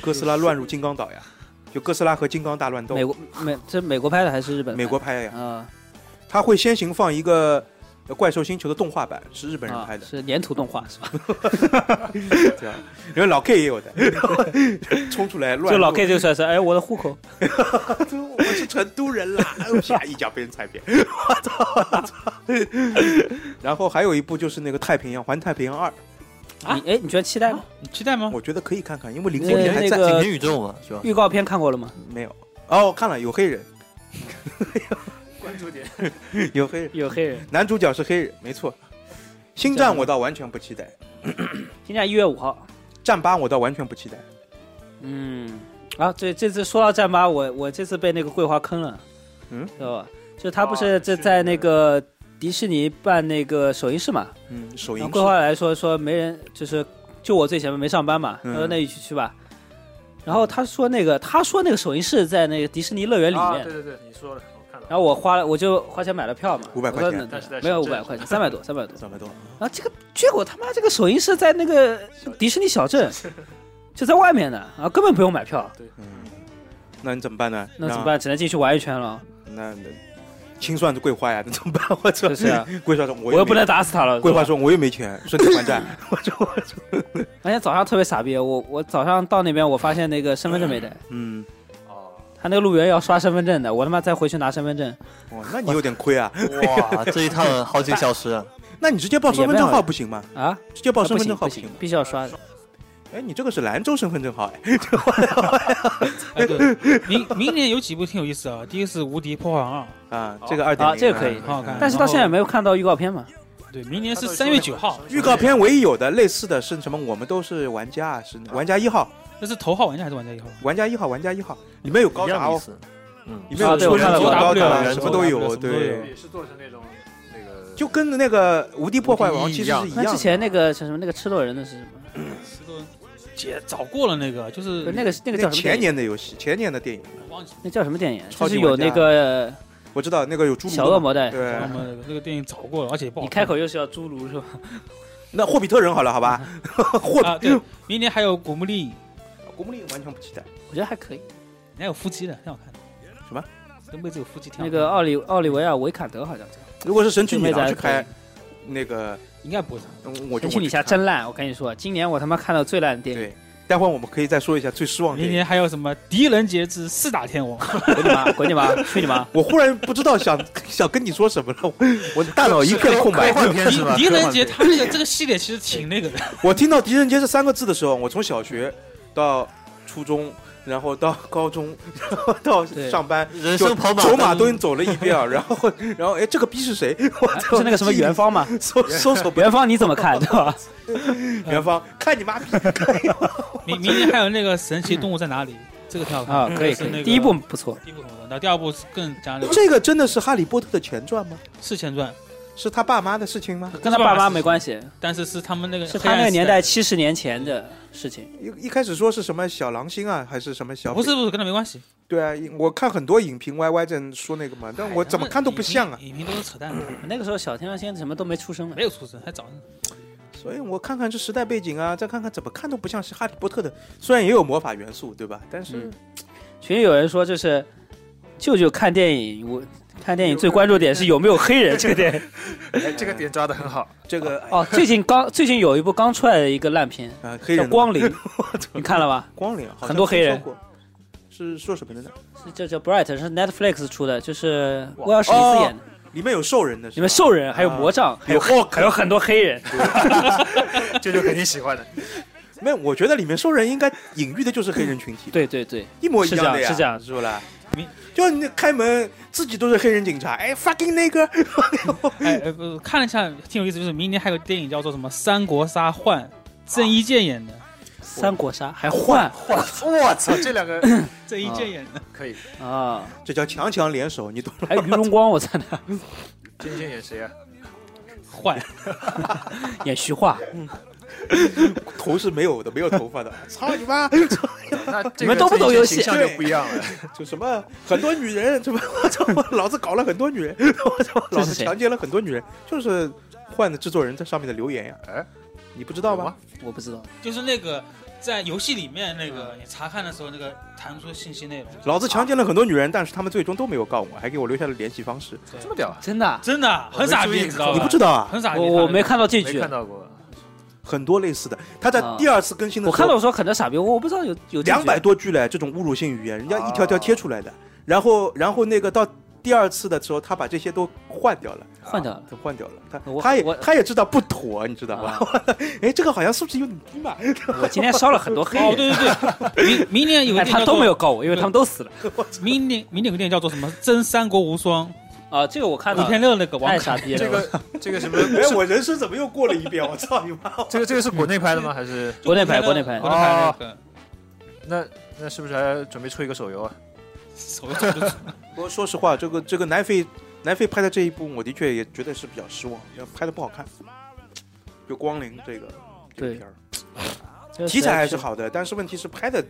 Speaker 4: 哥斯拉乱入金刚岛呀，就哥斯拉和金刚大乱斗
Speaker 7: 美。国美这美国拍的还是日本？
Speaker 4: 美国拍的呀，
Speaker 7: 啊
Speaker 4: 他会先行放一个呃《怪兽星球》的动画版，是日本人
Speaker 7: 啊
Speaker 4: 拍，的，
Speaker 7: 是粘土动画是吧？
Speaker 4: 这样。因为老 K 也
Speaker 7: [laughs]
Speaker 4: 有的，冲出来乱入。
Speaker 7: 就老 K 就说是哎，我的户口
Speaker 4: 我是成都人啦，哎呦吓一脚被人踩扁， [laughs] 我操！我操然后还有一部就是那个《太平洋环太平洋二》，
Speaker 5: 啊
Speaker 7: 你哎，你觉得期待吗？
Speaker 5: 你期待吗？
Speaker 4: 我觉得可以看看，因为零
Speaker 7: 那
Speaker 4: 零年还
Speaker 7: 那
Speaker 4: 在。
Speaker 8: 景
Speaker 7: 个
Speaker 8: 天宇宙嘛，
Speaker 7: [laughs]
Speaker 8: 是吧？
Speaker 7: 预告片看过了吗？
Speaker 4: 没有哦，看了有
Speaker 7: [laughs]
Speaker 4: 黑人，
Speaker 9: 关注点。
Speaker 4: [laughs] 有黑人，
Speaker 7: 有黑人，
Speaker 4: 男主角是黑人，没错。星战我倒完全不期待，
Speaker 7: 今年一月五号。
Speaker 4: 战八我倒完全不期待。
Speaker 7: 嗯，啊，这这次说到战八，我我这次被那个桂花坑了，
Speaker 4: 嗯，
Speaker 7: 知道吧？就他不
Speaker 9: 哦
Speaker 7: 是这
Speaker 9: 是
Speaker 7: 在那个迪士尼办那个首映式嘛，
Speaker 4: 嗯，首
Speaker 7: 然后啊
Speaker 4: 映
Speaker 7: 桂花来说说没人，就是就我最前面没上班嘛，
Speaker 4: 嗯
Speaker 7: 他说那一起去吧。然后他说那个他说那个首映式在那个迪士尼乐园里
Speaker 9: 啊，
Speaker 7: 面
Speaker 9: 对，对对，你说了，我看
Speaker 7: 然
Speaker 9: 了。
Speaker 7: 后我花了我就花钱买了票嘛，
Speaker 4: 500块钱
Speaker 7: 我说那
Speaker 9: 但是在
Speaker 7: 没有五
Speaker 9: 深圳
Speaker 7: 百块钱，三百多三百多。
Speaker 4: 三百多，
Speaker 7: 然后这个结果他妈这个首映是在那个迪士尼小镇，就在外面的，啊，根本不用买票，
Speaker 4: 嗯，那你怎么办呢？
Speaker 7: 那怎么办？只能进去玩一圈了。
Speaker 4: 那？那清算桂花呀，那怎么办？我操！
Speaker 7: 就是啊
Speaker 4: 桂花说，我
Speaker 7: 我又不
Speaker 4: 没
Speaker 7: 能打死他了。
Speaker 4: 桂
Speaker 7: 是吧
Speaker 4: 花说，我也没钱，身体还债。我说，我说，
Speaker 7: 而且哎早上特别傻逼，我我早上到那边，我发现那个身份证没带，
Speaker 4: 嗯，
Speaker 9: 哦，
Speaker 7: 他那个路边要刷身份证的，我他妈再回去拿身份证，
Speaker 4: 哇，那你有点亏啊。
Speaker 8: 哇，这一趟好几 [laughs] 个小时，啊
Speaker 4: 那你直接报身份证号不行吗？
Speaker 7: 啊，
Speaker 4: 直接报
Speaker 7: 不
Speaker 4: 身份
Speaker 7: 行
Speaker 4: 证
Speaker 7: 不
Speaker 4: 号
Speaker 7: 行
Speaker 4: 吗，？
Speaker 7: 必须要刷的。
Speaker 4: 哎，你这个是兰州身份证号哎。
Speaker 5: 哎，对，明明年有几部挺有意思啊。第一个是《无敌破坏王二
Speaker 4: 啊，这个二点
Speaker 7: 啊这个可以
Speaker 5: 好好看
Speaker 7: 但是到现在也没有看到预告片嘛，》，
Speaker 5: 对，明年是三月九号，
Speaker 4: 预告片唯一有的类似的是什么？我们都是玩家啊，是玩家一号，
Speaker 5: 那是头号玩家还是玩家啊一号？
Speaker 4: 玩家一号，玩家一号，里面有高
Speaker 8: 一
Speaker 4: 达
Speaker 8: 样意
Speaker 4: 哦，
Speaker 8: 思。嗯，
Speaker 4: 里面有
Speaker 7: 啊对
Speaker 4: 车
Speaker 7: 我看
Speaker 4: 轮
Speaker 7: 了
Speaker 4: 组、
Speaker 7: 我看
Speaker 4: 高
Speaker 5: 了
Speaker 4: 达
Speaker 5: 原
Speaker 4: 什
Speaker 5: 作
Speaker 4: 么都
Speaker 5: 什么
Speaker 4: 有，
Speaker 5: 都有
Speaker 4: 对，
Speaker 9: 也是做成那种那个，
Speaker 4: 就跟那个《无敌破坏王》其实是一
Speaker 7: 那
Speaker 4: 样
Speaker 7: 之
Speaker 4: 的。
Speaker 7: 前那个什么那个赤裸人的是什么？
Speaker 5: 姐早过了那个，就是
Speaker 7: 不是那个那个
Speaker 4: 那
Speaker 7: 叫什么
Speaker 4: 前
Speaker 7: 电影？
Speaker 4: 年的游戏，前年的电影，
Speaker 5: 我忘记了
Speaker 7: 那叫什么电影？
Speaker 4: 超
Speaker 7: 就
Speaker 4: 级
Speaker 7: 是有那个
Speaker 4: 我知道那个有侏儒
Speaker 7: 小恶
Speaker 4: 的嘛，
Speaker 7: 魔的，
Speaker 4: 对
Speaker 5: 我，们那个那个电影早过了，而且也不好
Speaker 7: 你
Speaker 5: 看。
Speaker 7: 开口又是要侏儒是吧？
Speaker 4: 那霍比特人好了，
Speaker 7: [laughs]
Speaker 4: 好吧，霍
Speaker 5: 啊，对，明年还有古墓丽影，
Speaker 4: 古墓丽影完全不期待，
Speaker 7: 我觉得还可以。
Speaker 5: 还有腹肌的，挺好看的。
Speaker 4: 什么？
Speaker 5: 跟妹子有腹肌，挺好看
Speaker 7: 那个
Speaker 5: 的
Speaker 7: 奥利奥利维亚维卡德好像叫，
Speaker 4: 如果是神奇女
Speaker 7: 这妹
Speaker 4: 郎
Speaker 7: 子
Speaker 4: 去
Speaker 7: 还可以
Speaker 4: 开，那个，
Speaker 5: 应该不会差。
Speaker 4: 嗯我就
Speaker 7: 神奇女侠
Speaker 4: 我去看
Speaker 7: 真烂，我跟你说，今年我他妈看到最烂的电影，
Speaker 4: 对，待会儿我们可以再说一下最失望的
Speaker 5: 明
Speaker 4: 电影。
Speaker 5: 年还有什么狄仁杰之四大天王？
Speaker 7: 滚你妈，滚你妈，去你妈！
Speaker 4: 我忽然不知道想 [laughs] 想跟你说什么
Speaker 7: [laughs]
Speaker 4: 了，我我大脑一片空白。
Speaker 8: 科幻片是吧？
Speaker 5: 狄狄仁杰
Speaker 8: 科幻
Speaker 5: 他这个这个系列其实挺那个的，
Speaker 4: 我听到“狄仁杰”这三个字的时候，我从小学到初中，然后到高中，然后到
Speaker 7: 对
Speaker 4: 上班，
Speaker 8: 片人
Speaker 4: 就
Speaker 8: 生跑马
Speaker 4: 走马灯走了一遍，啊然后然后哎，这个逼是谁？
Speaker 7: [laughs]
Speaker 4: 我
Speaker 7: 啊
Speaker 4: 操
Speaker 7: 不是那个什么元芳 [laughs] 吗？
Speaker 4: 搜搜索不
Speaker 7: 元芳你怎么看，对 [laughs] 吧？
Speaker 4: 元芳，看你妈逼！
Speaker 5: [laughs] 明明年还有那个神奇动物在
Speaker 7: [laughs]
Speaker 5: 哪里？这个挺好看
Speaker 7: 啊，可以，
Speaker 5: 是
Speaker 7: 可
Speaker 5: 那
Speaker 7: 以，
Speaker 5: 个
Speaker 7: 第一部不错，
Speaker 5: 第一部很好看然后第二部是更加那个
Speaker 4: 这个真的是《哈利波特》的前传吗？
Speaker 5: 是前传，
Speaker 4: 是他爸妈的事情吗？
Speaker 7: 跟他爸妈没
Speaker 5: 系，
Speaker 7: 关系，
Speaker 5: 但是是他们那个
Speaker 7: 是啊
Speaker 5: 黑
Speaker 7: 他
Speaker 5: 暗
Speaker 7: 那个年
Speaker 5: 时代
Speaker 7: 代七十年前的事情。
Speaker 4: 一一开始说是什么小狼星啊，还是什么小？
Speaker 5: 不是不是，跟他没关系。
Speaker 4: 对啊，我看很多影评 YY 在说那个嘛，
Speaker 7: 哎
Speaker 4: 但我怎么看都不像啊。
Speaker 5: 哎影评都是扯淡的，
Speaker 7: 那个时候小天狼星什么都没出生呢
Speaker 5: 没，有出身，还早呢。
Speaker 4: 所以我看看这时代背景啊，再看看怎么看都不像是哈利波特的，虽然也有魔法元素，对吧？但是
Speaker 9: [laughs]
Speaker 7: 嗯群里有人说就是舅舅看电影，我看电影最关注点是有没有黑人这个点。
Speaker 9: 哎，这个点抓的很好。
Speaker 4: 这个啊、
Speaker 7: 哦，最近刚最近有一部刚出来的一个烂片
Speaker 4: 呃黑
Speaker 7: 叫《
Speaker 4: 人的
Speaker 7: [laughs] 光临》，你看了吧？
Speaker 4: 光领，好像
Speaker 7: 很多黑人
Speaker 4: 听说过是说什么的呢？
Speaker 7: 是这叫 Bright，是 Netflix 出的，就是威尔史密斯演的，
Speaker 4: 里面有兽人的是吧，
Speaker 7: 里面兽人还有魔杖， [laughs] 哦还有还
Speaker 9: [laughs]
Speaker 7: 有很多黑人。
Speaker 9: 舅舅肯定喜欢的。
Speaker 4: 没有，我觉得里面兽人应该隐喻的就是黑人群体，
Speaker 7: [laughs] 对对对，
Speaker 4: 一模一样的呀，
Speaker 7: 是这样
Speaker 4: 是不啦
Speaker 5: 明？
Speaker 4: 就你开门，自己都是黑人警察，哎，fucking 那个， [laughs]
Speaker 5: 哎，呃不看了一下，挺有意思，就是明年还有个电影叫做什么《三国杀换》，郑伊健演的，
Speaker 7: 三国杀还换
Speaker 9: 我我操， [laughs] 这两个
Speaker 5: 郑伊健演的，
Speaker 9: 可以。
Speaker 7: 啊，
Speaker 4: 这叫强强联手，你懂吗？
Speaker 7: 还有于荣光，我操，
Speaker 9: 金星演谁啊？
Speaker 5: 换
Speaker 7: 演徐化，
Speaker 4: 头是没有的，没有头发的， [laughs] 操你妈！
Speaker 9: [laughs] 那这
Speaker 7: 你
Speaker 9: 个
Speaker 7: 们都不懂游戏
Speaker 9: 形象就不一样了。
Speaker 4: 就什么很多女人，什么我操，老子搞了很多女人， [laughs] 我操，
Speaker 7: 这
Speaker 4: 老
Speaker 7: 是
Speaker 4: 子
Speaker 7: 谁
Speaker 4: 强奸了很多女人，就是换的制作人在上面的留言呀。
Speaker 9: 哎，
Speaker 4: 你不知道
Speaker 9: 有
Speaker 4: 吗
Speaker 9: 吗？
Speaker 7: 我不知道，
Speaker 5: 就是那个在游戏里面那个你查看的时候，那个弹出的信息内容，
Speaker 4: 老子强奸了很多女人，但是他们最终都没有告我，还给我留下了联系方式。
Speaker 9: 这么屌啊？
Speaker 7: 真的啊，
Speaker 5: 真的啊很傻
Speaker 9: 我没注
Speaker 5: 逼，
Speaker 9: 意
Speaker 5: 你知道吧？
Speaker 7: 哦
Speaker 4: 你不知道啊？
Speaker 5: 很傻逼，
Speaker 7: 我我没
Speaker 5: 看
Speaker 7: 看到这
Speaker 9: 没
Speaker 7: 句
Speaker 9: 看，到过。啊
Speaker 4: 很多类似的，他在第二次更新的
Speaker 7: 哦我
Speaker 4: 时
Speaker 7: 看到
Speaker 4: 候，
Speaker 7: 我说很多傻逼，我我不知道有有这句
Speaker 4: 两百多句嘞，这种侮辱性语言，人家一条条贴出来的。然后，然后那个到第二次的时候，他把这些都换掉了，
Speaker 7: 换掉了。
Speaker 4: 都换掉了。他
Speaker 7: 我
Speaker 4: 他也
Speaker 7: 我
Speaker 4: 他也知道不妥，你知道吧
Speaker 7: 啊？
Speaker 4: [laughs] 哎，这个好像素质有点低嘛。
Speaker 7: 我今天烧了很多黑
Speaker 5: 哦，
Speaker 7: 人，
Speaker 5: 对对对，明明年有个
Speaker 7: [laughs] 哎，
Speaker 5: 电影叫
Speaker 7: 他
Speaker 5: 做
Speaker 7: 都没有告我，因为他们都死了。
Speaker 5: 明年明年有个电影叫做什么《真三国无双
Speaker 7: 啊，这个我》，看
Speaker 5: 古
Speaker 7: 到
Speaker 5: 天
Speaker 7: 了，
Speaker 5: 乐那个王
Speaker 7: 太
Speaker 5: 凯
Speaker 7: 傻逼了。
Speaker 9: 这个
Speaker 7: [laughs]
Speaker 9: 这个什么？
Speaker 4: 哎，我人生怎么又过了一遍？我操你妈！
Speaker 9: 这个这个是国内拍的吗？还是
Speaker 7: 国内拍国内拍
Speaker 5: 哦国内拍那个。
Speaker 9: 那那是不是还准备出一个手游啊？
Speaker 5: 手游怎么 [laughs] 出
Speaker 4: 不过说实话，这个这个南非南非拍的这一部，我的确也觉得是比较失望，要拍的不好看。就光临这个这个
Speaker 7: 对
Speaker 4: 片儿，
Speaker 7: 这
Speaker 4: 题
Speaker 7: 实在
Speaker 4: 材还是好的，但是问题是拍的，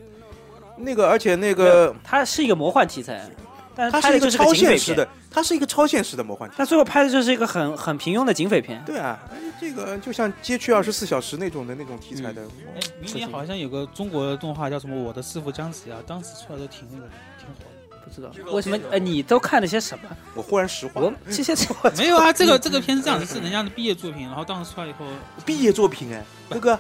Speaker 4: 那个而且那
Speaker 7: 没有
Speaker 4: 个
Speaker 7: 它是一个魔幻题材，但
Speaker 4: 它
Speaker 7: 拍
Speaker 4: 是一
Speaker 7: 的就
Speaker 4: 个
Speaker 7: 是个
Speaker 4: 超
Speaker 7: 警匪
Speaker 4: 现实
Speaker 7: 片，
Speaker 4: 的，它是一个超现实的魔幻。
Speaker 7: 但最后拍的就是一个很很平庸的警匪片。
Speaker 4: 对啊，哎这个就像《街区二十四小时》那种的那种题材的，
Speaker 7: 嗯
Speaker 5: 哎，明年好像有个中国动画叫什么《我的师傅姜子牙》，啊当时出来都挺那个，挺火的。
Speaker 7: 不知道为什么，呃，你都看了些什么？
Speaker 4: 我忽然实话，
Speaker 7: 我这
Speaker 4: [laughs]
Speaker 7: 些
Speaker 5: 没有啊，这个这个片是这样子，是人家的毕业作品，然后当时出来以后，
Speaker 4: 毕业作品哎，哥哥，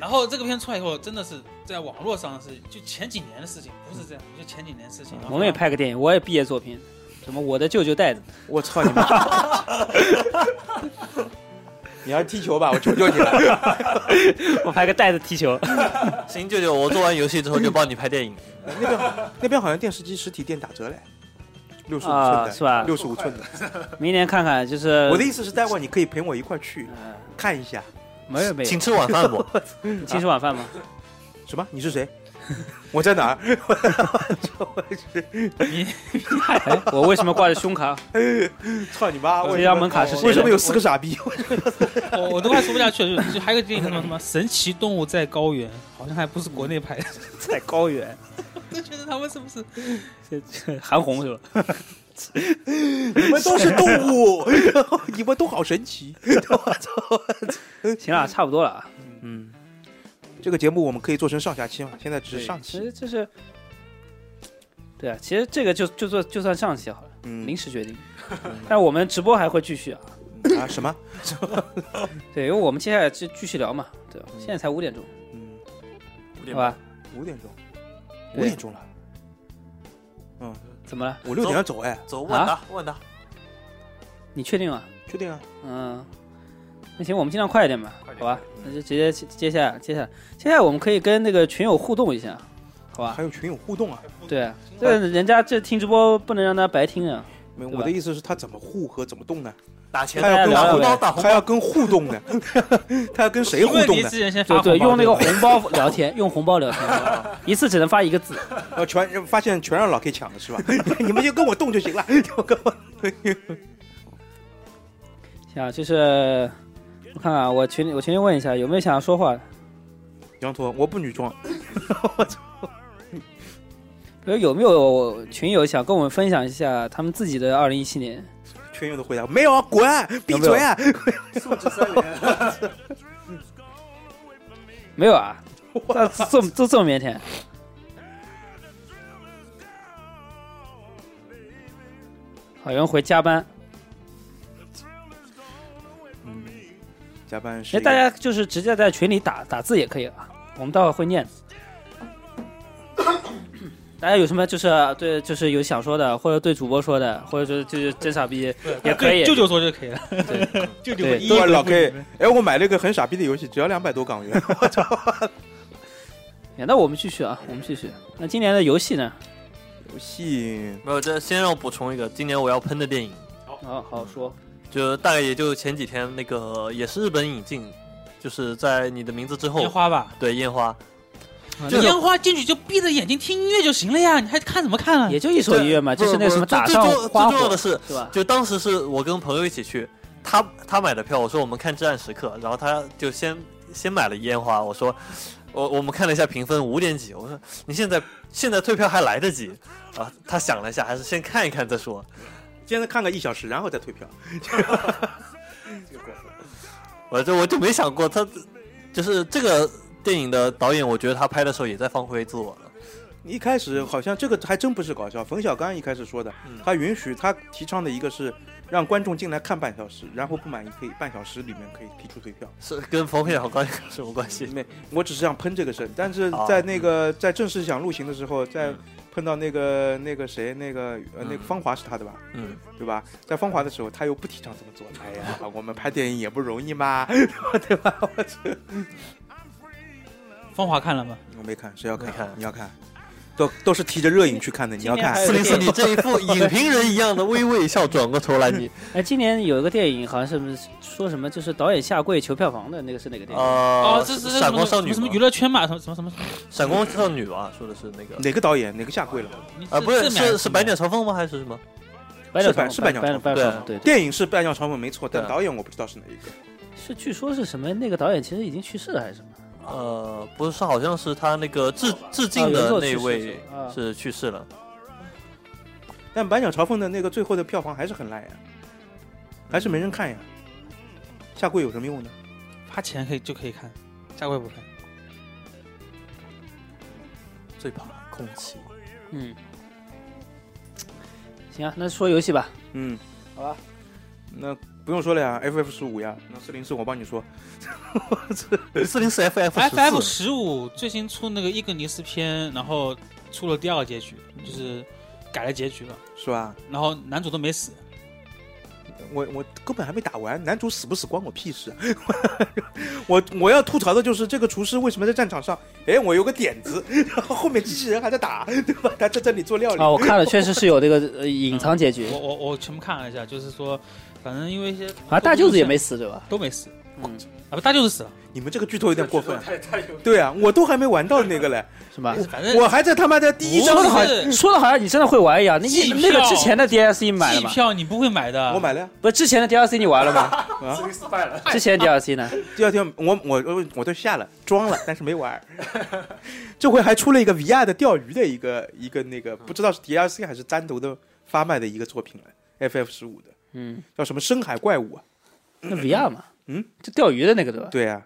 Speaker 5: 然后这个片出来以后，真的是在网络上是就前几年的事情，不是这样，就前几年的事 [laughs] 情。
Speaker 7: 我们也，拍个电影，我也毕业作品，什么我的舅舅带的，
Speaker 4: 我操你妈！
Speaker 7: [laughs]
Speaker 4: 你要踢球吧，我求求你了。
Speaker 7: 我拍个带着踢球，
Speaker 8: 行，舅舅，我做完游戏之后就帮你拍
Speaker 7: [laughs]
Speaker 8: 电影。
Speaker 4: 那边那边好像电视机实体店打折嘞，六十五寸
Speaker 7: 啊
Speaker 4: 的，
Speaker 7: 是吧
Speaker 4: 六十五寸的。
Speaker 7: 明年看看就是
Speaker 4: 我的意思是，待会儿你可以陪我一块去
Speaker 7: 嗯
Speaker 4: 看一下。
Speaker 7: 没有没有
Speaker 4: 啊
Speaker 8: 请，吃晚
Speaker 7: [laughs]
Speaker 8: 饭不？
Speaker 7: 你请吃晚
Speaker 4: [laughs]
Speaker 7: 饭吗？
Speaker 4: 什么？你是谁？我在哪儿？
Speaker 7: 哎，我为什么挂着胸卡？
Speaker 4: 操你妈！
Speaker 7: 这
Speaker 4: 为什
Speaker 7: 张
Speaker 4: 么
Speaker 7: 门卡是谁的？
Speaker 4: 为什么有四个傻
Speaker 7: [laughs]
Speaker 4: 逼？
Speaker 5: 我我都快说不下去了，就就还有一个电影叫什么什么《神奇动物在高原》，好像还不是国内
Speaker 9: [laughs]
Speaker 5: 拍的，
Speaker 7: 在高
Speaker 5: [laughs]
Speaker 7: 原？
Speaker 5: 就觉得他们是不是
Speaker 7: 韩红
Speaker 4: [laughs]
Speaker 7: 是吧？
Speaker 4: 你们都是动物， [laughs] 你们都好神奇。
Speaker 7: 行了，差不多了啊。
Speaker 4: 嗯，这个节目我们可以做成上下期嘛？现在只
Speaker 7: 对
Speaker 4: 是上
Speaker 7: 其
Speaker 4: 期。
Speaker 7: 实这是，对啊，其实这个就就做就算上期好了，
Speaker 4: 嗯
Speaker 7: 临时决定。但是我们直播还会继续啊，
Speaker 4: 啊什么？
Speaker 7: 对，因为我们接下来继继续聊嘛，对吧？现在才五点钟，
Speaker 4: 嗯，
Speaker 7: 好吧？
Speaker 4: 五点钟，
Speaker 7: 对
Speaker 4: 五点钟了，
Speaker 7: 怎么了？
Speaker 4: 我六点要走哎，
Speaker 8: 走，问
Speaker 7: 啊
Speaker 8: 他，问他。
Speaker 7: 你确定啊？
Speaker 4: 确定啊？
Speaker 7: 嗯，那行，我们尽量快一点吧，
Speaker 9: 快点
Speaker 7: 好吧？
Speaker 4: 嗯
Speaker 7: 那就直接接接下来，接下来，接下来我们可以跟那个群友互动一下，好吧
Speaker 4: 还？有群友互动啊？
Speaker 7: 对啊，这人家这听直播不能让他白听啊，
Speaker 4: 没有，
Speaker 7: 对吧
Speaker 4: 我的意思是，他怎么互和怎么动呢？
Speaker 8: 打钱
Speaker 4: 他要跟
Speaker 7: 大家
Speaker 4: 互
Speaker 7: 聊聊
Speaker 4: 动，
Speaker 7: 呗
Speaker 8: 打红
Speaker 4: 他要跟互动
Speaker 7: [laughs]
Speaker 4: 呢？他要跟谁互动
Speaker 5: 因为
Speaker 4: 呢
Speaker 5: 你？之前先发
Speaker 7: 对对，
Speaker 5: 红包
Speaker 7: 用那个
Speaker 5: 对吧
Speaker 7: 红包聊天，用红包聊天，一次只能发一个字，
Speaker 4: 呃，全发现全让老 K 抢
Speaker 7: [laughs]
Speaker 4: 了是吧？你们就跟我动就行了，就跟我。
Speaker 7: 行啊，就是我看看啊，我群里我群里问一下有没有想要说话的，
Speaker 4: 羊驼，我不女装，
Speaker 7: 比如有没有群友想跟我们分享一下他们自己的二零一七年？
Speaker 4: 群友的回答没有啊，滚，
Speaker 7: [laughs]
Speaker 4: 闭嘴啊！
Speaker 7: 没有啊，那这么这这么腼腆，好，有人回加班，
Speaker 4: 加班是
Speaker 7: 那
Speaker 4: 一个
Speaker 7: 哎大家就是直接在群里打打字也可以啊，我们待会儿会念的。大家有什么就是对就是有想说的，或者对主播说的，或者就是就是真傻逼也可
Speaker 5: 对，
Speaker 7: 以
Speaker 5: 舅舅说就可以了，舅舅
Speaker 7: 对
Speaker 5: 一一
Speaker 4: 都是老
Speaker 5: 回复你
Speaker 4: K
Speaker 5: 们。
Speaker 4: 哎，我买了一个很傻逼的游戏，只要两百多
Speaker 7: [laughs]
Speaker 4: 港元。
Speaker 7: 哎那我们继续啊，我们继续。那今年的游戏呢？
Speaker 4: 游戏
Speaker 8: 没有，这先让我补充一个，今年我要喷的电影，
Speaker 7: 好哦好说。
Speaker 8: 就大概也就前几天那个也是日本引进，就是在你的名字之后
Speaker 5: 烟，花吧，
Speaker 8: 对烟花，
Speaker 7: 啊
Speaker 8: 这
Speaker 5: 烟花进去就闭着眼睛听音乐就行了呀，你还看什么看啊？
Speaker 7: 也就一首音乐嘛，
Speaker 8: 不
Speaker 7: 就是那
Speaker 8: 不
Speaker 7: 什么
Speaker 8: 最
Speaker 7: 打
Speaker 8: 最
Speaker 7: 上
Speaker 8: 重
Speaker 7: 花
Speaker 8: 最重要
Speaker 7: 火
Speaker 8: 的是，
Speaker 7: 是吧？
Speaker 8: 就当时是我跟朋友一起去，他他买的票，我说我们看《至暗时刻》，然后他就先先买了烟花，我说我我们看了一下评分五点几，我说你现在现在退票还来得及啊？他想了一下，还是先看一看再说。
Speaker 4: 先看个一小时，然后再退票。
Speaker 8: 我就我就没想过他就是这个电影的导演，我觉得他拍的时候也在放飞自我了。
Speaker 4: 一开始好像这个还真不是搞笑，冯小刚一开始说的，他允许他提倡的一个是让观众进来看半小时，然后不满意可以半小时里面可以提出退票。
Speaker 8: 是跟冯小刚有什么关系？
Speaker 4: 没，我只是想喷这个事，但是在那个在正式想入刑的时候，在碰到那个那个谁那个呃那个芳华是他的吧？
Speaker 8: 嗯，
Speaker 4: 对吧？在芳华的时候，他又不提倡这么做。哎呀， [laughs] 我们拍电影也不容易嘛，对吧？我这
Speaker 5: 芳华看了吗？
Speaker 4: 我没看，谁要看？
Speaker 8: 没看
Speaker 4: 你要看？都都是提着热饮去看的。你要看
Speaker 8: 四零四，你哎这一副影评人一样的微微一笑，转过头来 [laughs] 你，
Speaker 7: 哎，今年有一个电影，好像是不是说什么就是导演下跪求票房的那个是哪个电影？
Speaker 8: 呃
Speaker 5: 哦，，这是
Speaker 8: 闪光少女
Speaker 5: 什么
Speaker 8: 吗
Speaker 5: 娱乐圈吧？什么什么什么？
Speaker 8: 闪光少女吧，说的是那个
Speaker 4: 哪个导演哪个下跪了？
Speaker 5: 你
Speaker 8: 啊，不是
Speaker 5: 字面
Speaker 8: 是是百鸟朝凤吗？还是什么？
Speaker 7: 百鸟朝凤
Speaker 4: 是百是百鸟
Speaker 7: 百
Speaker 4: 朝凤
Speaker 7: 百鸟朝凤对，
Speaker 4: 电影是《半鸟朝凤》没错，但
Speaker 8: 对
Speaker 4: 导演我不知道是哪一个。
Speaker 7: 是据说是什么那个导演其实已经去世了还是什么？
Speaker 8: 呃，不是，好像是他那个致致敬
Speaker 7: 啊原
Speaker 8: 的
Speaker 7: 作去
Speaker 8: 那
Speaker 7: 世
Speaker 8: 位
Speaker 7: 者啊
Speaker 8: 是去世了。
Speaker 4: 但《百鸟朝凤》的那个最后的票房还是很烂呀，还是没人看呀。下跪有什么用呢？
Speaker 5: 花钱可以就可以看，下回不看。
Speaker 8: 最怕空气。
Speaker 7: 嗯，行啊，那说游戏吧。
Speaker 4: 嗯，
Speaker 7: 好吧，
Speaker 4: 那不用说了呀，FF 十五呀，那四零四我帮你说，
Speaker 8: 四零四 FF
Speaker 5: FF
Speaker 8: 十
Speaker 5: 哎十五最新出那个伊格尼斯篇，然后出了第二个结局，就是改了结局了，
Speaker 4: 是吧？
Speaker 5: 然后男主都没死，
Speaker 4: 我我根本还没打完，男主死不死关我屁事。 [laughs] 我我要吐槽的就是这个厨师为什么在战场上，哎，我有个点子， [laughs] 然后后面机器人还在打，对吧？他在这里做料理，
Speaker 7: 啊，我看了，确实是有那个呃隐藏结局
Speaker 5: 我我我全部看了一下，就是说，反正因为一些
Speaker 7: 好啊像大舅子也没死对吧？
Speaker 5: 都没死
Speaker 7: 嗯，
Speaker 5: 啊，不大舅子死了，
Speaker 4: 你们这个剧透有点过分。对啊，我都还没玩到那个嘞，
Speaker 7: 是吧？
Speaker 5: 反正
Speaker 4: 我还在他妈的第一章
Speaker 7: 说
Speaker 5: 不
Speaker 7: 的
Speaker 5: 是
Speaker 7: 好像说的好像你真的会玩一样。那
Speaker 5: 机
Speaker 7: 你
Speaker 5: 票
Speaker 7: 那个之前的 DLC 买了
Speaker 5: 机
Speaker 7: 吗？
Speaker 5: 票你不会买的，
Speaker 4: 我买了呀。
Speaker 7: 不是之前的 DLC 你玩了吗？啊之前的 DLC 呢？
Speaker 4: 第二天我我我我都下了装了，但是没玩儿。
Speaker 5: [laughs]
Speaker 4: 这回还出了一个 VR 的钓鱼的一个一个那个不知道是 DLC 还是单独的发卖的一个作品了，FF 十五的 [laughs]
Speaker 7: 嗯，
Speaker 4: 叫什么深海怪物啊？
Speaker 7: 那 VR 嘛，
Speaker 4: 嗯，
Speaker 7: 就钓鱼的那个对吧？
Speaker 4: 对啊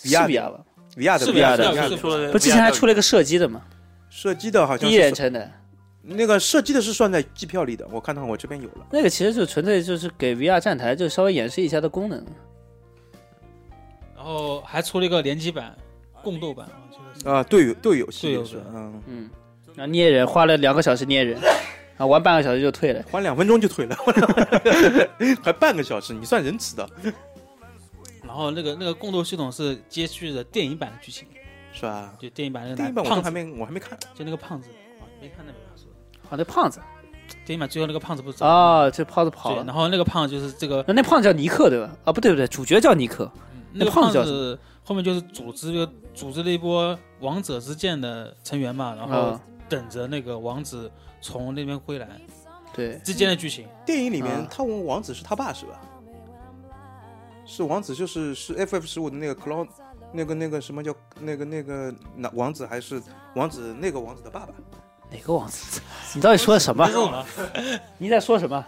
Speaker 7: 是
Speaker 4: VR 的
Speaker 7: VR 吧？
Speaker 4: ，VR 的
Speaker 5: 是
Speaker 4: VR 的
Speaker 5: 是
Speaker 4: VR
Speaker 5: 是
Speaker 4: 的
Speaker 8: 出了，
Speaker 7: 不，之前还出了一个射击的嘛，
Speaker 4: 射击的好像
Speaker 7: 第一人
Speaker 4: 是
Speaker 7: 称的
Speaker 4: 那个射击的是算在机票里的，我看到我这边有了。
Speaker 7: 那个，其实就纯粹就是给 VR 站台就稍微演示一下的功能。
Speaker 5: 然后还出了一个联机版、共斗版，我记得是
Speaker 4: 啊，队友队友系
Speaker 5: 队友
Speaker 4: 列是
Speaker 5: 的
Speaker 4: 嗯，
Speaker 7: 嗯，然后捏人花了两个小时捏人，啊，玩半个小时就退了。
Speaker 4: 玩两分钟就退了， [laughs] 还半个小时，你算仁慈的，
Speaker 5: 然后那个那个共斗系统是接续的电影版的剧情，
Speaker 4: 是吧？
Speaker 5: 就电影版那个
Speaker 4: 第一
Speaker 5: 男
Speaker 4: 版我都
Speaker 5: 胖
Speaker 4: 还
Speaker 5: 子，
Speaker 4: 没我还没看，
Speaker 5: 就那个胖子，啊没看那个胖子，
Speaker 7: 好，啊那胖子
Speaker 5: 电影版最后那个胖子不是走了吗
Speaker 7: 哦，这胖子跑
Speaker 5: 对，
Speaker 7: 了。
Speaker 5: 然后那个胖子就是这个
Speaker 7: 那那胖子叫尼克对吧？啊，不对不对，主角叫尼克。
Speaker 5: 那
Speaker 7: 那
Speaker 5: 个
Speaker 7: 胖
Speaker 5: 胖
Speaker 7: 子叫
Speaker 5: 子后面就是组织了组织了一波王者之剑的成员嘛，然后
Speaker 7: 啊，
Speaker 5: 等着那个王子从那边归来
Speaker 7: 对，
Speaker 5: 之间的剧情。
Speaker 4: 电影里面
Speaker 7: 啊，
Speaker 4: 他问王子是他爸是吧？是王子，就是是 F F 十五的那个 clone，那个那个什么叫那个那个那王子还是王子那个王子的爸爸？
Speaker 7: 哪个王子？ [laughs] 你到底说的什么？ [laughs] 你在说什么？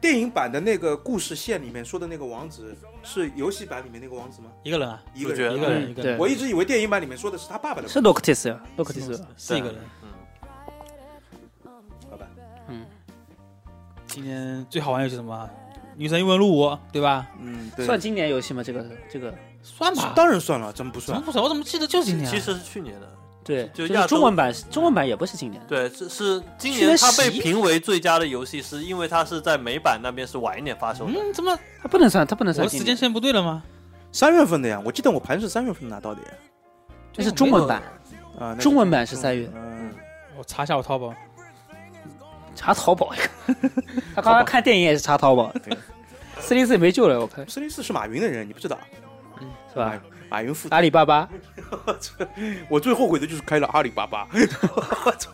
Speaker 4: 电影版的那个故事线里面说的那个王子是游戏版里面那个王子吗？
Speaker 5: 一个人啊，
Speaker 4: 一个人，
Speaker 8: 主
Speaker 5: 一
Speaker 8: 角
Speaker 5: 个人，
Speaker 7: 嗯
Speaker 5: 一个
Speaker 7: 对
Speaker 5: 人，
Speaker 4: 我一直以为电影版里面说的是他爸爸的，
Speaker 7: 是洛克蒂斯呀，洛克蒂斯吧。
Speaker 5: 是一个人。
Speaker 4: 好吧？
Speaker 7: 嗯，
Speaker 5: 今年最好玩游戏什么？女神异闻录五，对吧？
Speaker 4: 嗯，对，
Speaker 7: 算今年游戏吗？这个这个
Speaker 5: 算吧，
Speaker 4: 当然算了，真不
Speaker 5: 怎么
Speaker 7: 嗯
Speaker 4: 算。
Speaker 5: 不算？我怎么记得就是今年啊？
Speaker 8: 其实是去年的，
Speaker 7: 对，就
Speaker 8: 就
Speaker 7: 是
Speaker 8: 亚洲
Speaker 7: 中文版，中文版也不是今年。
Speaker 8: 对，这是今
Speaker 7: 去年
Speaker 8: 年它被
Speaker 7: 11
Speaker 8: 评为最佳的游戏，是因为它是在美版那边是晚一点发售的。
Speaker 5: 嗯，怎么
Speaker 7: 它不能算，它不能
Speaker 5: 我
Speaker 7: 算
Speaker 5: 的
Speaker 7: 今
Speaker 5: 时间，
Speaker 7: 年
Speaker 5: 线不对了吗？
Speaker 4: 三月份的呀，我记得我盘是三月份拿到的呀。
Speaker 7: 这是中文版，
Speaker 4: 啊，那个
Speaker 7: 中文版是三月。
Speaker 4: 嗯，
Speaker 5: 我查一下我淘宝。
Speaker 7: 查淘
Speaker 5: [laughs]
Speaker 7: 宝呀，他刚刚看电影也是查淘宝。 [laughs] 四零四也没救了，我看
Speaker 4: 四零四是马云的人，你不知道啊？
Speaker 7: 是吧？
Speaker 4: 马云富
Speaker 7: 阿里巴巴，
Speaker 4: 我最后悔的就是开了阿里巴 [laughs] 巴，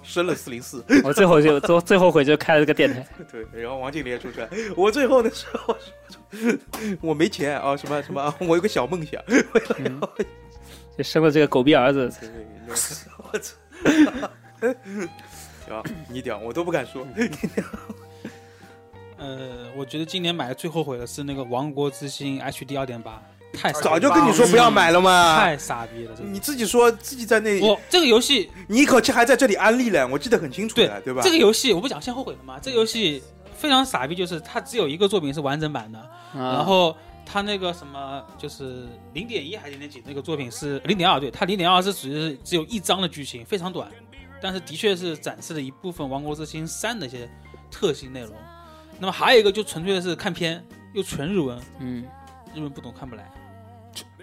Speaker 4: 升了四零四。
Speaker 7: 我最后就最最后悔就开了个电台。
Speaker 4: 对，然后王健林也出来。我最后的时候，我没钱啊，什么什么啊，我有个小梦想。
Speaker 7: 就生了这个狗逼儿子，
Speaker 4: 对那个我操！屌，啊你屌，我都不敢说。
Speaker 5: 呃，我觉得今年买的最后悔的是那个《王国之心》HD 二点八，太傻逼
Speaker 4: 早
Speaker 5: 了
Speaker 4: 就跟你说不要买了嘛，
Speaker 5: 太傻逼了，这
Speaker 4: 你自己说自己在那
Speaker 5: 个。，我这个游戏
Speaker 4: 你一口气还在这里安利了，我记得很清楚
Speaker 5: 对
Speaker 4: 的，对吧
Speaker 5: 这？个游戏我不讲先后悔了吗？这个游戏非常傻逼，就是它只有一个作品是完整版的，然
Speaker 7: 然
Speaker 5: 后它那个什么就是零点一还是零点几那个作品是零点二，对，它零点二是只是只有一章的剧情，非常短，但是的确是展示了一部分《王国之心三》的一些特性内容。那么还有一个就纯粹的是看片，又纯日文，
Speaker 7: 嗯，
Speaker 5: 日文不懂看不来。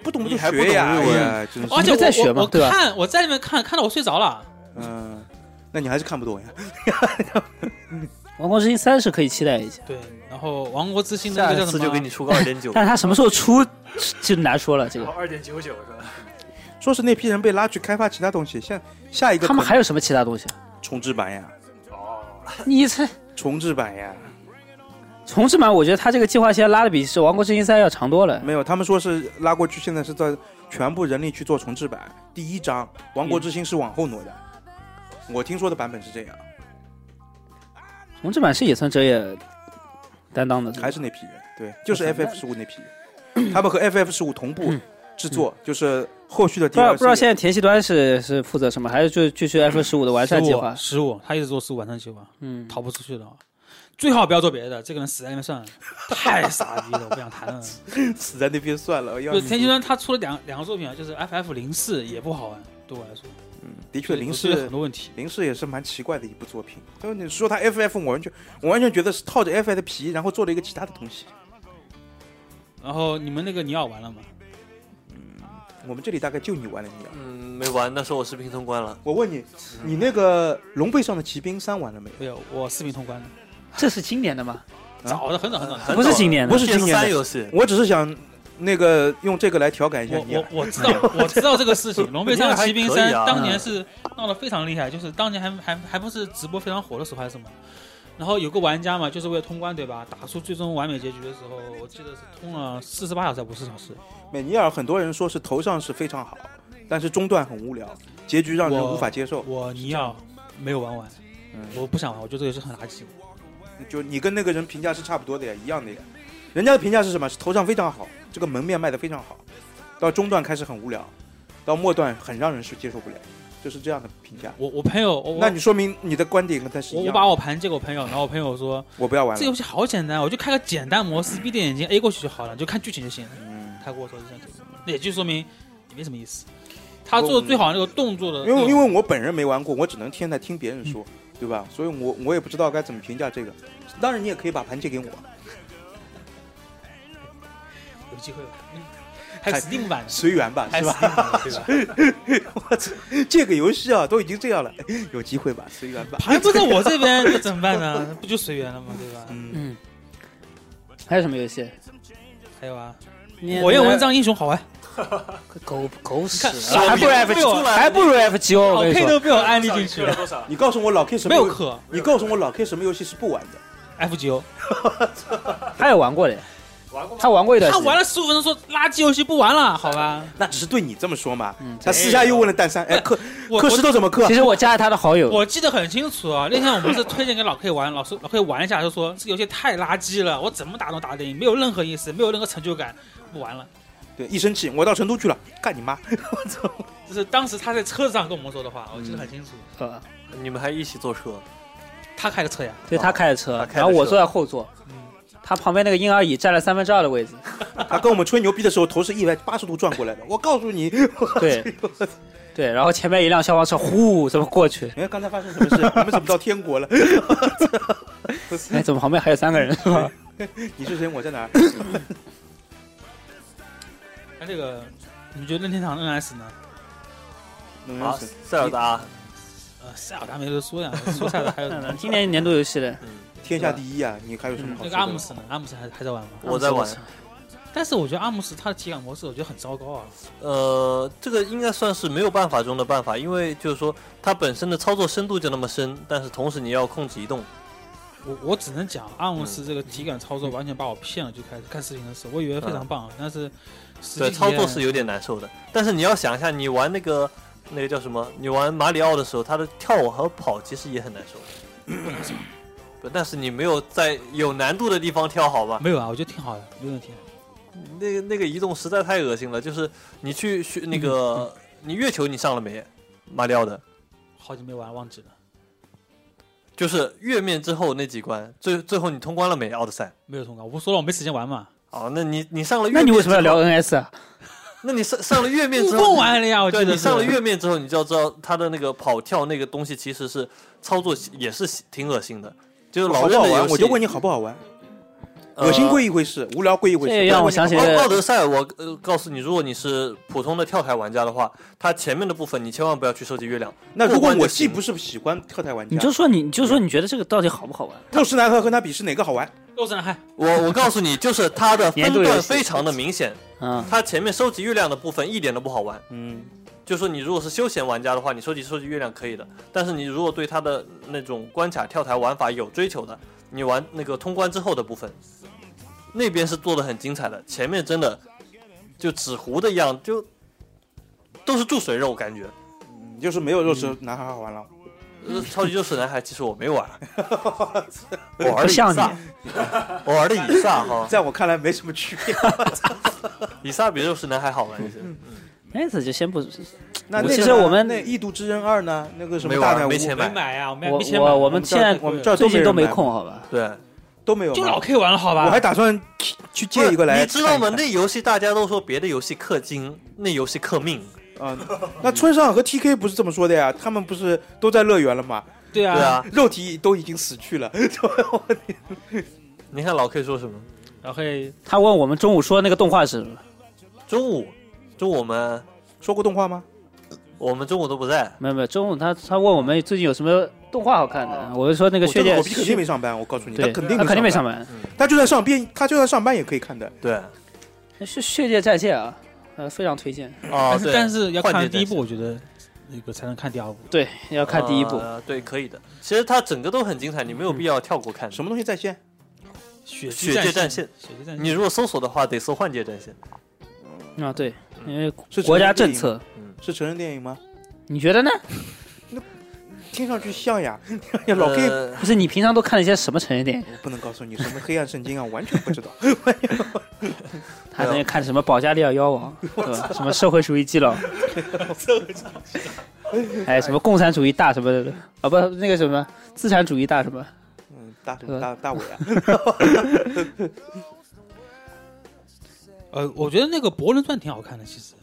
Speaker 4: 不懂
Speaker 8: 你
Speaker 4: 就
Speaker 8: 还不
Speaker 4: 学呀，
Speaker 8: 懂日文
Speaker 4: 哎呀真是
Speaker 5: 而且
Speaker 7: 你们
Speaker 5: 我
Speaker 7: 在学嘛
Speaker 5: 我我
Speaker 7: 对吧
Speaker 5: 看我在那边看看到我睡着了，
Speaker 4: 嗯，那你还是看不懂呀？
Speaker 7: 王国之心三》是可以期待一下，
Speaker 5: 对，然后《王国之心》的
Speaker 8: 下
Speaker 5: 那个
Speaker 8: 一
Speaker 5: 叫什
Speaker 8: 次就给
Speaker 5: 么
Speaker 8: 你？出个二点九。
Speaker 7: 但是他什么时候出就难说了。这个
Speaker 9: 哦二点九九是吧？
Speaker 4: 说是那批人被拉去开发其他东西，像下一个
Speaker 7: 他们
Speaker 4: 可能
Speaker 7: 还有什么其他东西？
Speaker 4: 重置版呀，
Speaker 9: 哦
Speaker 7: 你这
Speaker 4: 重置版呀，
Speaker 7: 重置版，我觉得他这个计划现在拉的比是《王国之心三》要长多了。
Speaker 4: 没有，他们说是拉过去，现在是在全部人力去做重置版。第一章《王国之心》是往后挪的，我听说的版本是这样，
Speaker 7: 重置版是野村哲也担当的，
Speaker 4: 还是那批人，对，就是
Speaker 7: 嗯
Speaker 4: FF 十五那批人，他们和 FF 十五同步制作，就是后续的
Speaker 7: 不知道
Speaker 4: DLC
Speaker 7: 嗯不知道现在田系端是是负责什么，还是就继续 F 十五的完善计划？
Speaker 5: 十五，他一直做十五完善计划，
Speaker 7: 嗯，
Speaker 5: 逃不出去的啊。最好不要做别的，这个人死在那边算了，太傻逼了，我不想谈了。
Speaker 4: 死在那边算了。要
Speaker 5: 就田鸡端他出了两两个作品啊，就是 FF 零四也不好玩，对我来说，
Speaker 4: 的确零
Speaker 5: 是
Speaker 4: 四
Speaker 5: 很多问题。
Speaker 4: 零四也是蛮奇怪的一部作品，但是你说它 FF，我完全我完全觉得是套着 FF 的皮，然后做了一个其他的东西。
Speaker 5: 然后你们那个尼奥玩了吗？
Speaker 4: 我们这里大概就你玩了你啊。
Speaker 8: 嗯，没玩，那时候我视频通关了。
Speaker 4: 我问你，你那个龙背上的骑兵三玩了没有？
Speaker 5: 没有，我视频通关的，
Speaker 7: 这是今年的吗？
Speaker 4: 啊
Speaker 5: 早的很早很早。
Speaker 7: 不是今年的
Speaker 4: 不，是今年
Speaker 8: 三
Speaker 4: 的
Speaker 8: 游戏，
Speaker 4: 我只是想那个用这个来调侃一下你
Speaker 5: 我
Speaker 4: 啊。
Speaker 5: 我我知道我知道这个
Speaker 4: [laughs]
Speaker 5: 事情，《龙背上的骑兵
Speaker 8: 还可
Speaker 5: 三
Speaker 8: 以》啊
Speaker 5: 当年是闹得非常厉害，就是当年还还还不是直播非常火的时候还是什么，然后有个玩家嘛，就是为了通关对吧，打出最终完美结局的时候，我记得是通了四十八小时还是五十小时，
Speaker 4: 美哎尼尔很多人说是头上是非常好，但是中段很无聊，结局让人
Speaker 5: 我
Speaker 4: 无法接受。
Speaker 5: 我尼奥没有玩完，
Speaker 4: 嗯
Speaker 5: 我不想玩，我觉得这个游戏很垃圾。
Speaker 4: 就你跟那个人评价是差不多的呀，一样的呀。人家的评价是什么？是头上非常好，这个门面卖的非常好，到中段开始很无聊，到末段很让人是接受不了，就是这样的评价。
Speaker 5: 我我朋友，我
Speaker 4: 那你说明你的观点跟他是
Speaker 5: 我
Speaker 4: 一
Speaker 5: 我
Speaker 4: 样
Speaker 5: 把
Speaker 4: 的。
Speaker 5: 我盘借给我朋友，然后我朋友说
Speaker 4: 我不要玩
Speaker 5: 这游
Speaker 4: 了。
Speaker 5: 戏好简单，我就开个简单模式，闭着眼睛 A 过去就好了，你就看剧情就行了。
Speaker 4: 嗯，
Speaker 5: 他跟我说是这样子，那也就说明也没什么意思。他做的最好那个嗯动作的，
Speaker 4: 因为因
Speaker 5: 为
Speaker 4: 为我本人没玩过，我只能现在听别人说，对吧？所以我我也不知道该怎么评价这个。当然，你也可以把盘借给我。
Speaker 5: 有机会吧，嗯还有 Steam 版的，
Speaker 4: 随缘吧，
Speaker 5: 还
Speaker 4: [laughs] 是
Speaker 5: 有
Speaker 4: 吧？
Speaker 5: Steam 版的对吧？
Speaker 4: 这个游戏啊，都已经这样了，有机会吧，随缘吧。
Speaker 5: 还不在我这边，那怎么办呢？那不就随缘了吗？对吧？
Speaker 4: 嗯，
Speaker 7: 嗯，还有什么游戏？
Speaker 5: 还有啊，
Speaker 7: 你
Speaker 5: 火焰文章英雄
Speaker 4: [laughs]
Speaker 5: 好玩，
Speaker 7: 狗狗屎，
Speaker 5: 看哦
Speaker 7: 还不如
Speaker 5: 傻逼
Speaker 7: F
Speaker 5: 都没有
Speaker 7: 还不如 F G O。
Speaker 5: 老
Speaker 7: 我跟你
Speaker 5: K
Speaker 7: 说，
Speaker 5: 都被我安利进去了，
Speaker 4: [laughs]
Speaker 9: 多少？
Speaker 4: 嗯你告诉我老 K 什么
Speaker 5: 没有
Speaker 4: 游？
Speaker 5: 氪
Speaker 4: 你告诉我老 K 什么游戏是不玩的？
Speaker 5: FGO，
Speaker 7: 他也玩过的，
Speaker 9: 玩过吗？
Speaker 7: 他玩过一段
Speaker 5: 他
Speaker 7: 时间
Speaker 5: 玩。了十五分钟说垃圾游戏不玩了，好吧？
Speaker 4: [laughs] 那只是对你这么说嘛。
Speaker 7: 嗯
Speaker 4: 他私下又问了蛋三，哎，克
Speaker 5: 我
Speaker 4: 克石头怎么克
Speaker 7: 其？实我加了他的
Speaker 5: [laughs]
Speaker 7: 好友，
Speaker 5: 我记得很清楚啊，那天我们是推荐给老 K 玩，老师老 K 玩一下，就说这个游戏太垃圾了，我怎么打都打不赢，没有任何意思，没有任何成就感，不玩了。
Speaker 4: 对，一生气，我到成都去了，干你妈！
Speaker 5: 这是当时他在车子上跟我们说的话，我记得很清楚。
Speaker 7: 呃，
Speaker 8: 你们还一起坐车，
Speaker 5: 他开个车呀，
Speaker 7: 哦对他开的车嗯
Speaker 8: 他，开的
Speaker 7: 然后我
Speaker 8: 车
Speaker 7: 坐在后座，他旁边那个婴儿椅占了三分之二的位置。
Speaker 4: 他跟我们吹牛逼的时候，头是一百八十度转过来的。我告诉你，
Speaker 7: [laughs] 对，对，然后前面一辆消防车呼怎么过去？ [laughs]
Speaker 4: 哎，刚才发生什么事？我们怎么到天国了？ [laughs]
Speaker 7: 哎，怎么旁边还有三个人？是吧？
Speaker 4: 你是谁？我在哪儿？
Speaker 5: 他这个你们觉得任天堂 NS 呢？
Speaker 4: 能认
Speaker 8: 啊，
Speaker 4: 识
Speaker 8: 塞尔达，
Speaker 5: 呃，塞尔达没得说呀， [laughs] 说塞尔达还有什么
Speaker 7: [laughs] 今年年度游戏的，
Speaker 4: 天下第一啊！你还有什么好
Speaker 5: 那
Speaker 4: 说
Speaker 5: 嗯个
Speaker 4: 的？
Speaker 5: 阿姆斯呢？阿姆斯还还在玩吗？
Speaker 8: 我在玩。
Speaker 5: 但是我觉得阿姆斯他的体感模式我觉得很糟糕啊。
Speaker 8: 呃，这个应该算是没有办法中的办法，因为就是说它本身的操作深度就那么深，但是同时你要控制移动。
Speaker 5: 我我只能讲阿姆斯这个体感操作完全把我骗了，就开始看视频的时候，我以为非常棒，啊但是实际啊
Speaker 8: 对，
Speaker 5: 体
Speaker 8: 操作
Speaker 5: 验
Speaker 8: 是有点难受的。但是你要想一下，你玩那个那个叫什么？你玩马里奥的时候，它的跳和跑其实也很难受。
Speaker 5: [clears throat]
Speaker 8: 不，但是你没有在有难度的地方跳好吧？
Speaker 5: 没有啊，我觉得挺好的，没问题。
Speaker 8: 那个那个移动实在太恶心了，就是你去去
Speaker 5: [laughs]
Speaker 8: 那个你月球你上了没？马里奥的，
Speaker 5: 好久没玩，忘记了，
Speaker 8: 就是月面之后那几关，最最后你通关了没？奥德赛。
Speaker 5: 没有通关。我不说了，我没时间玩嘛。
Speaker 8: 哦，那你你上了月
Speaker 7: 那你为
Speaker 8: 面
Speaker 7: 什么要聊 NS 啊？
Speaker 8: 那你上上了月面
Speaker 5: 悟
Speaker 8: 之后
Speaker 5: 空，玩了呀，我记
Speaker 8: 对
Speaker 5: 得
Speaker 8: 你
Speaker 5: 是
Speaker 8: 上了月面之后，你就要知道它的那个跑跳那个东西其实是操作也是挺恶心的，就是
Speaker 4: 好
Speaker 8: 老
Speaker 4: 不
Speaker 8: 任
Speaker 4: 好
Speaker 8: 的游
Speaker 4: 玩？
Speaker 8: 戏。
Speaker 4: 我就问你好不好玩？
Speaker 8: 呃
Speaker 4: 恶心归一回事，无聊归一回
Speaker 7: 这也
Speaker 4: 事。
Speaker 7: 让我想起
Speaker 8: 奥奥德赛，我呃告诉你，如果你是普通的跳台玩家的话，它前面的部分你千万不要去收集月亮。
Speaker 4: 那如
Speaker 8: 过
Speaker 4: 果
Speaker 8: 关就
Speaker 4: 我既
Speaker 8: 行
Speaker 4: 不是喜欢跳台玩家，
Speaker 7: 你就说你，你就说你觉得这个到底好不好玩？
Speaker 4: 肉食男和和他比是哪个好玩？
Speaker 5: 肉身还
Speaker 8: 我我告诉你，就是它的
Speaker 7: 年
Speaker 8: 分
Speaker 7: 度游戏
Speaker 8: 段非常的明显，
Speaker 7: 嗯，
Speaker 8: 它前面收集月亮的部分一点都不好玩。
Speaker 4: 嗯，
Speaker 8: 就说你如果是休闲玩家的话，你收集收集月亮可以的，但是你如果对它的那种关卡跳台玩法有追求的，你玩那个通关之后的部分，那边是做的很精彩的，前面真的就纸糊的一样，就都是注水肉感觉。
Speaker 4: 你就是没有肉食男孩好玩了。
Speaker 7: 嗯
Speaker 8: 呃超级肉食男孩其实我
Speaker 4: [laughs]
Speaker 8: 没玩，我玩
Speaker 7: 不
Speaker 8: 的以
Speaker 7: 像你，
Speaker 8: 撒， [laughs] 我玩的以撒哈，
Speaker 4: 在我看来没什么区
Speaker 7: [laughs]
Speaker 4: 别。
Speaker 8: 以撒比肉食男孩好玩一些。
Speaker 4: 嗯
Speaker 7: 那次就先不，
Speaker 4: 那那
Speaker 7: 其
Speaker 4: 个
Speaker 7: 实
Speaker 4: 呢
Speaker 7: 我们
Speaker 4: 那《异度之刃二》呢？那个什
Speaker 8: 没
Speaker 4: 么大
Speaker 8: 玩，
Speaker 4: 奶屋
Speaker 8: 没钱
Speaker 5: 没
Speaker 8: 买，
Speaker 5: 买啊，我没
Speaker 7: 我
Speaker 5: 没钱买。
Speaker 7: 我我们现在
Speaker 4: 我们这儿
Speaker 7: 最近
Speaker 4: 人
Speaker 7: 都没
Speaker 4: 买
Speaker 7: 空，好吧？
Speaker 8: 对，
Speaker 4: 都没有买，
Speaker 5: 就老 K 玩了，好吧？
Speaker 4: 我还打算去去借一个来
Speaker 8: 啊你知道吗？
Speaker 4: 看一
Speaker 8: 那游戏大家都说别的游戏氪金，那游戏氪命。
Speaker 4: 看？嗯，那村上和 TK 不是这么说的呀？他们不是都在乐园了吗？
Speaker 5: 对
Speaker 8: 对
Speaker 5: 啊，
Speaker 8: 啊，
Speaker 4: 肉体都已经死去了， [laughs]
Speaker 8: 你看老 K 说什么？
Speaker 5: 老 K
Speaker 8: 哦
Speaker 7: 他问我们中午说那个动画是什么？
Speaker 8: 中午，中午我们
Speaker 4: 说过动画吗？
Speaker 8: 我们中午都不在。
Speaker 7: 没有没有，中午他他问我们最近有什么动画好看的，哦我就说那个
Speaker 4: 我
Speaker 7: 薛
Speaker 4: 这
Speaker 7: 姐
Speaker 4: 我，肯定没上班，我告诉你，他
Speaker 7: 对，
Speaker 4: 肯
Speaker 7: 他肯定
Speaker 4: 定
Speaker 7: 没
Speaker 4: 没
Speaker 7: 上
Speaker 4: 上班，
Speaker 7: 班。
Speaker 4: 他就算上班，他就算上班也可以看的。
Speaker 8: 对，
Speaker 7: 是血界再见啊，呃，非常推荐。
Speaker 8: 哦
Speaker 5: 但，是
Speaker 8: 对，
Speaker 5: 但是要
Speaker 8: 换
Speaker 5: 看
Speaker 8: 点
Speaker 5: 第一部，
Speaker 8: 再
Speaker 5: 我觉得那个才能看第二部。
Speaker 7: 对，要看第一部。
Speaker 8: 呃对，可以的。其实它整个都很精彩，你没有必要跳过看。
Speaker 4: 什么东西在线？
Speaker 5: 血
Speaker 8: 血界战线？
Speaker 5: 血界战
Speaker 8: 你
Speaker 5: 线？
Speaker 8: 如果搜索的话，得搜《幻界战线》。
Speaker 7: 啊，对，因为
Speaker 4: 嗯是
Speaker 7: 国家
Speaker 4: 成人
Speaker 7: 政
Speaker 4: 电影
Speaker 7: 策，
Speaker 4: 是成人电影吗？
Speaker 7: 你觉得呢？
Speaker 4: 听上去像呀， [laughs] 老 K
Speaker 8: 呃
Speaker 7: 不是你平常都看了一些什么成人电影？
Speaker 4: 不能告诉你什么黑暗圣经啊，完全不知道。 [laughs]
Speaker 7: 他那看什么《保加利亚妖
Speaker 4: [laughs]
Speaker 7: 王》，对吧？什么社会主义基佬，哎，什么共产主义大什么的，啊不，那个什么资产主义大什么，
Speaker 4: 嗯，大大大伟啊，
Speaker 5: 呃，我觉得那个《博人传》挺好看的，其实。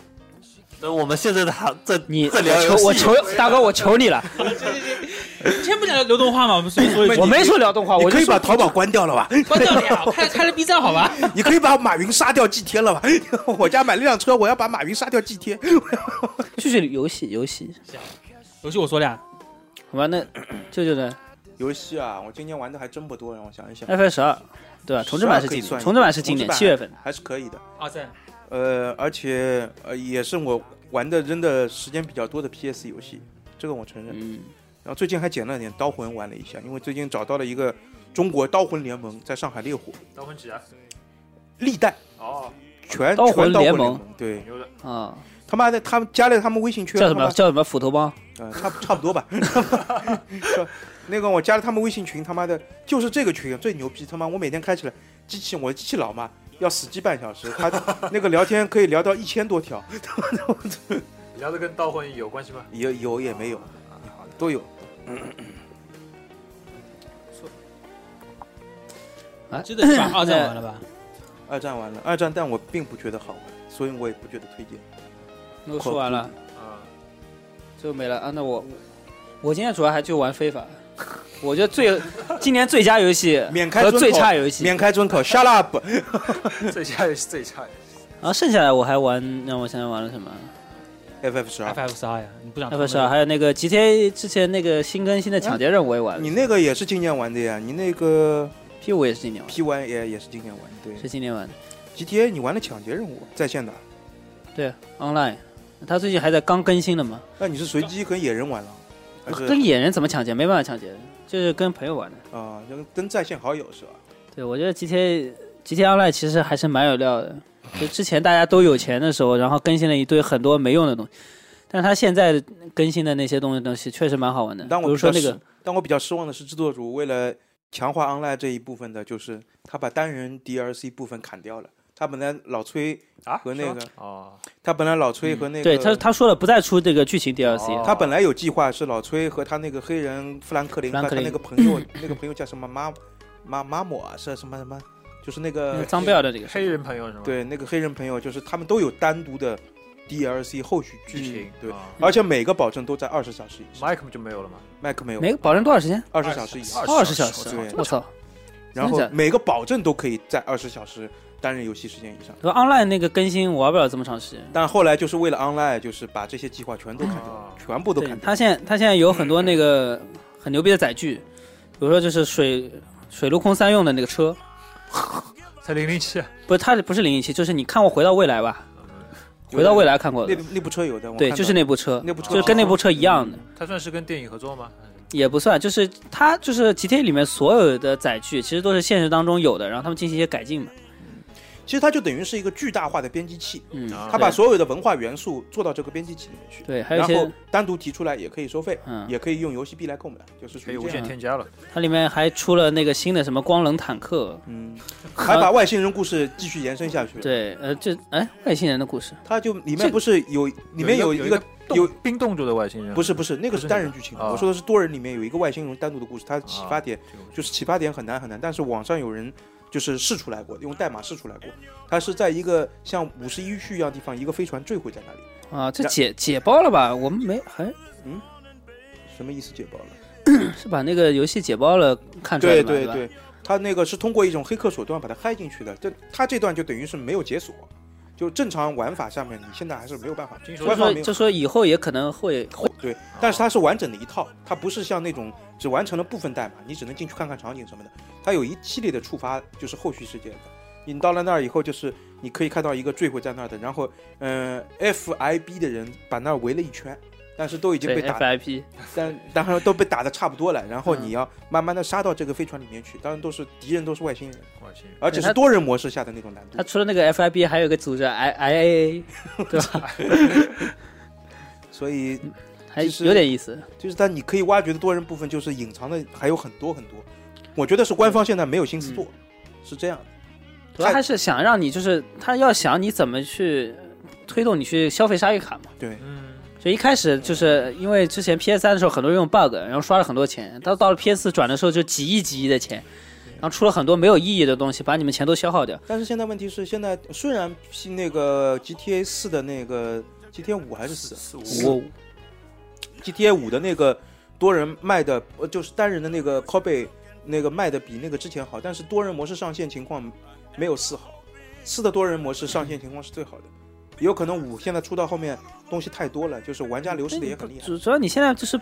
Speaker 8: 那我们现在在在
Speaker 7: 你
Speaker 4: [laughs]
Speaker 8: 在聊游
Speaker 7: 求
Speaker 8: 戏
Speaker 7: 我求大哥，我求你了，
Speaker 5: 先不讲流动画嘛，我们随便说一
Speaker 7: 我
Speaker 5: 说。
Speaker 7: 没说聊动画，
Speaker 4: 你
Speaker 7: 啊我就
Speaker 4: 可以
Speaker 7: 说
Speaker 4: 把淘宝关掉了吧？ [laughs]
Speaker 5: 关掉了，开开了 B 站好
Speaker 8: [laughs]
Speaker 5: 吧？
Speaker 4: 你可以把马云杀掉祭天了吧？ [laughs] 我家买了辆车，我要把马云杀掉祭天。
Speaker 7: 就是游戏游戏，
Speaker 5: 游戏我说俩，
Speaker 7: 好吧？那舅舅呢
Speaker 4: 游戏啊，我今年玩的还真不多，让我想一想，
Speaker 7: ？F 十二，对吧？重置版是今
Speaker 4: 12可
Speaker 7: 年，
Speaker 4: 以算
Speaker 7: 重置版是今年
Speaker 4: 重置版
Speaker 7: 七月份，
Speaker 4: 还是可以的。
Speaker 5: 阿赞，
Speaker 4: 呃，而且呃，也是我玩的扔的时间比较多的 PS 游戏，这个我承认。
Speaker 7: 嗯，
Speaker 4: 然后最近还捡了点刀魂玩了一下，因为最近找到了一个中国刀魂联盟在上海烈火，
Speaker 9: 刀魂几啊？
Speaker 4: 历代
Speaker 9: 哦，
Speaker 4: 全
Speaker 7: 刀魂
Speaker 4: 全刀
Speaker 7: 联
Speaker 4: 魂
Speaker 7: 盟
Speaker 4: 联盟，对
Speaker 9: 牛的，
Speaker 7: 啊，
Speaker 4: 他妈的，他们加了他们微信圈，
Speaker 7: 叫什么
Speaker 4: 他妈
Speaker 7: 叫什么斧头啊帮？
Speaker 4: 呃，差不差不多吧。 [laughs] 那个我加了他们微信群，他妈的，就是这个群最牛逼，他妈我每天开起来，机器我机器老嘛，要死机半小时，他那个聊天可以聊到一千多条，
Speaker 9: 聊的跟刀魂有关系吗？
Speaker 4: 有有也没有，
Speaker 9: 好的，
Speaker 4: 都有。
Speaker 5: 真的是把二
Speaker 7: [laughs]
Speaker 5: 战玩了吧？
Speaker 8: [laughs]
Speaker 4: 二战完了，二战但我并不觉得好玩，所以我也不觉得推荐。
Speaker 7: 哎都说完了，
Speaker 9: 啊，
Speaker 7: 就没了啊。那我我今天主要还就玩非法， [laughs] 我觉得
Speaker 4: [laughs]
Speaker 7: 最今年最佳游戏
Speaker 4: 免开
Speaker 7: 和
Speaker 4: 尊口，
Speaker 7: 最差游戏，
Speaker 4: 免开
Speaker 7: [laughs]
Speaker 4: 尊口，shut up。
Speaker 9: [laughs] 最佳游戏最差游戏，
Speaker 7: 然后啊剩下来我还玩，让我想想玩了什么
Speaker 4: 啊 FF 十二
Speaker 5: F，F 二呀，你不想
Speaker 7: ？F 十二，还有那个 GTA 之前那个新更新的抢劫任务我也玩了
Speaker 4: 你那个也是今年玩的呀？你那个
Speaker 7: P 五也是今年玩，
Speaker 4: P 1也也是今年玩的，
Speaker 7: 是
Speaker 4: 对。
Speaker 7: 今年玩的。
Speaker 4: GTA 你玩了抢劫任务，在线的啊，
Speaker 7: 对，online，他最近还在刚更新了嘛？
Speaker 4: 那你是随机跟野人玩了？还是
Speaker 7: 跟野人怎么抢劫？没办法抢劫，就是跟朋友玩的。
Speaker 4: 啊，就跟在线好友是吧？
Speaker 7: 对，我觉得 GTA GTA Online 其实还是蛮有料的。就之前大家都有钱的时候，然后更新了一堆很多没用的东西，但是他现在更新的那些东西东西确实蛮好玩的。
Speaker 4: 但
Speaker 7: 比
Speaker 4: 我
Speaker 7: 如说
Speaker 4: 比
Speaker 7: 那
Speaker 4: 较
Speaker 7: 个
Speaker 4: 失，但我比较失望的是，制作组为了强化 online 这一部分的，就是他把单人 DLC 部分砍掉了。他本来老崔
Speaker 9: 啊
Speaker 4: 和那个，
Speaker 9: 哦，
Speaker 4: 他本来老崔和那个，
Speaker 7: 嗯对他他说了不再出这个剧情 DLC，、
Speaker 9: 哦
Speaker 4: 他本来有计划是老崔和他那个黑人富兰克林
Speaker 7: 富兰
Speaker 4: 和
Speaker 7: 克
Speaker 4: 他
Speaker 7: 林
Speaker 4: 那个朋友， [clears throat] 那个朋友叫什么妈妈妈姆啊，是什么什么，就是那
Speaker 7: 那
Speaker 4: 个
Speaker 7: 个脏标的这个
Speaker 9: 黑人朋友是吗？，
Speaker 4: 对那个黑人朋友，就是他们都有单独的 DLC 后续
Speaker 9: 剧
Speaker 4: 剧
Speaker 9: 情
Speaker 4: 情，对，
Speaker 9: 啊
Speaker 4: 而且每个保证都在二十小时以上，
Speaker 7: 嗯
Speaker 9: ，Mike 就没有了吗？
Speaker 4: 麦克没有
Speaker 7: 没保证多少时间？
Speaker 4: 二十小时以上，
Speaker 7: 二十小
Speaker 9: 小时
Speaker 7: 时，我操！
Speaker 4: 然后
Speaker 7: 真的假的
Speaker 4: 每个保证都可以在二十小时单人游戏时间以上。
Speaker 7: 说 online 那个更新玩不了这么长时间。
Speaker 4: 但后来就是为了 online，就是把这些计划全都砍掉
Speaker 9: 哦
Speaker 4: 了，全部都
Speaker 7: 嗯对
Speaker 4: 砍，掉。
Speaker 7: 他现在他现在有很
Speaker 4: 嗯
Speaker 7: 多那个很牛逼的载具，比如说就是水水陆空三用的那个车，
Speaker 9: 才零零七，啊
Speaker 7: 不是它不是零一七，就是你看过《回到未来》吧？《回到未来》看过
Speaker 4: 那
Speaker 7: 的，
Speaker 4: 那部车有的，我
Speaker 7: 对，
Speaker 4: 看
Speaker 7: 就是
Speaker 4: 到
Speaker 7: 那部车，
Speaker 4: 那部车
Speaker 7: 就是跟那部车一样的，
Speaker 9: 它算是跟电影合作吗？
Speaker 7: 也不算，就是它就是 GTA 里面所有的载具其实都是现实当中有的，然后他们进行一些改进嘛。
Speaker 4: 其实它就等于是一个巨大化的编辑器，
Speaker 7: 嗯，
Speaker 4: 它啊把所有的文化元素做到这个编辑器里面去，
Speaker 7: 对，还有一
Speaker 4: 然后
Speaker 7: 些
Speaker 4: 单独提出来也可以收费，
Speaker 7: 嗯，
Speaker 4: 也可以用游戏币来购买，就是属
Speaker 9: 可以
Speaker 4: 于
Speaker 9: 哎无
Speaker 4: 这样
Speaker 9: 限。添加了。
Speaker 7: 它里面还出了那个新的什么光能坦克， [laughs]
Speaker 4: 嗯，还把外星人故事继续延伸下去。
Speaker 7: 对，呃，这哎外星人的故事，
Speaker 4: 它就里
Speaker 7: 这
Speaker 4: 面不是有里面
Speaker 9: 有
Speaker 4: 一
Speaker 9: 个
Speaker 4: 个
Speaker 9: 冻
Speaker 4: 有
Speaker 9: 冰冻住的外星人，
Speaker 4: 不是不是那个
Speaker 9: 不是
Speaker 4: 是
Speaker 9: 那
Speaker 4: 单人
Speaker 9: 个
Speaker 4: 剧情，
Speaker 9: 啊
Speaker 4: 我说的是多人里面有一个外星人单独的故事，它的启
Speaker 9: 啊
Speaker 4: 发点
Speaker 9: 这个我
Speaker 4: 就是启发点很难很难，但是网上有人就是试出来过，用代码试出来过，它是在一个像五十一区一样的地方，一个飞船坠毁在那里，
Speaker 7: 啊，这
Speaker 4: 然
Speaker 7: 解解包了吧？我们没还
Speaker 4: 什么意思解包了？
Speaker 7: 是把那个游戏解包了看出来
Speaker 4: 对
Speaker 7: 的嘛
Speaker 4: 对
Speaker 7: 吧？
Speaker 4: 对，他那个是通过一种黑客手段把它嗨进去的，这他这段就等于是没有解锁，就正常玩法下面你现在还是没有办法
Speaker 9: 听，说
Speaker 7: 就
Speaker 4: 官方
Speaker 7: 说
Speaker 4: 没有
Speaker 7: 就说以后也可能会会
Speaker 4: 对，但是它是完整的一套，它不是像那种只完成了部分代码，你只能进去看看场景什么的，它有一系列的触发，就是后续事件的。你到了那儿以后，就是你可以看到一个坠毁在那儿的，然后，嗯、f i b 的人把那儿围了一圈，但是都已经
Speaker 7: 对
Speaker 4: 被打
Speaker 7: FIP
Speaker 4: 但当然都被打的差不多了，然后
Speaker 7: 嗯
Speaker 4: 你要慢慢的杀到这个飞船里面去，当然都是敌人都是外星人，
Speaker 9: 外星人
Speaker 4: 而且
Speaker 7: 他
Speaker 4: 是多人模式下的那种难
Speaker 7: 他
Speaker 4: 度。
Speaker 7: 除了那个 FIB，还有一个组织 I
Speaker 4: [laughs]
Speaker 7: IAA，
Speaker 4: 所以
Speaker 7: 还
Speaker 4: 其实
Speaker 7: 有点意思。
Speaker 4: 就是但你可以挖掘的多人部分，就是隐藏的还有很多很多。我觉得是官方现在没有心思做，是这样的。
Speaker 7: 嗯主要还是想让你，就是他要想你怎么去推动你去消费鲨鱼卡嘛。
Speaker 4: 对，
Speaker 9: 嗯，
Speaker 7: 就一开始就是因为之前 PS 三的时候，很多人用 bug，然后刷了很多钱，到到了 PS 四转的时候就几亿几亿的钱，然后出了很多没有意义的东西，把你们钱都消耗掉。
Speaker 4: 但是现在问题是，现在虽然是那个 GTA 四的那个 GTA 五还是四啊
Speaker 9: 四五
Speaker 7: 我
Speaker 4: GTA 五的那个多人卖的，呃，就是单人的那个 copy 那个卖的比那个之前好，但是多人模式上线情况没有四好，四的多人模式上线情况是最好的。也有可能五现在出到后面东西太多了，就是玩家流失的也很厉害。
Speaker 7: 主主要你现在就是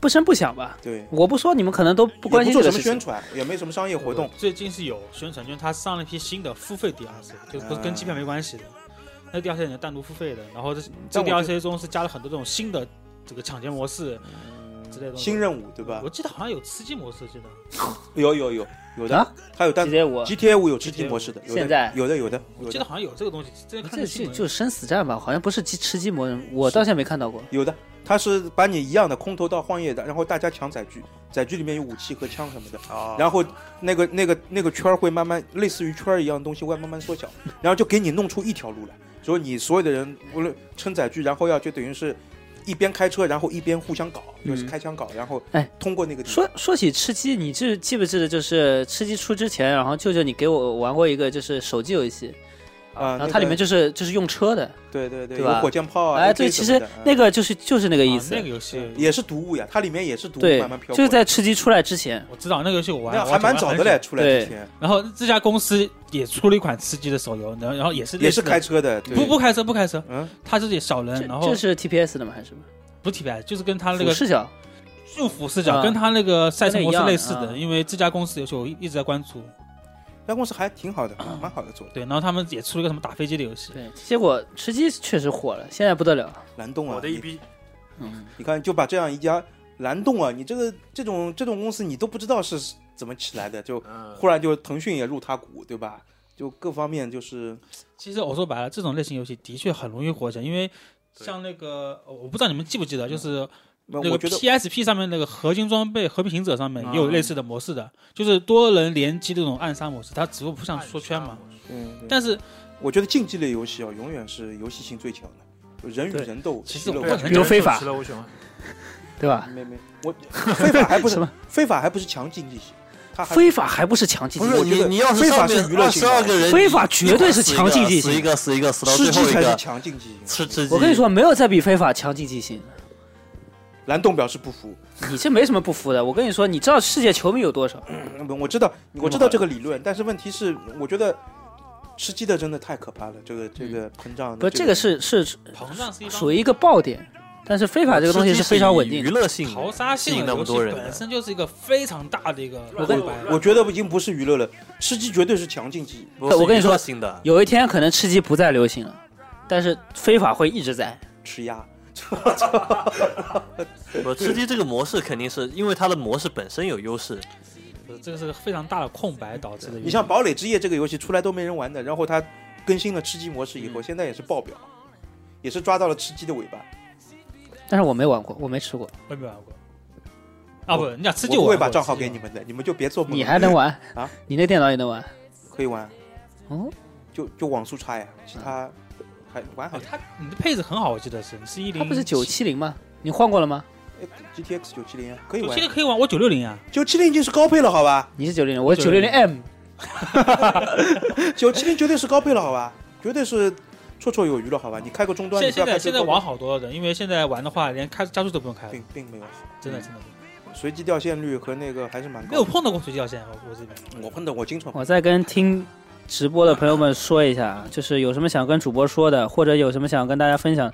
Speaker 7: 不声不响吧。
Speaker 4: 对，
Speaker 7: 我不说，你们可能都不
Speaker 4: 不
Speaker 7: 关心
Speaker 4: 做
Speaker 7: 这个
Speaker 4: 什么
Speaker 7: 事情。
Speaker 4: 宣传，也没什么商业活动。
Speaker 5: 最近是有宣传，就是他上了一批新的付费 DLC，就
Speaker 4: 嗯
Speaker 5: 不是跟机票没关系的。那 DLC 你是单独付费的，然后这这
Speaker 4: 嗯但我觉得
Speaker 5: DLC 中是加了很多这种新的这个抢劫模式之类的东西。
Speaker 4: 嗯新任务对吧
Speaker 5: 我？记得好像有吃鸡模式，记得
Speaker 4: 有有有有的
Speaker 7: 啊，
Speaker 4: 它有单
Speaker 7: 直接我
Speaker 4: GTA 五有吃鸡模式的，有的
Speaker 7: 现在
Speaker 4: 有的有的
Speaker 5: 我
Speaker 4: 有
Speaker 5: 记
Speaker 4: 的
Speaker 5: 得好像有这个东西。之前看
Speaker 7: 啊这
Speaker 5: 的
Speaker 7: 这
Speaker 5: 新闻啊
Speaker 7: 就生死战吧，好像不是吃吃鸡魔人，我到现在没看到过。
Speaker 4: 有的，它是把你一样的空投到荒野的，然后大家抢载具，载具里面有武器和枪什么的，
Speaker 9: 啊，
Speaker 4: 然后那个那个那个圈儿会慢慢类似于圈儿一样的东西会慢慢缩小，然后就给你弄出一条路来，所以你所有的人无论撑载具，然后要就等于是。一边开车，然后一边互相搞，就是
Speaker 7: 嗯
Speaker 4: 开枪搞，然后
Speaker 7: 哎
Speaker 4: 通过那个地方
Speaker 7: 说说起吃鸡，你这记不记得就是吃鸡出之前，然后舅舅你给我玩过一个就是手机游戏，
Speaker 4: 啊，
Speaker 7: 然后
Speaker 4: 那
Speaker 7: 它里
Speaker 4: 个
Speaker 7: 面就是就是用车的，
Speaker 4: 对对对，
Speaker 7: 对吧
Speaker 4: 有火箭炮啊，
Speaker 7: 哎，
Speaker 4: AK
Speaker 7: 对，
Speaker 4: 什
Speaker 7: 其
Speaker 4: 么
Speaker 7: 实
Speaker 4: 的嗯
Speaker 7: 那个就是就是那个
Speaker 5: 啊
Speaker 7: 意思
Speaker 5: 那，个游戏
Speaker 4: 也是毒物呀，它里面也是毒物
Speaker 7: 对
Speaker 4: 慢慢，飘过来，
Speaker 7: 就是在吃鸡出来之前，
Speaker 5: 我知道那个游戏我玩，
Speaker 4: 那
Speaker 5: 我
Speaker 4: 还蛮
Speaker 5: 玩
Speaker 4: 早
Speaker 5: 很
Speaker 4: 的
Speaker 5: 久
Speaker 4: 嘞，。出来
Speaker 7: 对
Speaker 4: 之前
Speaker 5: 然后这家公司也出了一款吃鸡的手游，然后然后也是类
Speaker 4: 也
Speaker 5: 似
Speaker 4: 是
Speaker 5: 的
Speaker 4: 开车的，对
Speaker 5: 不不开车不开车，
Speaker 4: 嗯，
Speaker 5: 他自己小人，
Speaker 7: 这
Speaker 5: 然后
Speaker 7: 这是 TPS 的吗？还是什么？
Speaker 5: 不是 TPS，就是跟他那
Speaker 7: 俯
Speaker 5: 个
Speaker 7: 视角
Speaker 5: 用俯视角，
Speaker 7: 啊
Speaker 5: 跟他那个赛车模式类似
Speaker 7: 跟那一样
Speaker 5: 的，
Speaker 7: 啊
Speaker 5: 因为这家公司游戏我一直在关注，
Speaker 4: 那公司还挺好的，蛮好的做的。
Speaker 5: 对，然后他们也出了一个什么打飞机的游戏，
Speaker 7: 对，结果吃鸡确实火了，现在不得了。
Speaker 4: 蓝洞啊，
Speaker 9: 我的一
Speaker 4: 你
Speaker 9: 逼，
Speaker 7: 嗯，
Speaker 4: 你看就把这样一家蓝洞啊，你这个这种这种公司你都不知道是怎么起来的，就
Speaker 9: 嗯，
Speaker 4: 忽然就腾讯也入他股，对吧？就各方面就是
Speaker 5: 其实我说白了，这种类型游戏的确很容易火起来，因为像那个呃我不知道你们记不记得，就是
Speaker 4: 那
Speaker 5: 那个
Speaker 4: 我觉得
Speaker 5: PSP 上面那个合金装备《和平行者》上面
Speaker 7: 啊
Speaker 5: 也有类似的模式的，就是多人联机这种暗杀模式，它只不过不
Speaker 9: 啊
Speaker 5: 像缩圈嘛。
Speaker 4: 嗯，对
Speaker 5: 但是
Speaker 4: 我觉得竞技类游戏啊，永远是游戏性最强的，就人与
Speaker 7: 对
Speaker 4: 人斗，
Speaker 5: 其实
Speaker 4: 其乐
Speaker 5: 我
Speaker 4: 无
Speaker 5: 不
Speaker 4: 穷
Speaker 5: 能
Speaker 7: 比如非法
Speaker 9: 吃了我啊喜欢
Speaker 7: 对吧？
Speaker 4: 没没，我非法还
Speaker 7: [laughs]
Speaker 4: 不
Speaker 7: 什
Speaker 4: 是
Speaker 7: 么
Speaker 4: 非法还不是强竞技性，它还
Speaker 7: 非法还不是强竞
Speaker 8: 不
Speaker 7: 技，
Speaker 8: 是
Speaker 4: 我觉
Speaker 8: 你
Speaker 4: 得
Speaker 8: 你要是
Speaker 4: 非法
Speaker 8: 上
Speaker 4: 是娱乐
Speaker 8: 面
Speaker 4: 性
Speaker 8: 十
Speaker 4: 的
Speaker 8: 二个人，
Speaker 7: 非法绝对是
Speaker 8: 死一
Speaker 7: 强
Speaker 8: 个
Speaker 7: 竞技
Speaker 8: 死一
Speaker 7: 性。
Speaker 8: 个死一个死到
Speaker 4: 吃鸡
Speaker 8: 最后一
Speaker 4: 才是
Speaker 8: 个
Speaker 4: 强竞技性，
Speaker 8: 吃吃鸡。
Speaker 7: 我跟你说，没有再比非法强竞技性。
Speaker 4: 蓝洞表示不服。
Speaker 7: 你这没什么不服的。我跟你说，你知道世界球迷有多少？
Speaker 4: [laughs] 嗯我知道，我知道这个理论，但是问题是，我觉得吃鸡的真的太可怕了，这个这个膨胀的。
Speaker 7: 不，这个是是
Speaker 5: 膨胀是一方
Speaker 7: 属于一个爆点，但是非法这个东西
Speaker 8: 吃鸡
Speaker 7: 是
Speaker 8: 是
Speaker 7: 非常
Speaker 8: 以
Speaker 7: 稳定
Speaker 8: 娱
Speaker 7: 的。
Speaker 8: 乐性
Speaker 5: 淘沙
Speaker 8: 吸
Speaker 5: 性
Speaker 8: 引
Speaker 5: 的
Speaker 8: 那么
Speaker 5: 游戏
Speaker 8: 多人的
Speaker 5: 本身就是一个非常大的一个
Speaker 7: 我跟
Speaker 5: 空白。
Speaker 4: 我觉得已经不是娱乐了，吃鸡绝对是强劲机。
Speaker 8: 不是
Speaker 7: 我跟你说
Speaker 8: 娱乐性的，
Speaker 7: 有一天可能吃鸡不再流行了，但是非法会一直在。
Speaker 4: 吃鸭，
Speaker 8: 我吃鸡这个模式肯定是因为它的模式本身有优势，
Speaker 5: 这个是个非常大的空白导致的原因。
Speaker 4: 你像《堡垒之夜》这个游戏出来都没人玩的，然后它更新了吃鸡模式以后，现在也是爆表，也是抓到了吃鸡的尾巴。
Speaker 7: 但是我没玩过，我没吃过，
Speaker 5: 我也没玩过。啊不，你想吃
Speaker 4: 我
Speaker 5: 鸡啊
Speaker 4: 不
Speaker 5: 我
Speaker 4: 会
Speaker 5: 玩过
Speaker 4: 把账号给你，们的，你们就别做梦了。
Speaker 7: 你还能玩
Speaker 4: 啊？
Speaker 7: 你那电脑也能玩？
Speaker 4: 可以玩，
Speaker 7: 哦，
Speaker 4: 就就网速差呀，其他还玩好
Speaker 5: 哦。它你的配置很好，我记得是你是一
Speaker 7: 它
Speaker 5: 零，
Speaker 7: 不是九七零吗？你换过了吗？
Speaker 4: GTX 九七零可以
Speaker 5: 九
Speaker 4: 玩
Speaker 5: 七，零可以玩，我九六零啊。
Speaker 4: 九七零已经是高配了，好吧？
Speaker 7: 你是九零零，我九零
Speaker 5: 960
Speaker 7: 零 M。
Speaker 4: 九七零绝对是高配了，好吧？绝对是绰绰有余了，好吧？你开个终端，
Speaker 5: 现
Speaker 4: 你不要
Speaker 5: 现在
Speaker 4: 开这
Speaker 5: 现
Speaker 4: 个
Speaker 5: 在
Speaker 4: 高
Speaker 5: 玩
Speaker 4: 端
Speaker 5: 好多了，因为现在玩的话，连开加速都不用开了
Speaker 4: 并，并没有
Speaker 5: 真的真的
Speaker 4: 随机掉线率和那个还是蛮
Speaker 5: 没有
Speaker 4: 高的。嗯
Speaker 5: 碰到过随机掉线，我我这边
Speaker 4: 我碰到我经常碰
Speaker 7: 我再跟听直播的朋友们说一下，啊就是有什么想跟主播说的，或者有什么想跟大家分享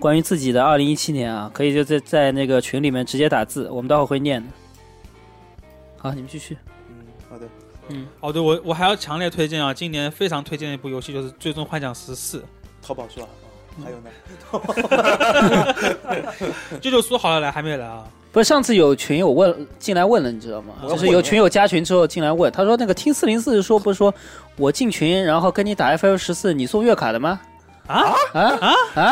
Speaker 7: 关于自己的2017年啊，可以就在在那个群里面直接打字，我们待会儿会念的。好，你们继续。
Speaker 4: 嗯，好的，
Speaker 5: 哦，对我我还要强烈推荐啊，今年非常推荐的一部游戏就是《最终幻想十四
Speaker 4: 淘宝是吧？哦还有呢，》，
Speaker 5: [laughs] 舅舅说好了来还没来啊？
Speaker 7: 不是上次有群友问进来问了，你知道吗？
Speaker 4: 我要
Speaker 7: 就是
Speaker 4: 问
Speaker 7: 有
Speaker 4: 你
Speaker 7: 群友加群之后进来问，他说那个听四零四说不是说我进群，然后跟你打 FF 十四，你送月卡的吗？
Speaker 5: 啊
Speaker 7: 啊啊啊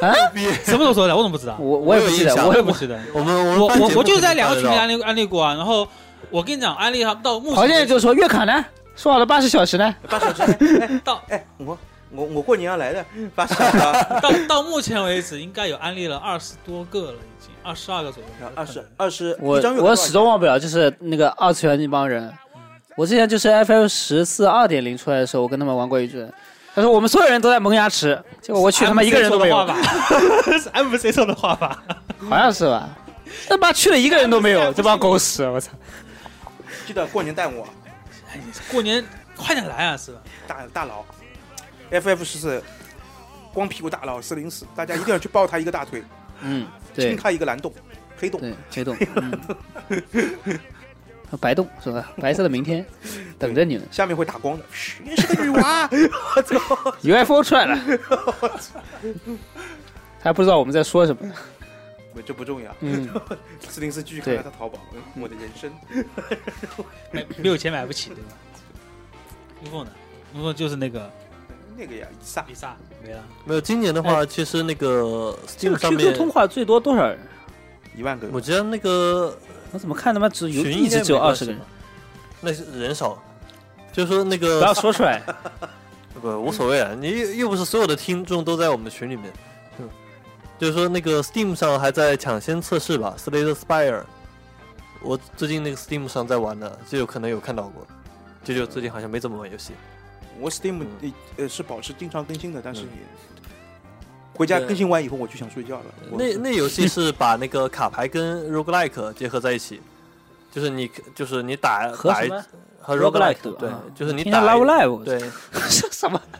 Speaker 7: 啊！
Speaker 5: [laughs] 什么时候说的？我怎么不知道？
Speaker 7: 我我也不记得，
Speaker 5: 我
Speaker 7: 我
Speaker 5: 也
Speaker 7: 也
Speaker 5: 不
Speaker 7: 不
Speaker 5: 记得。
Speaker 8: 我们
Speaker 5: 我
Speaker 8: 我们
Speaker 5: 我我就是在两
Speaker 8: 两
Speaker 5: 个群里安利安利过啊，然后我跟你讲，安利他到目
Speaker 7: 好
Speaker 5: 前
Speaker 7: 像就说月卡呢，说好了八十小时呢。
Speaker 5: 嗯
Speaker 4: 八小时 [laughs] 哎哎
Speaker 5: 到
Speaker 4: 哎，我我我过年要来的八小时啊， [laughs]
Speaker 5: 到到目前为止，应该有安利了二十多个了，已经二十二个左右。
Speaker 4: 二十二十，
Speaker 7: 我
Speaker 4: 一张啊有多
Speaker 7: 我
Speaker 4: 少
Speaker 7: 始终忘不了，就是那个二次元那帮人。我之前就是 FF 十四二点零出来的时候，我跟他们玩过一阵。他说我们所有人都在萌芽池，结果我去他妈一个人都没有，
Speaker 5: 吧？ [laughs] 是 M C 说的话吧？
Speaker 7: 好像是吧？他妈去了一个人都没有，这帮狗屎！我操！
Speaker 4: 记得过年带我
Speaker 5: 过年快点来啊，是吧？
Speaker 4: 大大佬，FF 十四光屁股大佬四零四，大家一定要去抱他一个大腿，
Speaker 7: 嗯，
Speaker 4: 亲
Speaker 7: 对
Speaker 4: 他一个蓝洞、黑洞。
Speaker 7: 对，黑洞，嗯，白洞是吧？白色的明天等着你们。
Speaker 4: 下面会打光的，嘘原是个女娃，我操！
Speaker 7: UFO 出来了，还不知道我们在说什么。
Speaker 4: 不这不重要。
Speaker 7: 嗯，
Speaker 4: 四零四继续看看他淘宝，嗯我的人生。
Speaker 5: 没哎没有钱买不起，对吧？木凤呢？木凤就是那个
Speaker 4: 嗯那个呀，一萨
Speaker 5: 比萨没了，
Speaker 8: 没有，今年的话，其实那个
Speaker 7: 哎这
Speaker 8: Steam
Speaker 7: 个
Speaker 8: 上
Speaker 7: QQ
Speaker 8: 面，
Speaker 7: 通话最多多少人？
Speaker 4: 一万个
Speaker 8: 我觉得那个
Speaker 7: 我怎么看他妈只有
Speaker 8: 群
Speaker 7: 一直只有二十个人？，
Speaker 8: 那是人少，就是说那
Speaker 7: 不
Speaker 8: 个
Speaker 7: 要说出来。
Speaker 8: 不无所谓啊，你又又不是所有的听众都在我们的群里面，嗯就是说那个 Steam 上还在抢先测试吧，Slay the Spire，我最近那个 Steam 上在玩的，就有可能有看到过，这就最近好像没怎么玩游戏，
Speaker 4: 我 Steam
Speaker 8: 嗯
Speaker 4: 呃是保持经常更新的，
Speaker 7: 嗯
Speaker 4: 但是也回家更新完以后我就想睡觉了。我 [laughs]
Speaker 8: 那那
Speaker 7: [laughs]
Speaker 8: 游戏是把那个卡牌跟 roguelike 结合在一起，就是你就是你打
Speaker 7: 和
Speaker 8: 打
Speaker 7: 什
Speaker 8: 一
Speaker 7: 么
Speaker 8: 和
Speaker 7: roguelike，
Speaker 8: roguelike 对
Speaker 7: 啊，
Speaker 8: 就是你
Speaker 7: 听到
Speaker 8: 打
Speaker 7: Love
Speaker 8: 一
Speaker 7: Live，
Speaker 8: 对，
Speaker 7: 什么
Speaker 4: [laughs]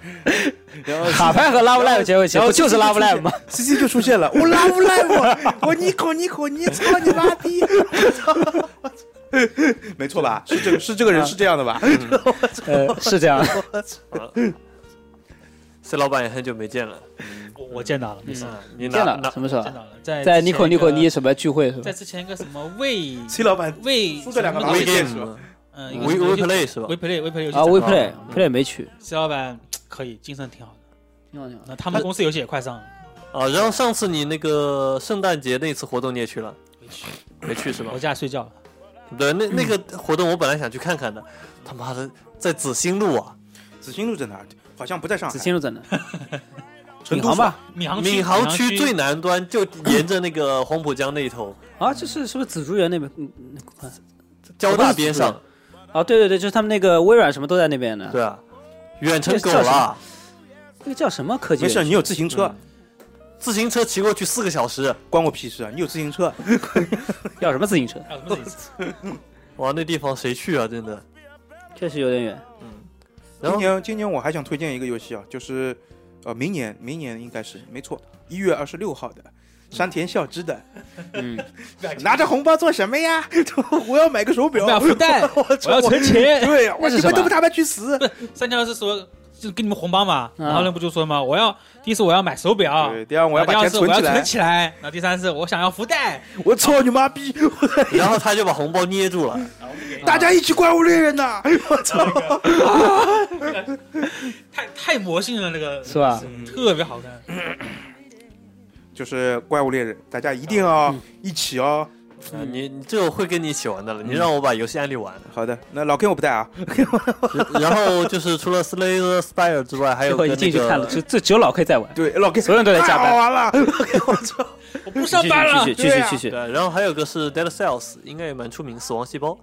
Speaker 7: [laughs]
Speaker 4: 然后
Speaker 7: 卡牌和 Love Live 结合起来，不就是 Love Live
Speaker 4: [laughs]
Speaker 7: 吗？
Speaker 4: C C 就出现了，我拉不拉
Speaker 7: [laughs]
Speaker 4: 我，我你口你口你操你妈逼！ [laughs] 我操我操没错吧？是这个是这
Speaker 7: 啊
Speaker 4: 个人是这样的吧？
Speaker 7: 呃，是这样。
Speaker 8: C 老板也很久没见了，
Speaker 5: 我我见到了，没事，
Speaker 8: 嗯，你
Speaker 7: 见
Speaker 8: 拿
Speaker 7: 到
Speaker 8: 拿
Speaker 7: 什么时候啊
Speaker 5: 见？到了，在
Speaker 7: 在
Speaker 5: 之前
Speaker 7: Nico
Speaker 5: 一个
Speaker 7: Nico 你什么聚会是吧
Speaker 5: 在？之前一个什么魏 [laughs]
Speaker 4: C 老板
Speaker 5: 魏
Speaker 4: 输这两个
Speaker 5: 什
Speaker 4: 老
Speaker 5: 么
Speaker 4: 魏
Speaker 5: 游
Speaker 8: We
Speaker 5: 戏
Speaker 8: Game
Speaker 5: 嗯，
Speaker 8: We We Play 是吧
Speaker 5: 微 play 微 play 游戏
Speaker 7: 啊
Speaker 5: 展
Speaker 7: ，We
Speaker 5: 嘛
Speaker 7: Play Play 没去。
Speaker 5: C 老板可以精神挺好的，
Speaker 7: 挺好挺好
Speaker 5: 那他们公司游戏也快上了，
Speaker 8: 啊？然后上次你那个圣诞节那次活动你也去了，
Speaker 5: 没去
Speaker 8: 没去是吧
Speaker 5: 我？家睡觉了，
Speaker 8: 对，那那个
Speaker 7: 嗯
Speaker 8: 活动我本来想去看看的，他妈的在紫星路啊，
Speaker 4: 紫金路在哪儿？好像不在上海
Speaker 7: 紫，金路在哪？
Speaker 4: 成
Speaker 7: [laughs] 闵行
Speaker 4: 都是吧
Speaker 7: 吧？
Speaker 5: 闵行
Speaker 8: 闵
Speaker 5: 行
Speaker 8: 行区最南端就沿着那个黄浦江那
Speaker 7: [laughs]
Speaker 8: 一头，
Speaker 7: 啊，就是是不是紫竹园那边？嗯嗯嗯
Speaker 8: 交大边
Speaker 7: 我
Speaker 8: 上
Speaker 7: 不，哦，对对对，就是他们那个微软什么都在那边的。
Speaker 8: 对啊，远程
Speaker 7: 这
Speaker 8: 狗
Speaker 7: 是叫什
Speaker 8: 了
Speaker 7: 么。那个叫什么科技
Speaker 4: 没
Speaker 7: 园区？
Speaker 4: 事，你有自行车，
Speaker 8: 自行车骑过去四个小时，
Speaker 4: 关我屁事啊！你有自行车啊，
Speaker 7: 要什么自行车？
Speaker 5: [laughs]
Speaker 8: 哇，那地方谁去啊？真的。
Speaker 7: 确实有点远。
Speaker 8: 然
Speaker 4: 今
Speaker 8: 后
Speaker 4: 年今年我还想推荐一个游戏啊，就是呃，明年明年应该是没错，一月二十六号的。山田孝之的，
Speaker 7: 嗯，
Speaker 4: [laughs] 拿着红包做什么呀？我要买个手表，
Speaker 5: 我要复带
Speaker 4: [laughs] 我
Speaker 5: 我要存钱
Speaker 4: 对，我
Speaker 7: 那是
Speaker 4: 你
Speaker 7: 什
Speaker 4: 们
Speaker 7: 么
Speaker 4: 都不他妈去死！
Speaker 5: 三条是说就给你们红包嘛，
Speaker 7: 嗯
Speaker 5: 然后那不就说嘛，我要第一是我要买手表，
Speaker 4: 啊对，第二我要把
Speaker 5: 然后第
Speaker 4: 钱
Speaker 5: 二是我要
Speaker 4: 存起来
Speaker 5: 存。起来，然后第三是我想要福袋，
Speaker 4: 我操你
Speaker 7: [laughs]
Speaker 4: 妈逼！
Speaker 8: 然后他就把红包捏住了。
Speaker 4: 大家一起怪物猎
Speaker 7: [laughs]
Speaker 4: 人呐！我操！
Speaker 5: 太太魔性了那个嗯
Speaker 7: 是吧？
Speaker 5: 特别好
Speaker 4: 嗯
Speaker 5: 看，
Speaker 4: 就是怪物猎人，大家一定要
Speaker 7: 嗯
Speaker 4: 一起哦。
Speaker 8: 啊你你这个会跟你一起玩的了，
Speaker 7: 嗯
Speaker 8: 你让我把游戏案例
Speaker 7: [laughs]
Speaker 8: 玩。
Speaker 4: 好的，那老 Ken 我不带啊。
Speaker 8: 然然后就是除了 Slayer Spire 之外，还
Speaker 7: 最
Speaker 8: 有
Speaker 7: 后
Speaker 8: 个
Speaker 7: 一
Speaker 8: 那
Speaker 7: 进去看了，
Speaker 8: 个
Speaker 7: 只只只有老 K 在玩，
Speaker 4: 对，老 Ken
Speaker 7: 所有人都在加
Speaker 4: 太
Speaker 7: 班。
Speaker 4: 好玩了。我操！
Speaker 5: 我不上班了
Speaker 7: 继，续继
Speaker 4: 对
Speaker 7: 续
Speaker 4: 啊
Speaker 7: 继续，
Speaker 8: 对，然后还有个是 Dead Cells，应该也蛮出名，死亡细胞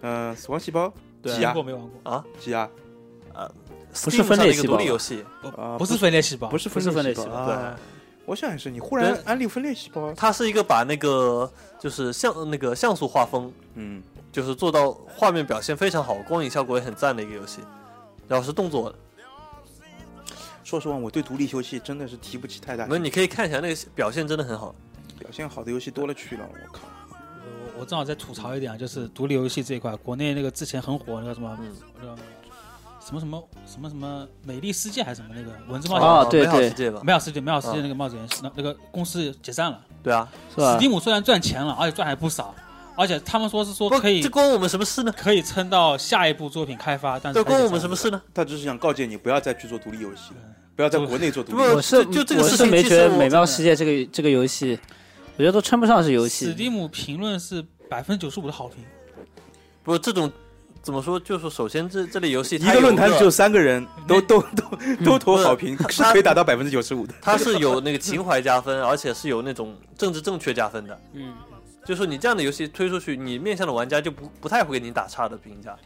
Speaker 4: 嗯，死亡细胞
Speaker 8: 对
Speaker 4: 几
Speaker 5: 玩
Speaker 4: 啊
Speaker 5: 过没玩过？
Speaker 8: 啊，
Speaker 4: 几啊？
Speaker 8: 不
Speaker 7: 是分裂
Speaker 8: 一
Speaker 7: 细
Speaker 8: 个
Speaker 7: 胞哦
Speaker 8: 独立游戏，
Speaker 4: 啊，
Speaker 5: 不是分裂细胞，
Speaker 4: 不是
Speaker 7: 不是分裂细
Speaker 4: 胞
Speaker 7: 胞
Speaker 4: 啊。我想也是，你忽
Speaker 8: 对
Speaker 4: 然安利分裂细胞，
Speaker 8: 它是一个把那个就是像那个像素画风，
Speaker 4: 嗯，
Speaker 8: 就是做到画面表现非常好，光影效果也很赞的一个游戏。然后是动作的，
Speaker 4: 说实话，我对独立游戏真的是提不起太大
Speaker 8: 那你可以看一下那个表现真的很好。
Speaker 4: 表现好的游戏多了去了，我靠！
Speaker 5: 我我正好在吐槽一点啊，就是独立游戏这一块，国内那个之前很火那个什么，
Speaker 8: 嗯
Speaker 5: 那个什么什么什么什么美丽世界还是什么那个文字冒险，
Speaker 7: 哦对
Speaker 8: 啊美好
Speaker 7: 对
Speaker 8: 世界吧，
Speaker 5: 美好世界美好世界
Speaker 4: 哦
Speaker 8: 啊
Speaker 5: 那个冒险，那那个公司解散了
Speaker 8: 对啊，
Speaker 7: 是吧？
Speaker 5: ，Steam 虽然赚钱了，而且赚还不少，而且他们说是说
Speaker 8: 不
Speaker 5: 可以
Speaker 8: 这关我们什么事呢？
Speaker 5: 可以撑到下一部作品开发，但是
Speaker 8: 这关我们
Speaker 5: 还是
Speaker 8: 什么事呢？
Speaker 4: 他只是想告诫你不要再去做独立游戏了，嗯不要在国内做独立游戏。
Speaker 8: 不
Speaker 7: 我是
Speaker 8: 就就这个
Speaker 7: 我
Speaker 8: 事
Speaker 7: 是
Speaker 8: 情
Speaker 7: 没
Speaker 8: 其
Speaker 7: 觉
Speaker 8: 实
Speaker 7: 得
Speaker 8: 我
Speaker 7: 《美妙
Speaker 8: 真的
Speaker 7: 世界》这个这个游戏，我觉得都称不上是游戏。
Speaker 5: ？Steam 评论是百分之九十五的好评，
Speaker 8: 不，这种怎么说？就是首先这这类游戏，
Speaker 4: 一
Speaker 8: 它
Speaker 4: 个
Speaker 8: 有
Speaker 4: 论坛只有三个人，都
Speaker 5: 那
Speaker 4: 都都都投好评，
Speaker 8: 不是
Speaker 4: 是可以达到百分之九十五的。
Speaker 8: 它是有那个情怀加分，而且是有那种政治正确加分的。
Speaker 7: 嗯，
Speaker 8: 就是说你这样的游戏推出去，你面向的玩家就不不太会给你打差的评价。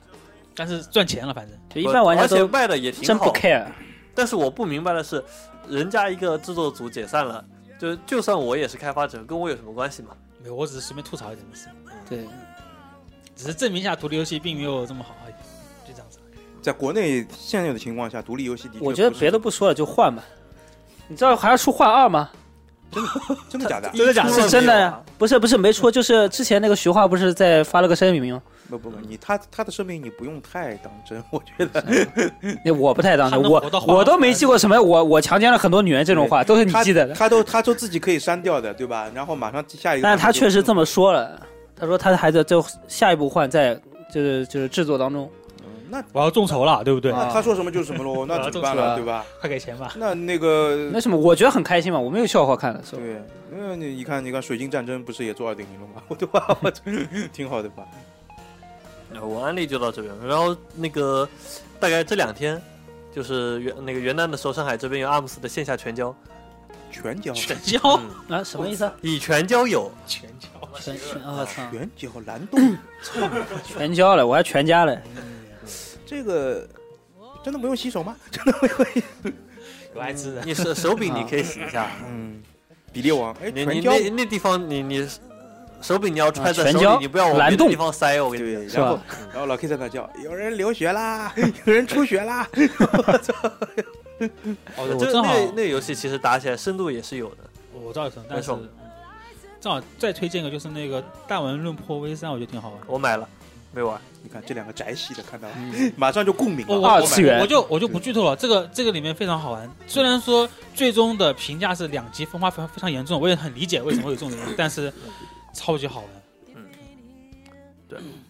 Speaker 5: 但是赚钱了，反正
Speaker 7: 就一般玩家
Speaker 8: 而且
Speaker 7: 都
Speaker 8: 卖的也挺
Speaker 7: 真不
Speaker 8: 好。
Speaker 7: care。
Speaker 8: 但是我不明白的是，人家一个制作组解散了，就就算我也是开发者，跟我有什么关系嘛？
Speaker 5: 没有，我只是随便吐槽一点，没事，
Speaker 7: 对，
Speaker 5: 只是证明一下独立游戏并没有这么好而已，就这样子。
Speaker 4: 在国内现有的情况下，独立游戏的确
Speaker 7: 我觉得
Speaker 4: 不是
Speaker 7: 别的不说了，就换吧。你知道还要出幻二吗？
Speaker 4: 真的假的？
Speaker 8: 真的假
Speaker 7: 是真的呀，不是不是没出，就是之前那个徐化不是在发了个声明吗？
Speaker 4: 不不不，你他他的声明你不用太当真，我觉得
Speaker 7: 那我不太当真，
Speaker 5: 他能
Speaker 7: 我
Speaker 5: 活到幻
Speaker 7: 我
Speaker 5: 二
Speaker 7: 都没记过什么我我强奸了很多女人这种话，都是你
Speaker 4: 他
Speaker 7: 记得的。
Speaker 4: 他都他说自己可以删掉的，对吧？然后马上下一个，
Speaker 7: 但是他确实这
Speaker 4: 么，
Speaker 7: 么说了，他说他的孩子就下一步换在就是就是制作当中。
Speaker 4: 嗯那
Speaker 5: 我要众筹了，对不嗯对？
Speaker 4: 那他说什么就是什么 [laughs] 喽，那怎么办
Speaker 7: 啊
Speaker 4: 了，对吧？
Speaker 5: 啊快给钱吧！
Speaker 4: 那那个
Speaker 7: 那什么，我觉得很开心嘛，我没有笑话看了，是吧？
Speaker 4: 对，那你一看你看水晶战争不是也做二点零了吗？ [laughs] 对吧？我挺好的吧？
Speaker 8: 呃我案例就到这边，然后那个大概这两天，就是元那个元旦的时候，上海这边有阿姆斯的线下全交，
Speaker 4: 拳脚
Speaker 5: 全交，
Speaker 8: 嗯
Speaker 7: 啊，什么意思啊？
Speaker 8: 以拳交 [laughs] 友，
Speaker 5: 全交，
Speaker 7: 全全啊操，
Speaker 4: 拳脚蓝洞，
Speaker 7: 全交了，我还全家了。
Speaker 4: 这个真的不用洗手吗？
Speaker 5: 有爱滋的。
Speaker 8: 你手手柄你可以洗一下，
Speaker 4: 嗯，比利王，哎，
Speaker 8: 你
Speaker 4: 拳
Speaker 8: 你
Speaker 4: 脚
Speaker 8: 那那地方你你手柄你要揣
Speaker 7: 啊
Speaker 8: 在
Speaker 7: 全
Speaker 8: 手
Speaker 7: 交
Speaker 8: 里，你不要往
Speaker 7: 蓝
Speaker 8: 别的
Speaker 7: 洞
Speaker 8: 地方塞，我跟你
Speaker 4: 对，
Speaker 8: 讲。
Speaker 4: 然后然后老 K 在那叫，有人留学啦，有人出学啦， [laughs]
Speaker 5: 哦，我
Speaker 8: 这
Speaker 5: 正好
Speaker 8: 那那游戏其实打起来深度也是有的，
Speaker 5: 我知道有什么，但是
Speaker 8: 没错
Speaker 5: 正好再推荐一个，就是那个《大文论破 V 三》，我觉得挺好玩。
Speaker 8: 我买了，没玩。
Speaker 4: 你看这两个宅系的，看到了， [laughs] 马上就共鸣
Speaker 5: 哦我
Speaker 4: 了。
Speaker 5: 我
Speaker 7: 二次元
Speaker 5: 我就我就不剧透了。这个这个里面非常好玩，虽然说最终的评价是两极分化非常非常严重，我也很理解为什么会有这种人，但是超级好玩。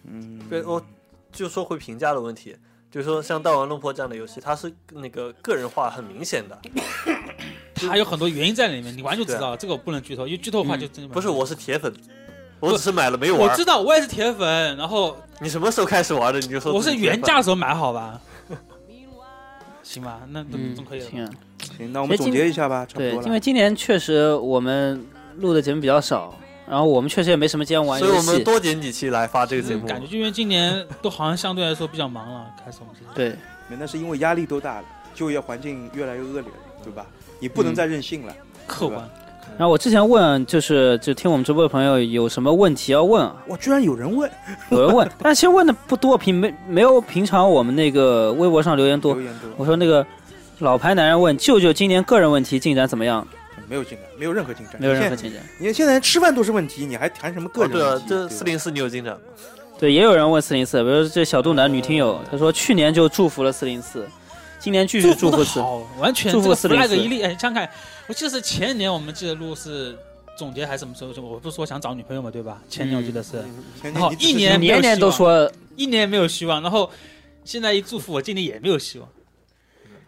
Speaker 4: 嗯，
Speaker 8: 对，我就说回评价的问题，就是说像《大王论破》这样的游戏，它是那个个人化很明显的。
Speaker 5: 它有很多原因在里面，你玩就知道了。这个我不能剧透，因为剧透的话就真的
Speaker 8: 不是，我是铁粉，我只是买了没有
Speaker 5: 我
Speaker 8: 玩
Speaker 5: 知。道我也是铁粉，然后
Speaker 8: 你什么时候开始玩的？你就说
Speaker 5: 我
Speaker 8: 自
Speaker 5: 是
Speaker 8: 己铁
Speaker 5: 原
Speaker 8: 粉
Speaker 5: 价的时候买好吧。行吧，那
Speaker 7: 嗯
Speaker 5: 总总可以了。
Speaker 7: 行啊，
Speaker 4: 行，那我们总结一下吧，差不
Speaker 7: 对，
Speaker 4: 多
Speaker 7: 因
Speaker 4: 了。
Speaker 7: 为今年确实我们录的节目比较少，然后我们确实也没什么时间玩
Speaker 8: 所以
Speaker 7: 游
Speaker 8: 我们
Speaker 7: 戏。
Speaker 8: 多剪几期来发这个节
Speaker 5: 嗯
Speaker 8: 目。
Speaker 5: 感觉就因为今年都好像相对来说比较忙了，开始我们这些
Speaker 7: 对，
Speaker 4: 那是因为压力都大了，就业环境越来越恶劣了，对吧？你不能再任性了。
Speaker 5: 客观。
Speaker 7: 然后我之前问，就是就听我们直播的朋友有什么问题要问啊？
Speaker 4: 哇，居然有人问
Speaker 7: 有人问， [laughs] 但其实问的不多，平没没有平常我们那个微博上留言多
Speaker 4: 留。言多，
Speaker 7: 我说那个老牌男人问舅舅今年个人问题进展怎
Speaker 5: [laughs]
Speaker 7: 么样？
Speaker 4: 没有进展，没有任何进展。
Speaker 7: 没有任何
Speaker 4: 你现
Speaker 7: 进展。
Speaker 4: 你现在吃饭都是问题，你还谈什么个
Speaker 8: 哦，
Speaker 4: 人
Speaker 8: 对了
Speaker 4: 问，题？
Speaker 8: 这
Speaker 4: 吧
Speaker 8: 四零四你有进展吗？
Speaker 7: 对，也有人问四零四，比如说这小肚腩女听友，她说去年就祝福了四零四，今年继续祝福
Speaker 5: 的
Speaker 7: 四。
Speaker 5: 好，完全
Speaker 7: 祝
Speaker 5: 这
Speaker 7: 福
Speaker 5: 个
Speaker 7: 四零
Speaker 5: flag
Speaker 7: 四
Speaker 5: 一立。哎，想想看，我记得是前年我们记得录是总结还是什么时候？就我不是说想找女朋友嘛，对吧？前年我记得
Speaker 7: 嗯
Speaker 8: 嗯
Speaker 5: 是、
Speaker 4: 前
Speaker 5: 好
Speaker 4: 天你只是
Speaker 5: 一年没有
Speaker 7: 年年都说
Speaker 5: 一年没有希望，然后现在一祝福我，今年也没有希望。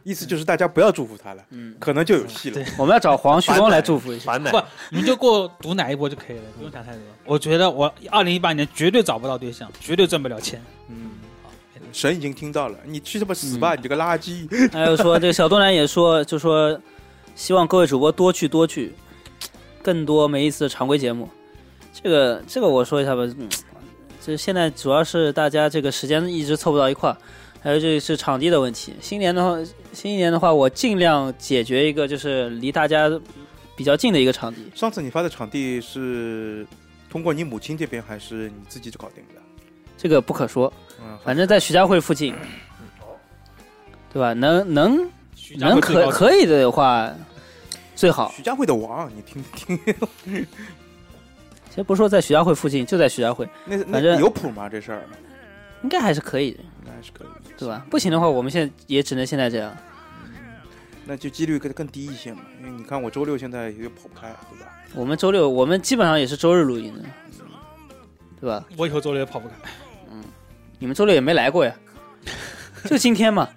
Speaker 4: 意思就是大家不要祝福他了，
Speaker 5: 嗯
Speaker 4: 可能就有戏了
Speaker 5: 对。
Speaker 7: 我们要找黄旭东来祝福一下。
Speaker 8: 反奶
Speaker 5: 不，你们就给我读哪一波就可以了，不用想太多。我觉得我二零一八年绝对找不到对象，绝对赚不了钱。
Speaker 4: [laughs] 神已经听到了，你去他妈死
Speaker 7: 嗯
Speaker 4: 吧，你这个垃圾！
Speaker 7: 还有说这个小东南也说，就说希望各位主播多去多去，更多没意思的常规节目。这个这个我说一下吧，嗯就是现在主要是大家这个时间一直凑不到一块儿，还有这是场地的问题。新年的话，新一年的话，我尽量解决一个就是离大家比较近的一个场地。
Speaker 4: 上次你发的场地是通过你母亲这边，还是你自己就搞定的？
Speaker 7: 这个不可说，
Speaker 4: 嗯，
Speaker 7: 反正在徐家汇附近，对吧？能能
Speaker 5: 徐家
Speaker 7: 能
Speaker 5: 汇最高
Speaker 7: 可可以的话，最好。
Speaker 4: 徐家汇的王，你听听，
Speaker 7: 其实不是说在徐家汇附近，就在徐家汇，
Speaker 4: 那
Speaker 7: 反正
Speaker 4: 那有谱吗？这事儿
Speaker 7: 应该还是可以的，
Speaker 4: 那还是可以，
Speaker 7: 对吧？不行的话，我们现在也只能现在这样。
Speaker 4: 那就几率更更低一些嘛。因为你看我周六现在也跑不开，对吧？
Speaker 7: 我们周六，我们基本上也是周日录音的，对吧？
Speaker 5: 我以后周六也跑不开。
Speaker 7: 你们周六也没来过呀，就今天嘛。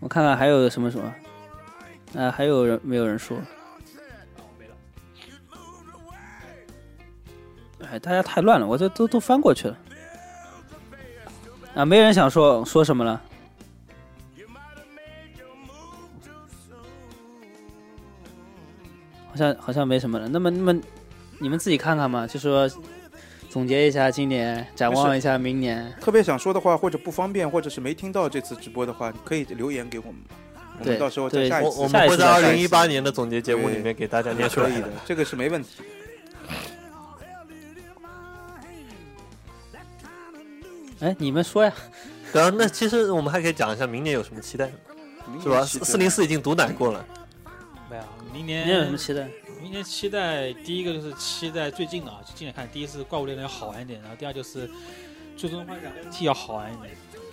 Speaker 7: 我看看还有什么什么，呃，还有人没有人说？哎，大家太乱了，我这都都翻过去了。啊，没人想说说什么了。好像好像没什么了。那么那么，你们自己看看嘛，就说总结一下今年，展望一下明年。
Speaker 4: 特别想说的话，或者不方便，或者是没听到这次直播的话，你可以留言给我们嘛。我
Speaker 7: 对
Speaker 4: 们到时候再
Speaker 7: 对
Speaker 4: 下一
Speaker 8: 我
Speaker 4: 次
Speaker 8: 我
Speaker 7: 下
Speaker 8: 们
Speaker 7: 一
Speaker 8: 会
Speaker 7: 次
Speaker 8: 在
Speaker 7: 吧
Speaker 8: 二
Speaker 7: 下
Speaker 8: 零
Speaker 4: 一
Speaker 8: 一
Speaker 4: 次
Speaker 8: 八年的总结节目里面给大家念出
Speaker 4: 可
Speaker 8: 来
Speaker 4: 以的
Speaker 8: 的。，
Speaker 4: 这个是没问题。
Speaker 7: 哎，你们说呀，
Speaker 8: 然后那其实我们还可以讲一下明年有什么期待，是吧？四零四已经毒奶过了，
Speaker 5: 没有，明
Speaker 7: 明年有什
Speaker 5: 年
Speaker 7: 么期待？
Speaker 5: 明年期待第一个就是期待最近的啊，就近来看，第一是怪物猎人要好玩一点，然后第二就是最终幻想 T 要好玩一点，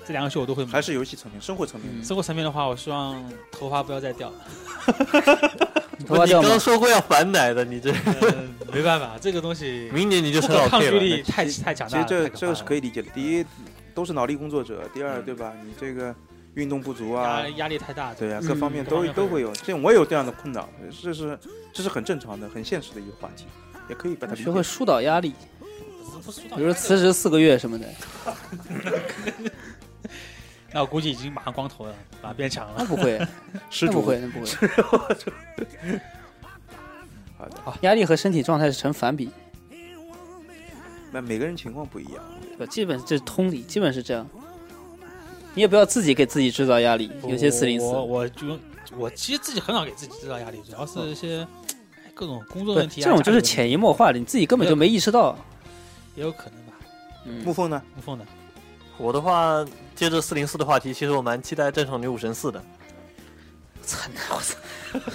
Speaker 5: 这两个游戏我都会买。
Speaker 4: 还是游戏层
Speaker 7: 嗯
Speaker 4: 面、生活层面。
Speaker 5: 生活层面的话，我希望头发不要再
Speaker 4: [laughs]
Speaker 5: 掉。
Speaker 7: 你头
Speaker 8: 不
Speaker 7: 发
Speaker 8: 你
Speaker 7: 掉吗？
Speaker 8: 刚刚说过要反奶的，你这
Speaker 5: 嗯，没办法，这个东西
Speaker 8: 明年你就
Speaker 5: 不
Speaker 8: 成
Speaker 5: 可
Speaker 8: 老
Speaker 5: 抗
Speaker 8: K
Speaker 5: 拒
Speaker 8: 了。
Speaker 5: 力太太强大
Speaker 4: 其实
Speaker 5: 了。嗯太
Speaker 4: 这
Speaker 5: 可怕
Speaker 4: 这个是
Speaker 5: 了
Speaker 4: 可以理解的。第一，都是脑力工作者；第二，对吧？你这个运动不足啊
Speaker 5: 压，压力太大。
Speaker 4: 对啊，各方面
Speaker 5: 嗯各方
Speaker 4: 都
Speaker 5: 面会
Speaker 4: 都
Speaker 5: 有
Speaker 4: 会有。这我也有这样的困扰，这是这是很正常的、很现实的一个话题，也可以把它理
Speaker 7: 学会
Speaker 4: 解。
Speaker 7: 疏导压力，
Speaker 5: 不不知道
Speaker 7: 比如说辞职四个月什么的，
Speaker 5: 那我估计已经马上光头了，马上变强
Speaker 7: 那
Speaker 5: 了。
Speaker 7: 不
Speaker 8: [laughs]
Speaker 7: 会，
Speaker 4: 施
Speaker 7: 那不
Speaker 4: 主，
Speaker 7: 会，那不会。
Speaker 4: 好的，
Speaker 7: 压力和身体状态是成反比，
Speaker 4: 那每个人情况不一样，
Speaker 7: 对吧基本这是通理，基本是这样。你也不要自己给自己制造压力， [laughs] 有些四零四
Speaker 5: 我，我就我其实自己很少给自己制造压力，主要是一些哎各种工作
Speaker 7: 不
Speaker 5: 问题啊，
Speaker 7: 这种就是
Speaker 5: 家里
Speaker 7: 潜移默化的，你自己根本就没意识到。嗯
Speaker 5: 也有可能吧。
Speaker 4: 沐风呢？
Speaker 5: 无缝的，
Speaker 8: 我的话，接着四零四的话题，其实我蛮期待《战场女武神四》的。
Speaker 7: 操我操！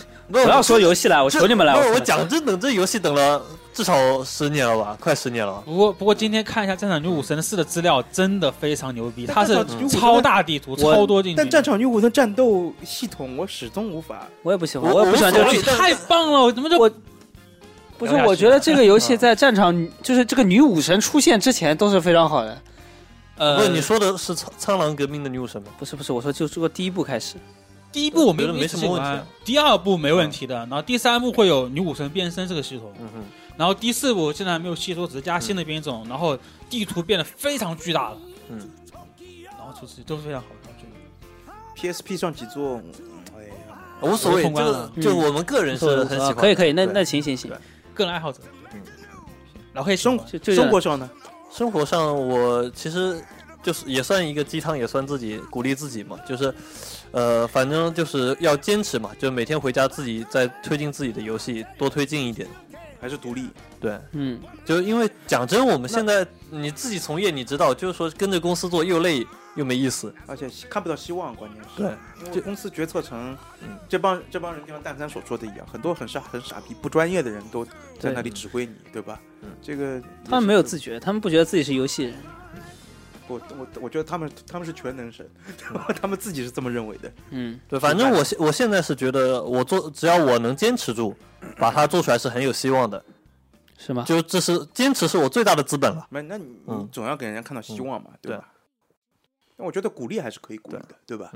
Speaker 8: [laughs] 不
Speaker 7: 不要说游戏了，我
Speaker 8: 我
Speaker 7: 哦求你们了。
Speaker 8: 不是
Speaker 7: 求你
Speaker 8: 我
Speaker 7: 们
Speaker 8: 讲真的，这游戏等了至少十年了吧，快十年了吧。
Speaker 5: 不过不过今天看一下《战场女武神四》的资料，真的非常牛逼，它是
Speaker 4: 战场女武神
Speaker 5: 超大地图，
Speaker 7: 我
Speaker 5: 超多进去。
Speaker 4: 但战场女武的战斗系统，我始终无法。
Speaker 7: 我也不喜欢，
Speaker 8: 我
Speaker 7: 我也不喜欢这个
Speaker 8: 我
Speaker 7: 剧
Speaker 8: 无所
Speaker 5: 你
Speaker 8: 谓
Speaker 5: 太棒了，我怎么就
Speaker 7: 我不是，
Speaker 5: 聊下去
Speaker 7: 我觉得这个游戏在战场，就是这个女武神出现之前都是非常好的。
Speaker 8: 不
Speaker 5: 呃
Speaker 8: 是，你说的是苍苍狼革命的女武神吗？
Speaker 7: 不是不是，我说就这个第一部开始，
Speaker 5: 第一部我
Speaker 8: 觉得没
Speaker 5: 没
Speaker 8: 什么问题啊
Speaker 5: 喜欢第二部没问题的，然后第三部会有女武神变身这个系统，
Speaker 8: 嗯哼，
Speaker 5: 然后第四部现在还没有细说，只是加新的变种，然后地图变得非常巨大了，
Speaker 8: 嗯，
Speaker 5: 然后出去都是非常好的，我觉得
Speaker 4: PSP 上几座，嗯哎呀，
Speaker 8: 无所谓，
Speaker 5: 我
Speaker 8: 这
Speaker 5: 通关
Speaker 8: 个
Speaker 5: 了
Speaker 8: 就我们个人是很喜
Speaker 7: 啊
Speaker 8: 欢。
Speaker 7: 可以可以，那
Speaker 8: 对
Speaker 7: 那行行行
Speaker 8: 对，
Speaker 5: 个人爱好者，
Speaker 8: 嗯
Speaker 5: 然后可以
Speaker 4: 生
Speaker 5: 生
Speaker 4: 活
Speaker 7: 就就
Speaker 4: 生活上呢？
Speaker 8: 生活上，我其实就是也算一个鸡汤，也算自己鼓励自己嘛。就是，呃，反正就是要坚持嘛，就每天回家自己再推进自己的游戏，多推进一点。
Speaker 4: 还是独立。
Speaker 8: 对，
Speaker 7: 嗯，
Speaker 8: 就是因为讲真，我们现在你自己从业，你知道，就是说跟着公司做又累又没意思。
Speaker 4: 而且看不到希望，关键是，
Speaker 8: 对，
Speaker 4: 因为
Speaker 8: 就
Speaker 4: 公司决策层
Speaker 8: 嗯，
Speaker 4: 这帮这帮人就像蛋三所说的一样，很多很傻很傻逼、不专业的人都在
Speaker 7: 对
Speaker 4: 那里指挥你，对吧？
Speaker 8: 嗯
Speaker 4: 这个
Speaker 7: 他们没有自
Speaker 4: 己，
Speaker 7: 觉，他们不觉得自己是游戏人。
Speaker 4: 我我我觉得他们他们是全能神， [laughs] 他们自己是这么认为的。
Speaker 7: 嗯，
Speaker 8: 对，反正我现我现在是觉得，我做只要我能坚持住，把它做出来是很有希望的。
Speaker 7: 是吗？
Speaker 8: 就这是坚持是我最大的资本了。
Speaker 4: 那那你
Speaker 8: 嗯
Speaker 4: 你总要给人家看到希望嘛，
Speaker 8: 对
Speaker 4: 吧？那我觉得鼓励还是可以鼓励的，对吧？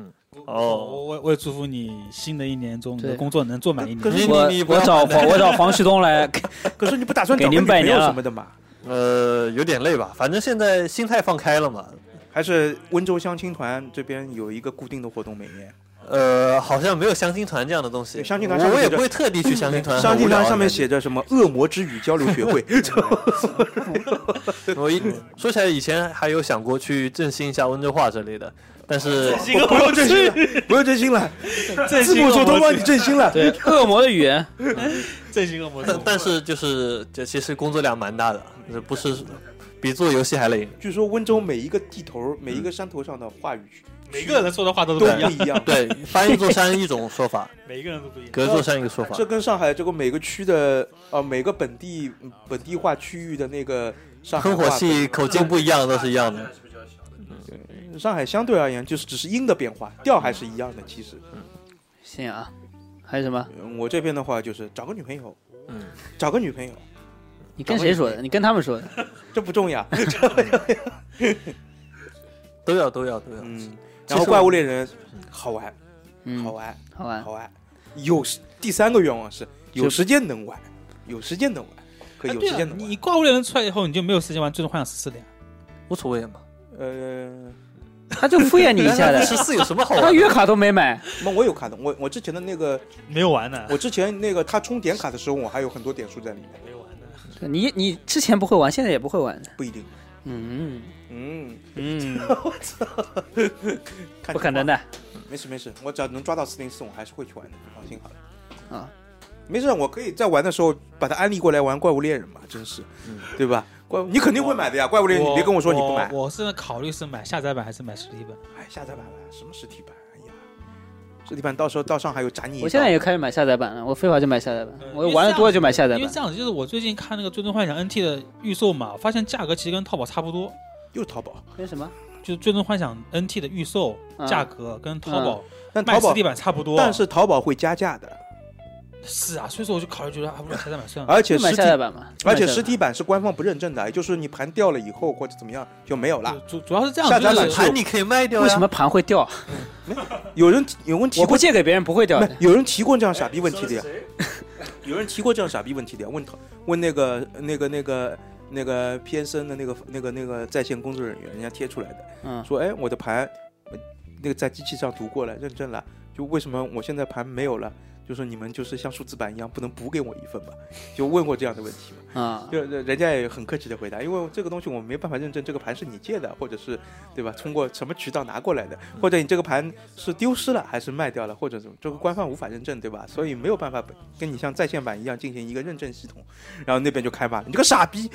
Speaker 8: 哦，
Speaker 5: 我我我也祝福你新的一年中你的
Speaker 7: 对
Speaker 5: 工作能做满一
Speaker 4: 可
Speaker 5: 年。
Speaker 4: 是
Speaker 8: 你
Speaker 7: 我
Speaker 8: 你不
Speaker 7: 我
Speaker 8: 要
Speaker 7: 找黄我找黄旭东来，
Speaker 4: 可是你不打算
Speaker 7: 给
Speaker 4: 找个
Speaker 7: 您
Speaker 4: 女
Speaker 7: 拜
Speaker 4: 朋友
Speaker 7: 年了
Speaker 4: 什么的嘛？
Speaker 8: 呃，有点累吧，反正现在心态放开了嘛。
Speaker 4: 还是温州相亲团这边有一个固定的活动，每年
Speaker 8: 呃，好像没有相亲团这样的东西。
Speaker 4: 对相亲团上
Speaker 8: 我
Speaker 4: 面写
Speaker 8: 我也
Speaker 4: 着
Speaker 8: 不会特地去相亲
Speaker 4: [laughs]
Speaker 8: 团。
Speaker 4: 相亲
Speaker 8: 很无聊啊
Speaker 4: 团上面，写着什么“恶魔之语交流
Speaker 8: [laughs]
Speaker 4: 学会”，
Speaker 8: 我一说起来以前还有想过去振兴一下温州话之类的，但是
Speaker 4: 不用 [laughs] 振兴了，不用振兴了，字幕组都帮你振兴了。
Speaker 7: 对，恶魔的语言，
Speaker 5: 振兴恶
Speaker 4: [laughs]
Speaker 5: 魔
Speaker 8: 但但是就是这其实工作量蛮大的，这不是比做游戏还累。
Speaker 4: 据说温州每一个地头、每一个山头上的话语
Speaker 5: 每个人说的话都
Speaker 4: 都
Speaker 5: 是
Speaker 4: 不
Speaker 5: 不一样，
Speaker 4: 一样。 [laughs]
Speaker 8: 对，翻一座山一种说法，
Speaker 5: 每个人都不一样。
Speaker 8: 隔座山一个说法
Speaker 4: [laughs] 这。跟上海这个每个区的呃每个本地本地化区域的那个上海
Speaker 8: 喷火
Speaker 4: 话
Speaker 8: 器口径不一样都是一样的。
Speaker 4: 上海相对而言就是只是音的变化，调还是一样的。其实
Speaker 7: 行啊，还有什么？
Speaker 4: 嗯我这边的话就是找个女朋友，
Speaker 8: 嗯，
Speaker 4: 找个女朋友，
Speaker 7: 你跟谁说的？你跟他们说的？
Speaker 4: 这不重要。
Speaker 8: 都要都要都要。
Speaker 4: 嗯，然后怪物猎人好玩，
Speaker 7: 嗯
Speaker 4: 好，玩，
Speaker 7: 好玩
Speaker 4: 好。啊玩。有时第三个愿望是有时间能玩，有时间能玩，可以
Speaker 5: 哎
Speaker 4: 有
Speaker 5: 对
Speaker 4: 时
Speaker 5: 了，
Speaker 4: 间能
Speaker 5: 你
Speaker 4: 玩。
Speaker 5: 你怪物猎人出来以后，你就没有时间玩《最终幻想十四》了呀。
Speaker 8: 无所谓嘛。，
Speaker 4: 呃，
Speaker 7: 他就敷衍你一下的
Speaker 8: [laughs] 十四有什么好
Speaker 7: 他
Speaker 8: 玩
Speaker 7: 月
Speaker 8: 的？
Speaker 7: 卡都没买。
Speaker 4: 那我有卡的，我我之前的那个，
Speaker 5: 没有玩呢，
Speaker 4: 我之前那个他充点卡的时候，我还有很多点数在里面，
Speaker 5: 没有玩呢。
Speaker 7: 你你之前不会玩，现在也不会玩的。
Speaker 4: 不一定。
Speaker 7: 嗯
Speaker 4: 嗯， [laughs]
Speaker 7: 嗯，
Speaker 4: 看
Speaker 7: 不可能
Speaker 4: 的。
Speaker 7: 的。
Speaker 4: 没事没事，我只要能抓到四零四，我还是会去玩的，放心好了。
Speaker 7: 啊，
Speaker 4: 没事，我可以在玩的时候把它安利过来玩怪物猎人嘛，真是，对吧？怪你肯定会买的呀，怪物猎人，你别跟我说你不买。
Speaker 5: 我我是考虑是买下载版还是买实体版。
Speaker 4: 哎，下载版吧，什么实体版？哎呀，实体版到时候到上海有斩你一刀。
Speaker 7: 我现在也开始买下载版了，我废话就买下载版
Speaker 5: 嗯，
Speaker 7: 我玩的多了就买下载
Speaker 5: 因为
Speaker 7: 版
Speaker 5: 这。样子，就是我最近看那个《最终幻想 NT》的预售嘛，我发现价格其实跟淘宝差不多，
Speaker 4: 又是淘宝，
Speaker 7: 为什么？
Speaker 5: 就是《最终幻想 NT》的预售
Speaker 7: 嗯
Speaker 5: 价格跟淘宝
Speaker 4: 但
Speaker 5: 卖
Speaker 4: 淘
Speaker 5: 实
Speaker 4: 宝
Speaker 5: 体版差不多。
Speaker 4: 但是淘宝会加价的，
Speaker 5: 是啊，所以说我就考虑觉得还不如下载版算了。
Speaker 4: 而且
Speaker 7: 就嗯买
Speaker 4: 实体
Speaker 7: 下载版嘛。
Speaker 4: 而且实体版是官方不认证的，也就是你盘掉了以后或者怎么样就没有了。
Speaker 5: 主主要是这样，
Speaker 4: 下载版
Speaker 5: 就是
Speaker 8: 盘你可以卖掉呀。
Speaker 7: 为什么盘会掉？
Speaker 4: 有人有人提
Speaker 7: 我
Speaker 4: 过
Speaker 7: 不，借给别人不会掉
Speaker 4: 没
Speaker 7: 的。
Speaker 4: 有人提过这样傻逼问题的呀？ [laughs] 有人提过这样傻逼问题的呀？问他问那个那个那个那个 PSN 的那个那个那个在线工作人员，人家贴出来的，
Speaker 7: 嗯，
Speaker 4: 说哎我的盘呃那个在机器上读过了，认证了，就为什么我现在盘没有了？就是你们就是像数字版一样，不能补给我一份吗？就问过这样的问题吗？
Speaker 7: 啊，
Speaker 4: 就人家也很客气的回答，因为这个东西我没办法认证，这个盘是你借的，或者是对吧？通过什么渠道拿过来的，或者你这个盘是丢失了，还是卖掉了，或者怎么，这个官方无法认证，对吧？所以没有办法跟你像在线版一样进行一个认证系统。然后那边就开骂，你这个傻逼！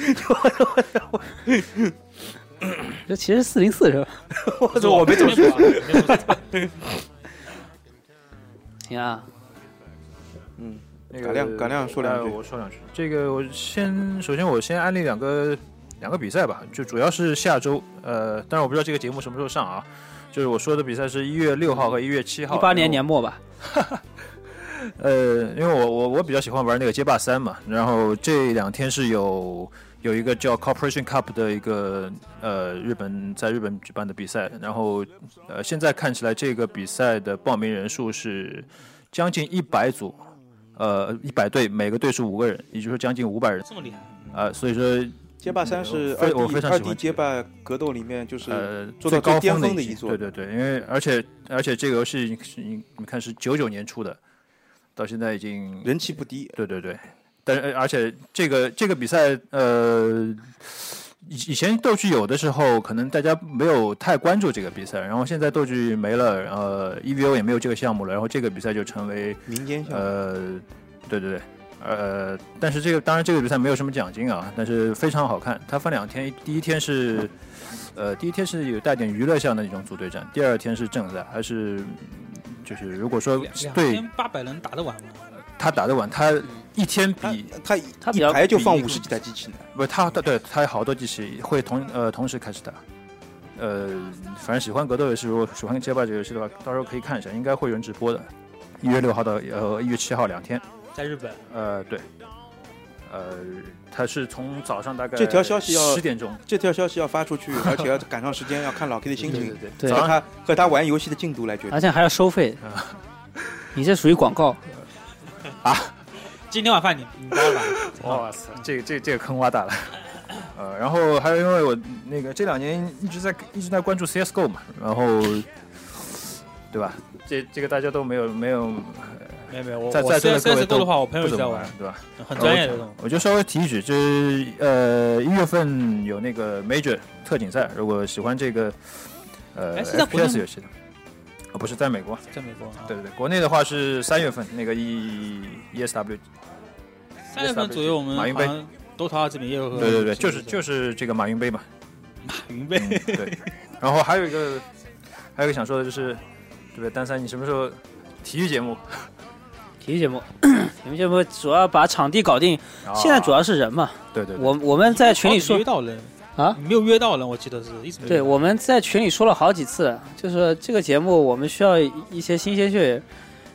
Speaker 7: 这其实四零四是吧？
Speaker 4: 我说我没这么说。
Speaker 7: 行啊，
Speaker 4: 嗯，
Speaker 9: 那个
Speaker 4: 嘎亮嘎亮说两句
Speaker 9: 呃我说两句。这个我先，首先我先安利两个两个比赛吧，就主要是下周，呃，但是我不知道这个节目什么时候上啊。就是我说的比赛是一月六号和一月七号，
Speaker 7: 一八
Speaker 9: 然
Speaker 7: 年
Speaker 9: 后
Speaker 7: 年末吧。
Speaker 9: 呃，因为我我我比较喜欢玩那个街霸三嘛，然后这两天是有有一个叫 Corporation Cup 的一个呃日本在日本举办的比赛，然后呃现在看起来这个比赛的报名人数是将近一百组，呃一百队，每个队是五个人，也就是说将近五百人，
Speaker 5: 这么
Speaker 4: [laughs]
Speaker 5: 厉害，
Speaker 9: 呃，所以说
Speaker 4: 街霸三是
Speaker 9: 我
Speaker 4: 二
Speaker 9: 非我
Speaker 4: D
Speaker 9: 非常喜
Speaker 4: 二
Speaker 9: 欢这
Speaker 4: D
Speaker 9: 个
Speaker 4: 街霸格斗里面就是
Speaker 9: 呃
Speaker 4: 做
Speaker 9: 最
Speaker 4: 到最
Speaker 9: 高
Speaker 4: 巅
Speaker 9: 峰
Speaker 4: 峰的
Speaker 9: 一
Speaker 4: 一
Speaker 9: 座，
Speaker 4: 座
Speaker 9: 对对对，因为而且而且这个游戏你你你看是九九年出的，到现在已经
Speaker 4: 人气不低，
Speaker 9: 对对对，但是呃而且这个这个比赛，呃，以以前斗剧有的时候，可能大家没有太关注这个比赛，然后现在斗剧没了，呃，EVO 也没有这个项目了，然后这个比赛就成为
Speaker 4: 民间项目
Speaker 9: 呃，对对对，呃，但是这个当然这个比赛没有什么奖金啊，但是非常好看。它分两天，第一天是，呃，第一天是有带点娱乐项的那种组队战，第二天是正赛，还是嗯就是如果说
Speaker 5: 两
Speaker 9: 对
Speaker 5: 千八百人打得完吗？
Speaker 9: 他打得完，他一天比
Speaker 4: 嗯他
Speaker 7: 他比
Speaker 4: 一
Speaker 7: 较
Speaker 4: 排就放
Speaker 9: 比
Speaker 4: 五十几台机器呢，
Speaker 9: 不是他他对他有好多机器会同呃同时开始打。呃，反正喜欢格斗游戏，如果喜欢街霸这个游戏的话，到时候可以看一下，应该会有人直播的。一月六号到呃一月七号两天。
Speaker 5: 在日本，
Speaker 9: 呃，对，呃，他是从早上大概
Speaker 4: 这条消息要
Speaker 9: 十点钟，
Speaker 4: 这条消息要发出
Speaker 9: [laughs]
Speaker 4: 去，而且要赶上时间，要看老 K 的心情，
Speaker 9: 对
Speaker 7: 对
Speaker 4: 和
Speaker 9: 早上
Speaker 4: 他和他玩游戏的进度来决定。
Speaker 7: 而且还要收费， [laughs] 你这属于广告。
Speaker 5: 今天晚饭你你包了吧？
Speaker 9: [laughs] 哇塞，这个这个这个坑挖大了。呃，然后还有因为我那个这两年一直在一直在关注 CS:GO 嘛，然后对吧？这这个大家都没有没有
Speaker 5: 没有没有，我
Speaker 9: 在
Speaker 5: 我
Speaker 9: 在座的各
Speaker 5: CSGO
Speaker 9: 位都
Speaker 5: 的话，我朋友
Speaker 9: 不
Speaker 5: 也
Speaker 9: 怎
Speaker 5: 在
Speaker 9: 么
Speaker 5: 玩，，
Speaker 9: 对吧？
Speaker 5: 很专业的那种。
Speaker 9: 我就稍微提一句，就是呃一月份有那个 Major 特警赛，如果喜欢这个呃
Speaker 5: 哎是在国内吗
Speaker 9: FPS 游戏的，啊不是在美国，
Speaker 5: 在美国啊，
Speaker 9: 对对对，国内的话是三月份那个 E E S W，
Speaker 5: 三月份左右我们
Speaker 9: 马云杯
Speaker 5: 好像都淘到这边也有和
Speaker 9: 对对对，就是就是是这个马云杯嘛，
Speaker 5: 马云杯
Speaker 9: 嗯，对。然后还有一个还有一个想说的就是，对不对？丹三，你什么时候体育节目？
Speaker 7: 体育节目， [clears throat] 体育节目主要把场地搞定，
Speaker 9: 啊
Speaker 7: 现在主要是人嘛。
Speaker 9: 对对对
Speaker 7: 我我们在群里
Speaker 5: 好
Speaker 7: 说
Speaker 5: 几没约，到人
Speaker 7: 啊
Speaker 5: 你没有约到人，我记得是一直没有
Speaker 7: 对，我们在群里说了好几次了，就是这个节目我们需要一一些新鲜血液，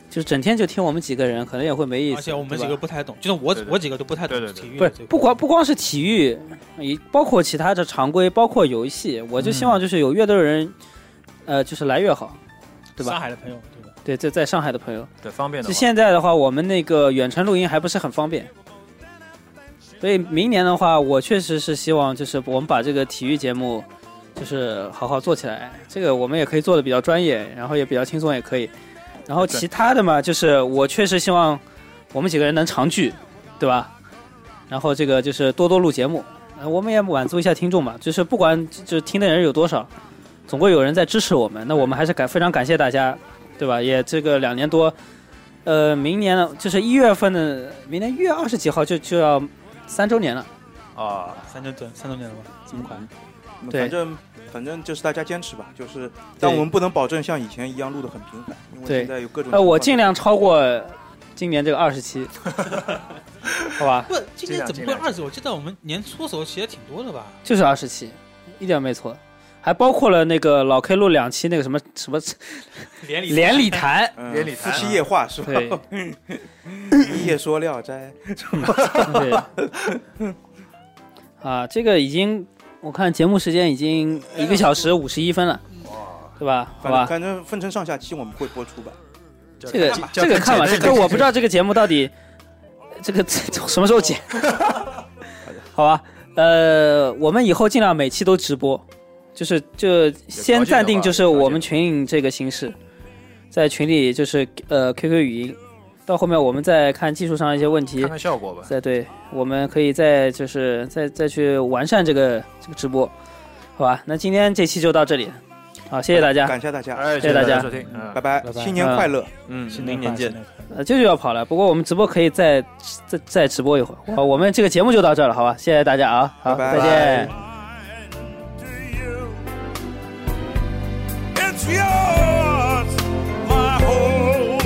Speaker 7: 就是整天就听我们几个人，可能也会没意思。
Speaker 5: 而且我们
Speaker 7: 对吧
Speaker 5: 几个不太懂，就是我
Speaker 9: 对对
Speaker 5: 我几个都不太懂
Speaker 9: 对对对
Speaker 5: 体育
Speaker 7: 不
Speaker 5: 的
Speaker 7: 是
Speaker 5: 这个，
Speaker 7: 不光不光是体育，也包括其他的常规，包括游戏，我就希望就是有越多的人，呃，就是来越好，对
Speaker 5: 上
Speaker 7: 吧？
Speaker 5: 海的朋友对吧？
Speaker 7: 对，在在上海的朋友，
Speaker 9: 对，方便的
Speaker 7: 就
Speaker 9: 话。
Speaker 7: 现在的话，我们那个远程录音还不是很方便，所以明年的话，我确实是希望就是我们把这个体育节目就是好好做起来，这个我们也可以做的比较专业，然后也比较轻松也可以。然后其他的嘛，就是我确实希望我们几个人能常聚，对吧？然后这个就是多多录节目，呃我们也满足一下听众嘛，就是不管就是听的人有多少，总归有人在支持我们，那我们还是感非常感谢大家，对吧？也这个两年多，呃，明年呢，就是一月份的，明年一月二十几号就就要三周年了，
Speaker 9: 啊，
Speaker 5: 三周年三周年了吧？这么快？
Speaker 4: 嗯
Speaker 7: 对
Speaker 4: 反正反正就是大家坚持吧，就是但我们不能保证像以前一样录的很频繁，因为
Speaker 7: 对
Speaker 4: 现在有各种
Speaker 7: 呃，我
Speaker 4: 情
Speaker 7: 尽
Speaker 4: 况
Speaker 7: 量超过今年这个二十期，好吧，
Speaker 5: 不，今
Speaker 9: 这
Speaker 5: 天
Speaker 9: 样
Speaker 5: 怎么
Speaker 9: 这
Speaker 5: 会
Speaker 9: 样
Speaker 5: 二十？我记得我们年初的时候写的挺多的吧？
Speaker 7: 就是二十期，一点没错，还包括了那个老 K 录两期那个什么什么
Speaker 5: 连理
Speaker 7: 连理
Speaker 4: [laughs]
Speaker 7: 谈，
Speaker 4: 嗯
Speaker 9: 连理
Speaker 4: 夫
Speaker 9: 谈
Speaker 4: 妻
Speaker 9: 啊
Speaker 4: 夜话是吧？ [laughs]
Speaker 7: 对
Speaker 4: 一夜说聊斋，
Speaker 7: 对，啊，这个已经我看节目时间已经一个小时五十一分了，对吧？ [laughs] 好
Speaker 4: 反正
Speaker 7: 吧，
Speaker 4: 反正分成上下期我们会播出吧。
Speaker 7: 这个这个看吧，这个我不知道这个节目到底这个什么时候
Speaker 9: [laughs]
Speaker 7: 剪，好吧？呃，我们以后尽量每期都直播，就是就先暂定就是我们群里这个形式，在群里就是呃 QQ 语音，到后面我们再看技术上的一些问题
Speaker 9: 看，看效果吧。
Speaker 7: 再对我们可以再就是再再去完善这个这个直播，好吧？那今天这期就到这里，好，谢谢大家。
Speaker 4: 感谢大家，
Speaker 9: 哎，
Speaker 7: 谢谢大家
Speaker 9: 收听，嗯
Speaker 4: 拜拜
Speaker 5: 拜，拜
Speaker 4: 新年快乐！
Speaker 9: 嗯，
Speaker 5: 新
Speaker 9: 明
Speaker 5: 年
Speaker 9: 年
Speaker 5: 快乐
Speaker 9: 见。。
Speaker 7: 呃，这就要跑了。不过我们直播可以再再再直播一会儿。好，我们这个节目就到这儿了，好吧？谢谢大家啊，好，
Speaker 4: 拜拜
Speaker 7: 再见。
Speaker 10: It's yours, my whole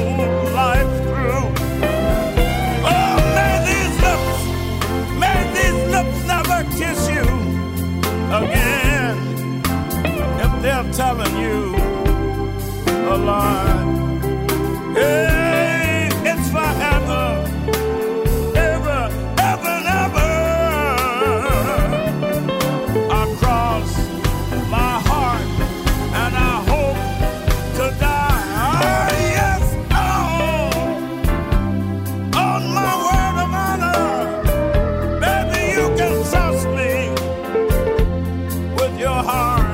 Speaker 10: life through. Oh, may these lips, may these lips never kiss you again. If they're telling you a lie, hey, it's forever, ever, ever, and ever. Across my heart and I hope to die. Ah, yes, oh, on my word of honor, baby, you can trust me with your heart.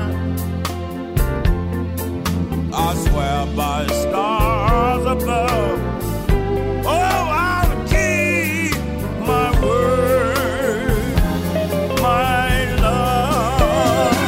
Speaker 10: I swear by stars above. Oh, I'll keep my word, my love.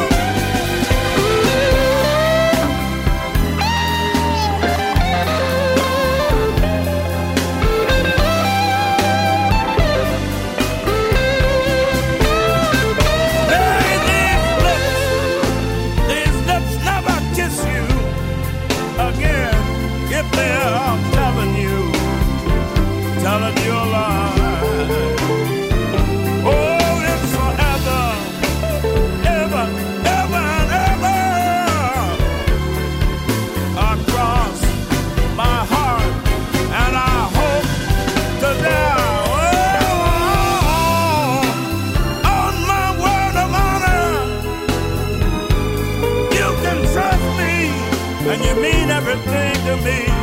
Speaker 9: oh, and you mean everything to me.